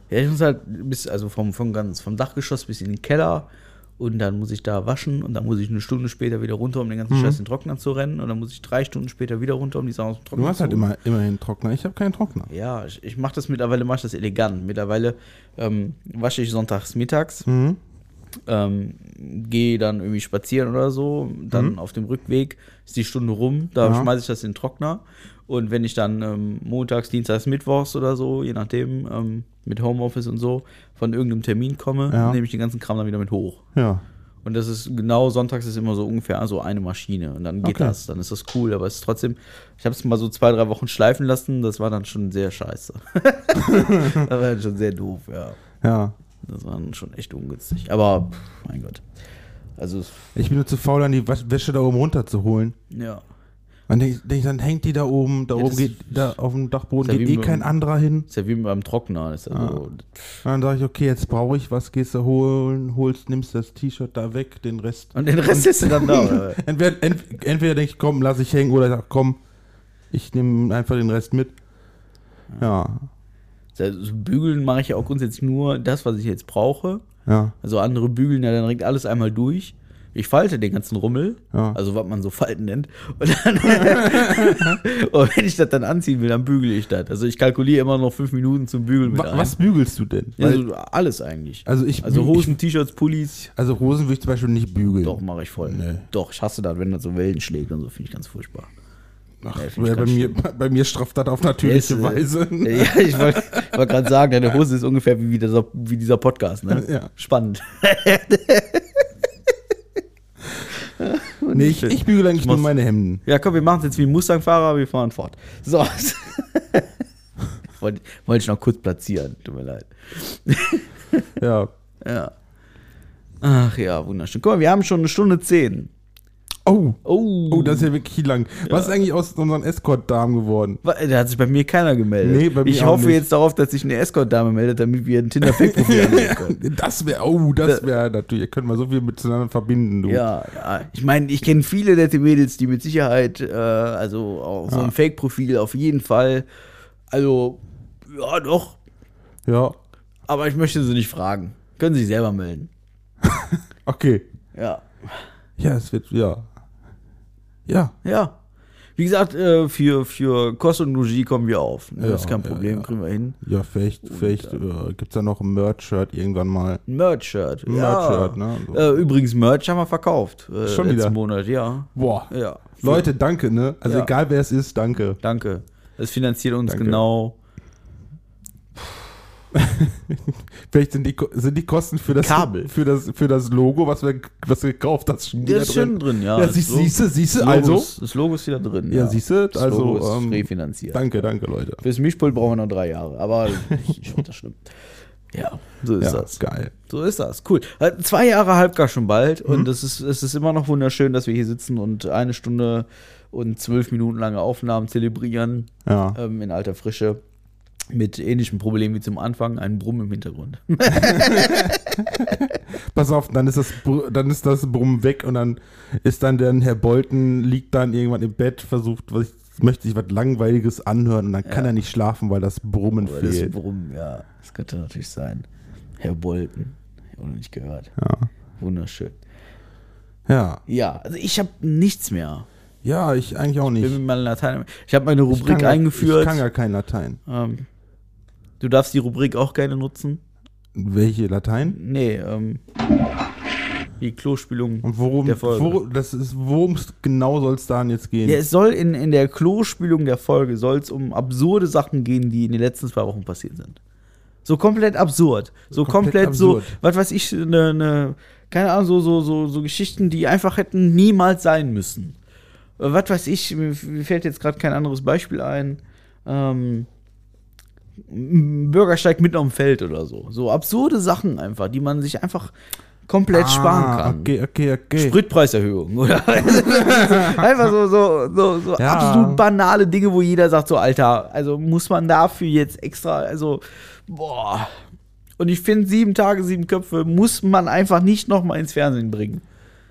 [SPEAKER 2] Ja, ich muss halt bis, also vom, vom, ganz, vom Dachgeschoss bis in den Keller und dann muss ich da waschen und dann muss ich eine Stunde später wieder runter, um den
[SPEAKER 3] Mhm.
[SPEAKER 2] ganzen Scheiß in den Trockner zu rennen und dann muss ich drei Stunden später wieder runter, um die Sachen aus dem Trockner
[SPEAKER 3] Du hast
[SPEAKER 2] zu
[SPEAKER 3] halt
[SPEAKER 2] holen.
[SPEAKER 3] immer, immerhin einen Trockner. Ich habe keinen Trockner.
[SPEAKER 2] Ja, ich, ich mache das mittlerweile, mache ich das elegant. Mittlerweile ähm, wasche ich sonntags mittags,
[SPEAKER 3] Mhm.
[SPEAKER 2] ähm, gehe dann irgendwie spazieren oder so, dann auf dem Rückweg ist die Stunde rum, da
[SPEAKER 3] Mhm. Ja.
[SPEAKER 2] schmeiße ich das in den Trockner. Und wenn ich dann ähm, montags, dienstags, mittwochs oder so, je nachdem, ähm, mit Homeoffice und so, von irgendeinem Termin komme,
[SPEAKER 3] Ja.
[SPEAKER 2] nehme ich den ganzen Kram dann wieder mit hoch.
[SPEAKER 3] Ja.
[SPEAKER 2] Und das ist genau, sonntags ist immer so ungefähr ah, so eine Maschine. Und dann geht
[SPEAKER 3] Okay.
[SPEAKER 2] das, dann ist das cool. Aber es ist trotzdem, ich habe es mal so zwei, drei Wochen schleifen lassen. Das war dann schon sehr scheiße. das war dann schon sehr doof, ja.
[SPEAKER 3] Ja.
[SPEAKER 2] Das war dann schon echt ungünstig. Aber, pff, mein Gott. Also, es-
[SPEAKER 3] Ich bin nur zu faul, dann die Wasch- Wäsche da oben runterzuholen.
[SPEAKER 2] ja.
[SPEAKER 3] Dann, denk ich, denk ich, dann hängt die da oben, da
[SPEAKER 2] Ja,
[SPEAKER 3] oben
[SPEAKER 2] das-
[SPEAKER 3] geht, da auf dem Dachboden
[SPEAKER 2] Ist ja
[SPEAKER 3] geht
[SPEAKER 2] wie
[SPEAKER 3] eh
[SPEAKER 2] beim-
[SPEAKER 3] kein anderer hin.
[SPEAKER 2] Ist ja wie beim Trockner. Ist ja so,
[SPEAKER 3] Und dann sage ich, okay, jetzt brauche ich was, gehst du holen, holst, nimmst das T-Shirt da weg, den Rest.
[SPEAKER 2] und den Rest ist dann da. Oder?
[SPEAKER 3] entweder, ent, entweder denke ich, komm, lass ich hängen, oder ich sag, komm, ich nehme einfach den Rest mit. Ja,
[SPEAKER 2] Also, bügeln mache ich ja auch grundsätzlich nur das, was ich jetzt brauche.
[SPEAKER 3] ja,
[SPEAKER 2] Also andere bügeln ja dann direkt alles einmal durch. Ich falte den ganzen Rummel,
[SPEAKER 3] Ja.
[SPEAKER 2] also was man so Falten nennt. Und, dann und wenn ich das dann anziehen will, dann bügele ich das. Also ich kalkuliere immer noch fünf Minuten zum Bügeln mit
[SPEAKER 3] Wa-
[SPEAKER 2] ein.
[SPEAKER 3] Was bügelst du denn?
[SPEAKER 2] Ja,
[SPEAKER 3] Weil-
[SPEAKER 2] also alles eigentlich.
[SPEAKER 3] also ich
[SPEAKER 2] Also
[SPEAKER 3] bügel-
[SPEAKER 2] Hosen, T-Shirts, Pullis.
[SPEAKER 3] also Hosen würde ich zum Beispiel nicht bügeln.
[SPEAKER 2] Doch, mache ich voll.
[SPEAKER 3] Nee.
[SPEAKER 2] Doch, ich hasse das, wenn das so Wellen schlägt und so, finde ich ganz furchtbar.
[SPEAKER 3] Ach,
[SPEAKER 2] Nee, find ich
[SPEAKER 3] bei, bei,
[SPEAKER 2] ganz
[SPEAKER 3] mir, bei mir strafft das auf natürliche
[SPEAKER 2] Ist, äh,
[SPEAKER 3] Weise.
[SPEAKER 2] Ja, ich wollte wollt gerade sagen, deine Hose ist ungefähr wie, dieser, wie dieser Podcast, ne?
[SPEAKER 3] Ja.
[SPEAKER 2] Spannend.
[SPEAKER 3] nee, ich, ich bügele eigentlich nur
[SPEAKER 2] muss-
[SPEAKER 3] meine Hemden.
[SPEAKER 2] Ja, komm, wir machen es jetzt wie ein Mustang-Fahrer, wir fahren fort. So. Wollte wollte ich noch kurz platzieren, tut mir leid.
[SPEAKER 3] Ja.
[SPEAKER 2] Ja. Ach ja, wunderschön. Guck mal, wir haben schon eine Stunde zehn.
[SPEAKER 3] Oh,
[SPEAKER 2] Oh,
[SPEAKER 3] oh, das ist ja wirklich lang. Was ist eigentlich aus unseren Escort-Damen geworden?
[SPEAKER 2] Wa- Da hat sich bei mir keiner gemeldet.
[SPEAKER 3] Nee, bei mir
[SPEAKER 2] ich
[SPEAKER 3] auch
[SPEAKER 2] hoffe
[SPEAKER 3] nicht.
[SPEAKER 2] jetzt darauf, dass sich eine Escort-Dame meldet, damit wir ein Tinder-Fake-Profil anlegen können.
[SPEAKER 3] Das wäre, oh, das wäre natürlich, ihr könnt mal so viel miteinander verbinden, du.
[SPEAKER 2] Äh. Ja, ja. Ich meine, ich kenne viele nette Mädels, die mit Sicherheit, äh, also auch so ein Fake-Profil auf jeden Fall. Also, ja, doch.
[SPEAKER 3] Ja.
[SPEAKER 2] Aber ich möchte sie nicht fragen. Können sie sich selber melden.
[SPEAKER 3] Okay.
[SPEAKER 2] Ja.
[SPEAKER 3] Ja, es wird, ja. Ja.
[SPEAKER 2] Ja. Wie gesagt, äh, für, für Kost und Logis kommen wir auf. Ne? das ist
[SPEAKER 3] Ja,
[SPEAKER 2] kein
[SPEAKER 3] ja,
[SPEAKER 2] Problem,
[SPEAKER 3] ja.
[SPEAKER 2] kriegen wir hin.
[SPEAKER 3] Ja, vielleicht, vielleicht äh, gibt es da noch ein Merch-Shirt irgendwann mal.
[SPEAKER 2] Ein Merch-Shirt. ja.
[SPEAKER 3] Merch-Shirt, ne? So.
[SPEAKER 2] Äh, übrigens, Merch haben wir verkauft. Äh,
[SPEAKER 3] Schon wieder?
[SPEAKER 2] Letzten Monat, ja.
[SPEAKER 3] Boah.
[SPEAKER 2] Ja.
[SPEAKER 3] Leute, danke, ne? Also
[SPEAKER 2] Ja.
[SPEAKER 3] egal wer es ist, danke.
[SPEAKER 2] Danke. Es finanziert uns
[SPEAKER 3] Danke.
[SPEAKER 2] genau.
[SPEAKER 3] Vielleicht sind die, Ko- sind die Kosten für das,
[SPEAKER 2] Kabel.
[SPEAKER 3] Für das, für das Logo, was wir, was wir gekauft haben, schon wieder
[SPEAKER 2] Der ist schon drin, ja.
[SPEAKER 3] Ja,
[SPEAKER 2] Das
[SPEAKER 3] siehst
[SPEAKER 2] Logo-
[SPEAKER 3] siehst du, siehst du,
[SPEAKER 2] Das Logo
[SPEAKER 3] also.
[SPEAKER 2] ist- Das Logo ist wieder drin.
[SPEAKER 3] Ja, siehst du,
[SPEAKER 2] Das Logo
[SPEAKER 3] also,
[SPEAKER 2] ist
[SPEAKER 3] ähm,
[SPEAKER 2] refinanziert.
[SPEAKER 3] Danke, danke, Leute.
[SPEAKER 2] Fürs Mischpult brauchen wir noch drei Jahre, aber ich finde das schlimm. Ja, so ist
[SPEAKER 3] ja,
[SPEAKER 2] das.
[SPEAKER 3] geil.
[SPEAKER 2] So ist das, cool. Äh, Zwei Jahre halbgar schon bald und es ist, es ist immer noch wunderschön, dass wir hier sitzen und eine Stunde und zwölf Minuten lange Aufnahmen zelebrieren
[SPEAKER 3] Ja.
[SPEAKER 2] ähm, in alter Frische mit ähnlichen Problemen wie zum Anfang, einem Brummen im Hintergrund.
[SPEAKER 3] Pass auf, dann ist das, Br- dann ist das Brummen weg und dann ist dann der Herr Bolton, liegt dann irgendwann im Bett, versucht, was, möchte sich was Langweiliges anhören und dann kann er nicht schlafen, weil das Brummen
[SPEAKER 2] Oder das
[SPEAKER 3] fehlt.
[SPEAKER 2] Brummen, ja, das könnte natürlich sein. Herr Bolten, ich habe noch nicht gehört. Wunderschön.
[SPEAKER 3] Ja.
[SPEAKER 2] Ja, also ich habe nichts mehr.
[SPEAKER 3] Ja, ich eigentlich auch
[SPEAKER 2] Ich
[SPEAKER 3] nicht.
[SPEAKER 2] bin mit meiner Latein. Ich habe meine
[SPEAKER 3] Ich kann
[SPEAKER 2] Rubrik
[SPEAKER 3] gar-
[SPEAKER 2] eingeführt.
[SPEAKER 3] Ich kann gar kein Latein.
[SPEAKER 2] ähm, du darfst die Rubrik auch gerne nutzen.
[SPEAKER 3] Welche Latein?
[SPEAKER 2] Nee, ähm, die Klospülung.
[SPEAKER 3] Und worum,
[SPEAKER 2] Der Folge.
[SPEAKER 3] worum, das ist, worum genau soll es dann jetzt gehen?
[SPEAKER 2] Ja, es soll in, in der Klospülung der Folge soll es um absurde Sachen gehen, die in den letzten zwei Wochen passiert sind. So komplett absurd. So komplett,
[SPEAKER 3] Komplett
[SPEAKER 2] so,
[SPEAKER 3] absurd.
[SPEAKER 2] was weiß ich, ne, ne, keine Ahnung, so, so, so, so Geschichten, die einfach hätten niemals sein müssen. Äh, Was weiß ich, mir f- mir fällt jetzt gerade kein anderes Beispiel ein. Ähm, ein Bürgersteig mitten auf dem Feld oder so. So absurde Sachen einfach, die man sich einfach komplett sparen
[SPEAKER 3] Ah,
[SPEAKER 2] kann.
[SPEAKER 3] Okay, okay, okay.
[SPEAKER 2] Spritpreiserhöhung, oder? Einfach so, so, so, so
[SPEAKER 3] Ja.
[SPEAKER 2] absolut banale Dinge, wo jeder sagt, so, Alter, also muss man dafür jetzt extra, also, boah. Und ich finde, sieben Tage, sieben Köpfe muss man einfach nicht nochmal ins Fernsehen bringen.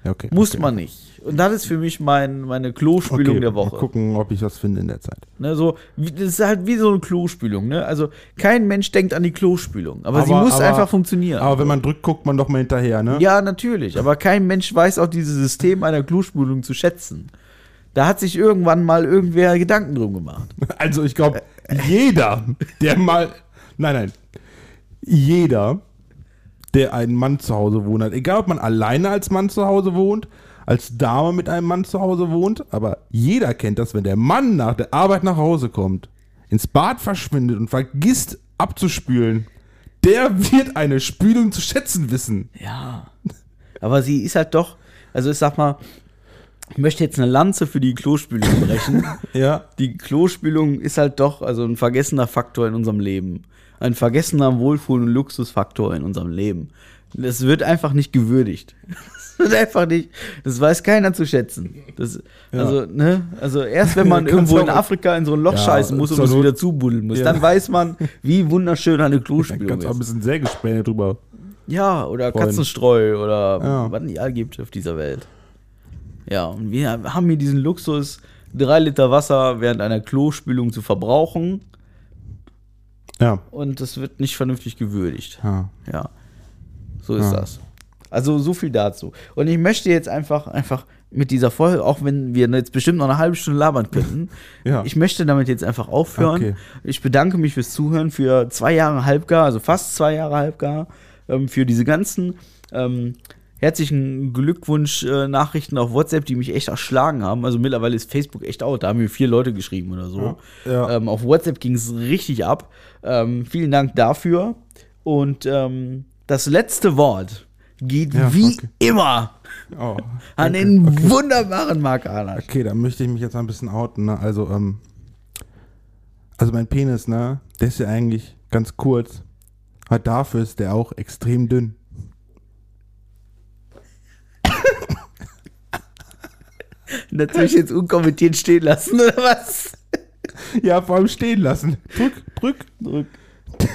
[SPEAKER 3] ja, okay,
[SPEAKER 2] Muss
[SPEAKER 3] okay.
[SPEAKER 2] man nicht. Und das ist für mich mein, meine Klospülung
[SPEAKER 3] Okay,
[SPEAKER 2] der
[SPEAKER 3] Mal
[SPEAKER 2] Woche.
[SPEAKER 3] gucken, ob ich was finde in der Zeit.
[SPEAKER 2] Ne, so, wie- das ist halt wie so eine Klospülung. Ne? Also kein Mensch denkt an die Klospülung, aber, Also sie
[SPEAKER 3] Aber-
[SPEAKER 2] muss
[SPEAKER 3] aber-
[SPEAKER 2] einfach funktionieren.
[SPEAKER 3] Aber wenn man drückt, guckt man doch mal hinterher, ne?
[SPEAKER 2] Ja, natürlich. Aber kein Mensch weiß auch dieses System einer Klospülung zu schätzen. Da hat sich irgendwann mal irgendwer Gedanken drum gemacht.
[SPEAKER 3] Also ich glaube, jeder, der mal. Nein, nein. Jeder, der einen Mann zu Hause wohnt hat, egal ob man alleine als Mann zu Hause wohnt, als Dame mit einem Mann zu Hause wohnt, aber jeder kennt das, wenn der Mann nach der Arbeit nach Hause kommt, ins Bad verschwindet und vergisst abzuspülen, der wird eine Spülung zu schätzen wissen.
[SPEAKER 2] Ja. Aber sie ist halt doch, also ich sag mal, ich möchte jetzt eine Lanze für die Klospülung brechen.
[SPEAKER 3] Ja.
[SPEAKER 2] die Klospülung ist halt doch also ein vergessener Faktor in unserem Leben. Ein vergessener Wohlfühl- und Luxusfaktor in unserem Leben. Das wird einfach nicht gewürdigt. das einfach nicht. Das weiß keiner zu schätzen. Das, Also, ne? Also erst wenn man
[SPEAKER 3] Kannst
[SPEAKER 2] irgendwo in
[SPEAKER 3] auch-
[SPEAKER 2] Afrika in so ein Loch
[SPEAKER 3] Ja,
[SPEAKER 2] scheißen muss und
[SPEAKER 3] zur
[SPEAKER 2] es
[SPEAKER 3] Not-
[SPEAKER 2] wieder zubuddeln muss,
[SPEAKER 3] Ja.
[SPEAKER 2] dann weiß man, wie wunderschön eine
[SPEAKER 3] Da
[SPEAKER 2] Klospülung
[SPEAKER 3] kannst du auch ein
[SPEAKER 2] ist.
[SPEAKER 3] bisschen Sägespäne drüber.
[SPEAKER 2] Ja, oder
[SPEAKER 3] Freuen.
[SPEAKER 2] Katzenstreu oder
[SPEAKER 3] Ja.
[SPEAKER 2] was es nicht all gibt auf dieser Welt. Ja, und wir haben hier diesen Luxus, drei Liter Wasser während einer Klospülung zu verbrauchen
[SPEAKER 3] Ja.
[SPEAKER 2] und das wird nicht vernünftig gewürdigt.
[SPEAKER 3] ja.
[SPEAKER 2] Ja. So ist
[SPEAKER 3] Ja.
[SPEAKER 2] das. Also so viel dazu. Und ich möchte jetzt einfach, einfach mit dieser Folge, auch wenn wir jetzt bestimmt noch eine halbe Stunde labern könnten,
[SPEAKER 3] Ja.
[SPEAKER 2] ich möchte damit jetzt einfach aufhören.
[SPEAKER 3] Okay.
[SPEAKER 2] Ich bedanke mich fürs Zuhören für zwei Jahre halbgar, also fast zwei Jahre halbgar, ähm, für diese ganzen ähm, herzlichen Glückwunsch-Nachrichten auf WhatsApp, die mich echt erschlagen haben. Also mittlerweile ist Facebook echt out, da haben mir vier Leute geschrieben oder so.
[SPEAKER 3] Ja. Ja.
[SPEAKER 2] Ähm, auf WhatsApp ging es richtig ab. Ähm, vielen Dank dafür. Und ähm, das letzte Wort geht
[SPEAKER 3] Ja,
[SPEAKER 2] wie
[SPEAKER 3] okay.
[SPEAKER 2] immer
[SPEAKER 3] Oh.
[SPEAKER 2] an den wunderbaren Marc Arnasch.
[SPEAKER 3] Okay, dann möchte ich mich jetzt mal ein bisschen outen. Ne? Also, ähm, also mein Penis, ne, der ist ja eigentlich ganz kurz. Aber dafür ist der auch extrem dünn.
[SPEAKER 2] Natürlich jetzt unkommentiert stehen lassen, oder was?
[SPEAKER 3] Ja, vor allem stehen lassen. Drück, drück.
[SPEAKER 2] Drück.